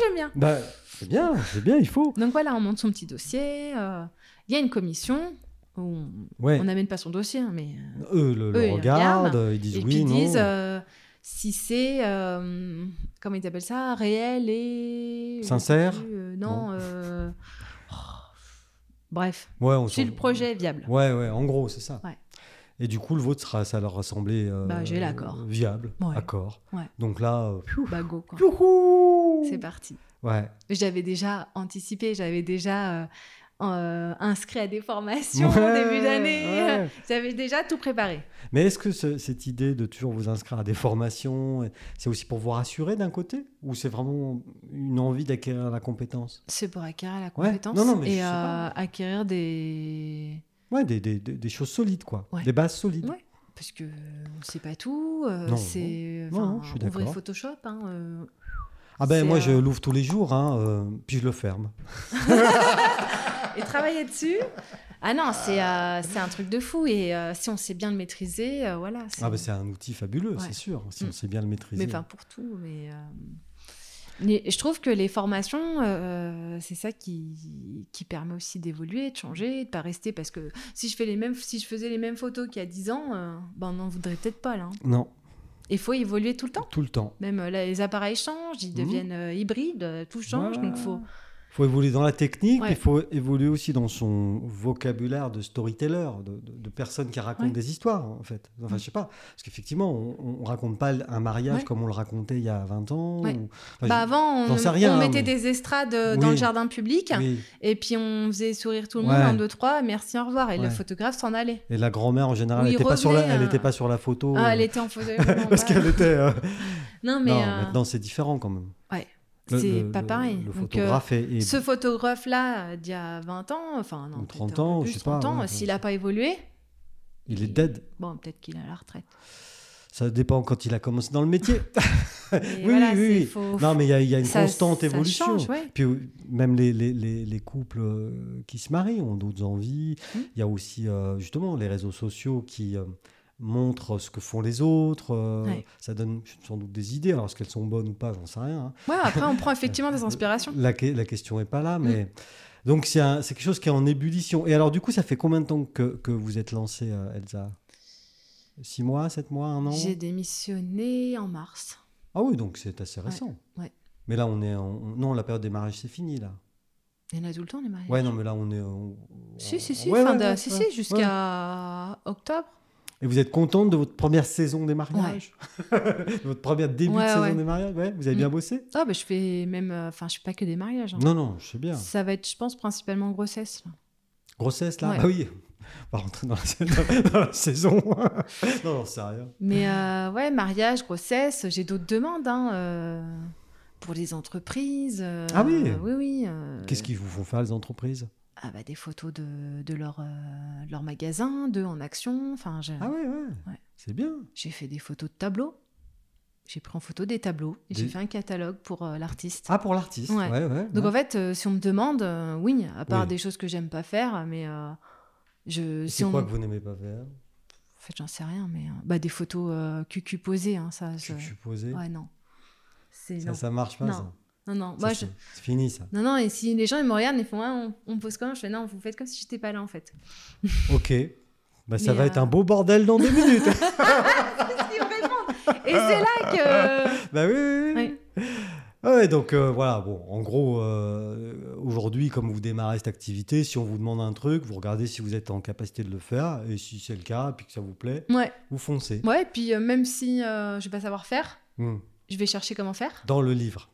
Speaker 1: j'aime bien.
Speaker 2: bah, c'est bien, c'est bien, il faut.
Speaker 1: Donc voilà, on monte son petit dossier. euh, Il y a une commission où on
Speaker 2: Ouais.
Speaker 1: on n'amène pas son dossier, hein, mais euh,
Speaker 2: Eux le, le
Speaker 1: Eux, ils
Speaker 2: regardent,
Speaker 1: regardent,
Speaker 2: ils disent
Speaker 1: et
Speaker 2: oui,
Speaker 1: puis ils
Speaker 2: non.
Speaker 1: disent euh, si c'est euh, comment ils appellent ça, réel et je sais
Speaker 2: Sincère
Speaker 1: plus, euh, Non.
Speaker 2: Non.
Speaker 1: euh, oh, bref,
Speaker 2: Ouais, on
Speaker 1: si
Speaker 2: s'en-
Speaker 1: le projet est viable.
Speaker 2: Ouais, ouais, en gros, c'est ça.
Speaker 1: Ouais.
Speaker 2: Et du coup, le vôtre, sera- ça leur a semblé euh,
Speaker 1: Bah, j'ai l'accord.
Speaker 2: viable,
Speaker 1: Ouais.
Speaker 2: accord.
Speaker 1: Ouais.
Speaker 2: Donc là, euh, pfiou,
Speaker 1: Bah go quoi.
Speaker 2: youhou
Speaker 1: C'est parti.
Speaker 2: Ouais.
Speaker 1: J'avais déjà anticipé, j'avais déjà euh, euh, inscrit à des formations au
Speaker 2: Ouais,
Speaker 1: début d'année.
Speaker 2: ouais.
Speaker 1: J'avais déjà tout préparé.
Speaker 2: Mais est-ce que ce- cette idée de toujours vous inscrire à des formations, c'est aussi pour vous rassurer d'un côté Ou c'est vraiment une envie d'acquérir la compétence
Speaker 1: C'est pour acquérir la
Speaker 2: Ouais.
Speaker 1: compétence
Speaker 2: Non, non, mais je
Speaker 1: et
Speaker 2: sais
Speaker 1: euh,
Speaker 2: pas.
Speaker 1: acquérir des.
Speaker 2: Ouais, des, des- des- des choses solides, quoi.
Speaker 1: Ouais.
Speaker 2: Des bases solides.
Speaker 1: Ouais. Parce que on ne sait pas tout. euh,
Speaker 2: Non,
Speaker 1: c'est.
Speaker 2: non. Non,
Speaker 1: enfin,
Speaker 2: je suis
Speaker 1: ouvrez
Speaker 2: d'accord.
Speaker 1: Photoshop. hein, euh,
Speaker 2: Ah ben
Speaker 1: C'est,
Speaker 2: moi, je
Speaker 1: euh,
Speaker 2: l'ouvre tous les jours, hein, euh, puis je le ferme.
Speaker 1: et travailler dessus. Ah non, c'est euh, c'est un truc de fou. Et euh, si on sait bien le maîtriser, euh, voilà. c'est-
Speaker 2: Ah ben c'est un outil fabuleux,
Speaker 1: Ouais.
Speaker 2: c'est sûr, si on
Speaker 1: Mm.
Speaker 2: sait bien le maîtriser.
Speaker 1: mais enfin, pour tout. Mais. euh, les- je trouve que les formations, euh, c'est ça qui, qui permet aussi d'évoluer, de changer, de pas rester. Parce que si je, fais les mêmes, si je faisais les mêmes photos qu'il y a 10 ans, euh, ben on n'en voudrait peut-être pas là.
Speaker 2: Non,
Speaker 1: Il faut évoluer tout le temps.
Speaker 2: tout le temps.
Speaker 1: Même euh, là, les appareils changent, ils
Speaker 2: Mhm.
Speaker 1: deviennent euh, hybrides, euh, tout change, donc faut.
Speaker 2: Il faut évoluer dans la technique,
Speaker 1: Ouais.
Speaker 2: mais il faut évoluer aussi dans son vocabulaire de storyteller, de, de, de personne qui raconte
Speaker 1: Ouais.
Speaker 2: des histoires, en fait. Enfin,
Speaker 1: Mm.
Speaker 2: je sais pas. Parce qu'effectivement, on, on raconte pas un mariage
Speaker 1: Ouais.
Speaker 2: comme on le racontait il y a 20 ans.
Speaker 1: Ouais.
Speaker 2: ou- enfin,
Speaker 1: Bah
Speaker 2: je-
Speaker 1: avant,
Speaker 2: j'en
Speaker 1: on,
Speaker 2: sais rien,
Speaker 1: on
Speaker 2: hein,
Speaker 1: mettait
Speaker 2: mais-
Speaker 1: des estrades euh, dans
Speaker 2: Oui.
Speaker 1: le jardin public
Speaker 2: oui.
Speaker 1: et puis on faisait sourire tout le
Speaker 2: Ouais.
Speaker 1: monde, un, deux, trois, merci, au revoir. Et
Speaker 2: Ouais.
Speaker 1: le photographe s'en allait.
Speaker 2: Et la grand-mère, en général,
Speaker 1: Ou
Speaker 2: elle
Speaker 1: il
Speaker 2: n'était pas, sur la-
Speaker 1: revenait,
Speaker 2: elle
Speaker 1: euh,
Speaker 2: était pas sur la photo.
Speaker 1: Ah,
Speaker 2: euh,
Speaker 1: elle était en fauteuil. roulant,
Speaker 2: <laughs> Parce
Speaker 1: bah,
Speaker 2: qu'elle était. euh,
Speaker 1: Non, mais
Speaker 2: non,
Speaker 1: euh,
Speaker 2: maintenant, c'est différent quand même. Le-
Speaker 1: c'est
Speaker 2: le-
Speaker 1: pas
Speaker 2: le-
Speaker 1: pareil.
Speaker 2: Le
Speaker 1: Donc, euh,
Speaker 2: photographe est- est-
Speaker 1: ce photographe-là, euh, d'il y a 20 ans, enfin, non,
Speaker 2: Ou
Speaker 1: peut-être
Speaker 2: 30
Speaker 1: un peu
Speaker 2: ans,
Speaker 1: plus,
Speaker 2: je sais
Speaker 1: 30
Speaker 2: pas,
Speaker 1: ans,
Speaker 2: ouais,
Speaker 1: s'il n'a pas évolué,
Speaker 2: il est dead.
Speaker 1: bon, peut-être qu'il est à la retraite.
Speaker 2: Ça dépend quand il a commencé dans le
Speaker 1: <laughs>
Speaker 2: métier.
Speaker 1: Et
Speaker 2: <laughs> Oui,
Speaker 1: voilà,
Speaker 2: oui,
Speaker 1: c'est-
Speaker 2: oui.
Speaker 1: faut-
Speaker 2: non, mais il y a, il y a une
Speaker 1: ça-
Speaker 2: constante
Speaker 1: ça
Speaker 2: évolution.
Speaker 1: change, ouais.
Speaker 2: Puis euh, même les, les, les, les couples euh, qui se marient ont d'autres envies.
Speaker 1: Mm.
Speaker 2: Il y a aussi euh, justement les réseaux sociaux qui euh, montre ce que font les autres. euh,
Speaker 1: Ouais.
Speaker 2: Ça donne sans doute des idées. Alors, est-ce qu'elles sont bonnes ou pas, j'en sais rien. hein.
Speaker 1: Ouais, après, on prend effectivement des inspirations.
Speaker 2: La, que- la question n'est pas là,
Speaker 1: Mmh.
Speaker 2: mais. Donc, c'est un- c'est quelque chose qui est en ébullition. Et alors, du coup, ça fait combien de temps que, que vous êtes lancée, euh, Elsa Six mois, sept mois, un an
Speaker 1: J'ai démissionné en mars.
Speaker 2: Ah oui, donc c'est assez récent.
Speaker 1: ouais.
Speaker 2: Mais là, on est en... Non, la période des mariages, c'est fini, là.
Speaker 1: Il y en a tout le temps, les mariages.
Speaker 2: Ouais, non, mais là, on est... en-
Speaker 1: Si, si, si,
Speaker 2: Ouais,
Speaker 1: fin
Speaker 2: ouais,
Speaker 1: de-
Speaker 2: ouais,
Speaker 1: si,
Speaker 2: ouais,
Speaker 1: si,
Speaker 2: ouais.
Speaker 1: jusqu'à octobre.
Speaker 2: Et vous êtes contente de votre première saison des mariages De <laughs> Votre première début
Speaker 1: Ouais,
Speaker 2: de saison
Speaker 1: ouais.
Speaker 2: des mariages ouais, Vous avez bien
Speaker 1: Mm.
Speaker 2: bossé
Speaker 1: Ah, bah, je fais même. euh, Enfin, je fais pas que des mariages. hein.
Speaker 2: Non, non, je sais bien.
Speaker 1: Ça va être, je pense, principalement grossesse. là.
Speaker 2: Grossesse, là
Speaker 1: Ouais.
Speaker 2: Bah oui On va rentrer dans la, dans la saison. non, non, sérieux.
Speaker 1: Mais euh, ouais, mariage, grossesse, j'ai d'autres demandes hein, euh, pour les entreprises. euh,
Speaker 2: Ah oui
Speaker 1: Oui, oui. euh,
Speaker 2: Qu'est-ce qu'ils vous font faire, les entreprises
Speaker 1: ah bah, Des photos de, de leur, euh, de leur magasin, d'eux en action. Enfin, j'ai
Speaker 2: Ah ouais, ouais.
Speaker 1: Ouais.
Speaker 2: C'est bien.
Speaker 1: j'ai fait des photos de tableaux. J'ai pris en photo des tableaux et j'ai
Speaker 2: Des-
Speaker 1: fait un catalogue pour euh, l'artiste.
Speaker 2: Ah, pour l'artiste
Speaker 1: Ouais.
Speaker 2: Ouais, ouais.
Speaker 1: Donc
Speaker 2: ouais.
Speaker 1: en fait, euh, si on me demande, euh, oui, à part
Speaker 2: Oui.
Speaker 1: des choses que j'aime pas faire, mais euh, je,
Speaker 2: Et
Speaker 1: si
Speaker 2: C'est
Speaker 1: on-
Speaker 2: quoi que vous n'aimez pas faire
Speaker 1: en fait, j'en sais rien, mais euh, bah, des photos euh, cucu posées, hein, ça,
Speaker 2: Je
Speaker 1: je-
Speaker 2: suis posé.
Speaker 1: ouais, non, c'est
Speaker 2: Ça,
Speaker 1: non.
Speaker 2: ça marche pas,
Speaker 1: Non.
Speaker 2: ça
Speaker 1: non, non,
Speaker 2: Ça,
Speaker 1: moi, je...
Speaker 2: c'est c'est
Speaker 1: <laughs>
Speaker 2: fini, ça.
Speaker 1: non, non, et si les gens ils me regardent, ils font, Ah, on, on pose comment Je fais, non, vous faites comme si j'étais pas là en fait. <laughs>
Speaker 2: Ok. Bah, ça
Speaker 1: Mais,
Speaker 2: va
Speaker 1: euh,
Speaker 2: être un beau bordel
Speaker 1: <laughs>
Speaker 2: dans deux minutes.
Speaker 1: Si, complètement. et c'est là
Speaker 2: <laughs>
Speaker 1: que,
Speaker 2: bah oui, oui, oui.
Speaker 1: Oui.
Speaker 2: Ouais, donc euh, voilà, bon, en gros, euh, aujourd'hui, comme vous démarrez cette activité, si on vous demande un truc, vous regardez si vous êtes en capacité de le faire, et si c'est le cas, et puis que ça vous plaît,
Speaker 1: ouais,
Speaker 2: vous foncez.
Speaker 1: ouais, et puis euh, même si euh, je vais pas savoir faire,
Speaker 2: Hmm.
Speaker 1: je vais chercher comment faire.
Speaker 2: Dans le livre,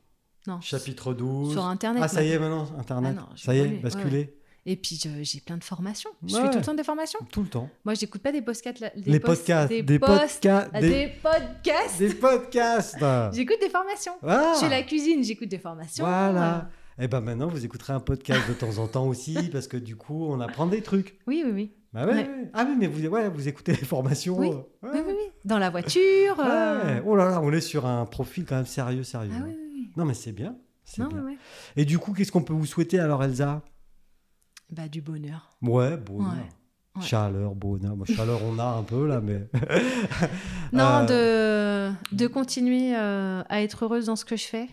Speaker 1: Non.
Speaker 2: chapitre 12.
Speaker 1: Sur internet.
Speaker 2: ah, ça y est, maintenant, Internet.
Speaker 1: Ah non, j'ai
Speaker 2: ça y est,
Speaker 1: connu, ouais,
Speaker 2: basculé.
Speaker 1: Et puis je- j'ai plein de formations. Je
Speaker 2: Ouais.
Speaker 1: fais tout le temps des formations.
Speaker 2: Tout le temps.
Speaker 1: Moi, j'écoute pas des podcasts. là- Des
Speaker 2: les
Speaker 1: posts-
Speaker 2: podcasts.
Speaker 1: Des,
Speaker 2: Des
Speaker 1: posts-
Speaker 2: podcasts.
Speaker 1: ah,
Speaker 2: Des,
Speaker 1: des podcasts.
Speaker 2: des podcasts.
Speaker 1: <laughs> J'écoute des formations.
Speaker 2: Ah.
Speaker 1: Je suis la cuisine, j'écoute des formations.
Speaker 2: Voilà. Et ben maintenant, vous écouterez un podcast de temps en temps aussi, parce que du coup, on apprend des trucs.
Speaker 1: Euh, Oui, oui, oui.
Speaker 2: Bah ouais,
Speaker 1: Ouais.
Speaker 2: ouais. Ah oui, mais vous, ouais, vous écoutez les formations.
Speaker 1: Oui.
Speaker 2: euh,
Speaker 1: Oui,
Speaker 2: ouais.
Speaker 1: oui, oui. Dans la voiture. euh,
Speaker 2: Ouais. Oh là là, on est sur un profil quand même sérieux, sérieux.
Speaker 1: Ah
Speaker 2: hein.
Speaker 1: oui, oui, oui.
Speaker 2: Non mais c'est bien. c'est
Speaker 1: Non,
Speaker 2: bien.
Speaker 1: ouais, ouais.
Speaker 2: Et du coup, qu'est-ce qu'on peut vous souhaiter alors, Elsa
Speaker 1: Bah, du bonheur.
Speaker 2: Ouais, bonheur.
Speaker 1: Ouais. Ouais.
Speaker 2: Chaleur, bonheur. Bon, chaleur, on a un peu là, mais. <laughs>
Speaker 1: Non,
Speaker 2: Euh.
Speaker 1: de, de continuer euh, à être heureuse dans ce que je fais.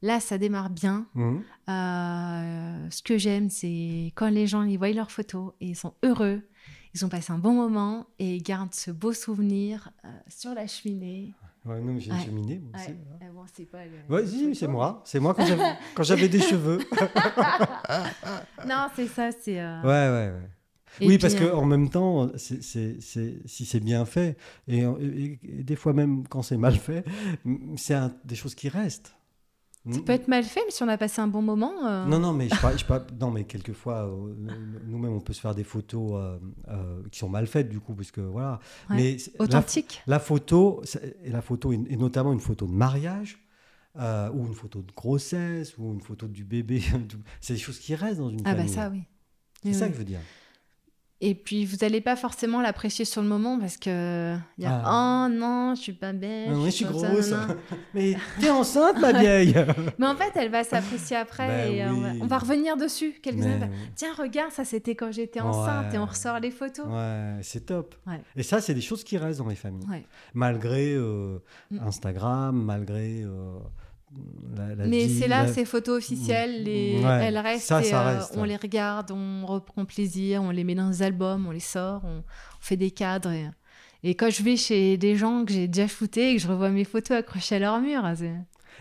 Speaker 1: Là, ça démarre bien.
Speaker 2: Hum.
Speaker 1: Euh, ce que j'aime, c'est quand les gens ils voient leurs photos et ils sont heureux, ils ont passé un bon moment et ils gardent ce beau souvenir euh, sur la cheminée.
Speaker 2: Ouais, non, mais j'ai une
Speaker 1: Ouais.
Speaker 2: cheminée, moi aussi.
Speaker 1: Ouais. Ah bon, c'est pas le-
Speaker 2: Ouais,
Speaker 1: le
Speaker 2: si,
Speaker 1: photo.
Speaker 2: hein. c'est moi. C'est moi quand j'avais- quand j'avais
Speaker 1: <laughs>
Speaker 2: des cheveux.
Speaker 1: Non, c'est ça, c'est. euh,
Speaker 2: Ouais, ouais, ouais.
Speaker 1: et
Speaker 2: oui,
Speaker 1: puis,
Speaker 2: parce que
Speaker 1: euh,
Speaker 2: en même temps, c'est- c'est- c'est- si c'est bien fait, et, et- et des fois même quand c'est mal fait, m- c'est un- des choses qui restent.
Speaker 1: Ça peut être mal fait, mais si on a passé un bon moment. euh,
Speaker 2: Non, non, mais je parle- je parle- non, mais quelquefois, euh, nous-mêmes, on peut se faire des photos euh, euh, qui sont mal faites du coup, parce que voilà.
Speaker 1: Ouais.
Speaker 2: Mais c'est- la,
Speaker 1: Authentique.
Speaker 2: la photo, c'est- et la photo, et et notamment une photo de mariage. euh, ou une photo de grossesse, ou une photo du bébé, <laughs> tout- c'est des choses qui restent dans une
Speaker 1: Ah, bah
Speaker 2: famille.
Speaker 1: ça, oui.
Speaker 2: c'est
Speaker 1: Oui,
Speaker 2: ça
Speaker 1: oui.
Speaker 2: que je veux dire.
Speaker 1: Et puis, vous n'allez pas forcément l'apprécier sur le moment parce que. Il y a
Speaker 2: Ah.
Speaker 1: Oh non, je suis pas belle.
Speaker 2: Non, mais je suis
Speaker 1: comme ça,
Speaker 2: grosse. <laughs>
Speaker 1: nanana.
Speaker 2: Mais
Speaker 1: <laughs>
Speaker 2: t'es enceinte, ma vieille.
Speaker 1: Mais en fait, elle va s'apprécier après
Speaker 2: Ben
Speaker 1: et euh, on, va,
Speaker 2: oui.
Speaker 1: on va revenir dessus quelques
Speaker 2: Mais
Speaker 1: années après.
Speaker 2: ouais.
Speaker 1: Tiens, regarde, ça c'était quand j'étais enceinte et on
Speaker 2: Ouais.
Speaker 1: ressort les photos.
Speaker 2: Ouais, c'est top.
Speaker 1: Ouais.
Speaker 2: Et ça, c'est des choses qui restent dans les familles.
Speaker 1: Ouais.
Speaker 2: Malgré euh,
Speaker 1: Mm.
Speaker 2: Instagram, malgré euh, la, la
Speaker 1: Mais
Speaker 2: vie,
Speaker 1: c'est là,
Speaker 2: la- Mm.
Speaker 1: ces photos officielles, les...
Speaker 2: Ouais,
Speaker 1: elles restent,
Speaker 2: ça,
Speaker 1: et,
Speaker 2: ça
Speaker 1: euh,
Speaker 2: reste,
Speaker 1: on
Speaker 2: ouais.
Speaker 1: les regarde, on reprend plaisir, on les met dans des albums, on les sort, on, on fait des cadres. Et... et quand je vais chez des gens que j'ai déjà shootés et que je revois mes photos accrochées à leur mur, c'est-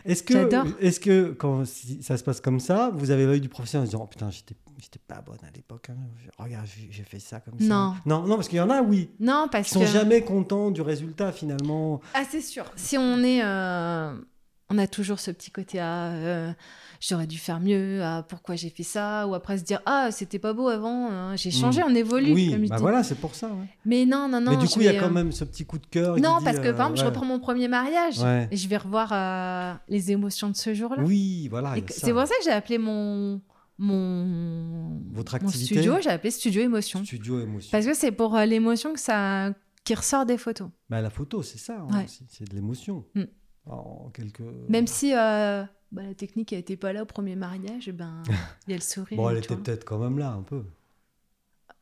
Speaker 2: Est-ce que,
Speaker 1: J'adore.
Speaker 2: est-ce que quand si ça se passe comme ça, vous avez l'œil du professeur en disant oh, putain, j'étais, j'étais pas bonne à l'époque. hein. Je- Regarde, j'ai, j'ai fait ça comme
Speaker 1: Non.
Speaker 2: ça. Non, non, parce qu'il y en a, oui,
Speaker 1: non parce
Speaker 2: qui sont
Speaker 1: que
Speaker 2: jamais contents du résultat finalement.
Speaker 1: ah c'est sûr. Si on est, euh, on a toujours ce petit côté à euh, j'aurais dû faire mieux, à pourquoi j'ai fait ça, ou après se dire ah c'était pas beau avant, euh, j'ai changé, on évolue.
Speaker 2: Mm. oui,
Speaker 1: comme je
Speaker 2: bah
Speaker 1: dis.
Speaker 2: voilà, c'est pour ça. ouais.
Speaker 1: Mais non non non.
Speaker 2: Mais du
Speaker 1: je
Speaker 2: coup, il y
Speaker 1: vais,
Speaker 2: a quand
Speaker 1: euh,
Speaker 2: même ce petit coup de cœur. qui
Speaker 1: Non,
Speaker 2: dit,
Speaker 1: parce que
Speaker 2: euh,
Speaker 1: par exemple, je
Speaker 2: ouais.
Speaker 1: reprends mon premier mariage
Speaker 2: Ouais.
Speaker 1: et je vais revoir euh, les émotions de ce jour-là.
Speaker 2: Oui, voilà.
Speaker 1: Et
Speaker 2: il y a
Speaker 1: que-
Speaker 2: ah, bah ça.
Speaker 1: c'est pour ça que j'ai appelé mon mon
Speaker 2: Votre
Speaker 1: mon
Speaker 2: activité
Speaker 1: studio, j'ai appelé Studio Émotion
Speaker 2: Studio émotion.
Speaker 1: parce que c'est pour euh, l'émotion que ça qui ressort des photos.
Speaker 2: Bah, la photo, c'est ça, hein,
Speaker 1: Ouais.
Speaker 2: c'est- c'est de l'émotion.
Speaker 1: Mm.
Speaker 2: En quelques...
Speaker 1: Même si euh, bah, la technique n'était pas là au premier mariage, eh ben il y a le sourire.
Speaker 2: <laughs> Bon, elle
Speaker 1: tu
Speaker 2: était
Speaker 1: vois.
Speaker 2: peut-être quand même là, un peu.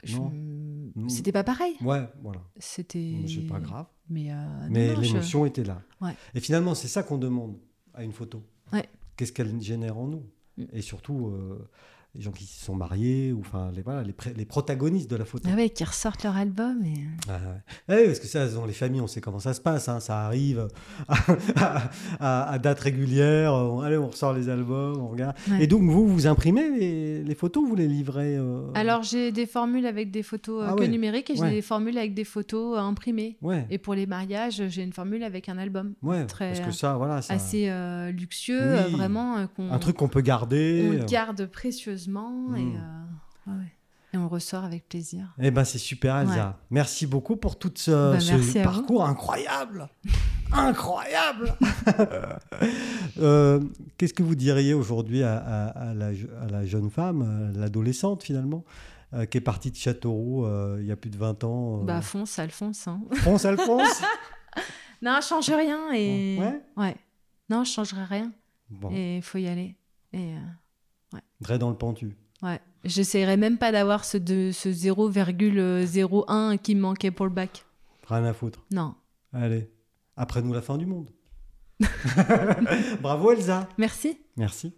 Speaker 1: je-
Speaker 2: Non.
Speaker 1: C'était pas pareil.
Speaker 2: Ouais, voilà.
Speaker 1: C'était.
Speaker 2: C'est pas grave.
Speaker 1: Mais, euh,
Speaker 2: Mais
Speaker 1: non, non, je-
Speaker 2: l'émotion était là.
Speaker 1: Ouais.
Speaker 2: Et finalement, c'est ça qu'on demande à une photo.
Speaker 1: Ouais.
Speaker 2: Qu'est-ce qu'elle génère en nous
Speaker 1: Mm.
Speaker 2: Et surtout, euh, les gens qui se sont mariés, ou enfin, les, voilà, les, pré- les protagonistes de la photo.
Speaker 1: Ah ouais, qui ressortent leur album. Et...
Speaker 2: Ouais, Ah, ouais. Ouais, parce que ça, dans les familles, on sait comment ça se passe. hein. Ça arrive <laughs> à, à- à date régulière. On- allez, on ressort les albums, on regarde.
Speaker 1: Ouais.
Speaker 2: Et donc, vous, vous imprimez les, les photos, vous les livrez euh,
Speaker 1: Alors, j'ai des formules avec des photos euh,
Speaker 2: Ah
Speaker 1: que
Speaker 2: ouais.
Speaker 1: numériques et j'ai
Speaker 2: Ouais.
Speaker 1: des formules avec des photos euh, imprimées.
Speaker 2: Ouais,
Speaker 1: Et pour les mariages, j'ai une formule avec un album
Speaker 2: ouais,
Speaker 1: très,
Speaker 2: parce que ça, voilà, c'est un-
Speaker 1: assez euh, luxueux,
Speaker 2: Oui.
Speaker 1: euh, vraiment, euh, qu'on
Speaker 2: un truc qu'on peut
Speaker 1: on
Speaker 2: garder. euh,
Speaker 1: le garde précieusement et,
Speaker 2: Mm.
Speaker 1: euh, ouais, ouais. Et on ressort avec plaisir.
Speaker 2: Eh ben, c'est super, Elsa. Merci beaucoup pour tout ce,
Speaker 1: Ben,
Speaker 2: ce
Speaker 1: merci à vous.
Speaker 2: parcours incroyable. <laughs> incroyable <laughs> Euh, Qu'est-ce que vous diriez aujourd'hui à, à- à la, je- à la jeune femme, à l'adolescente finalement, euh, qui est partie de Châteauroux euh, il y a plus de 20 ans euh,
Speaker 1: Bah, fonce, Alphonse. hein. <laughs>
Speaker 2: <laughs> France, Alphonse
Speaker 1: non, je change rien. Et...
Speaker 2: Ouais.
Speaker 1: Non, je changerai rien.
Speaker 2: Bon,
Speaker 1: Et il faut y aller. Et, euh,
Speaker 2: vrai dans le pentu.
Speaker 1: Ouais. J'essaierai même pas d'avoir ce, de- ce 0,01 qui me manquait pour le bac.
Speaker 2: Rien à foutre.
Speaker 1: Non.
Speaker 2: Allez,
Speaker 1: <laughs>
Speaker 2: après nous la fin du monde. <laughs> Bravo Elsa.
Speaker 1: Merci.
Speaker 2: Merci.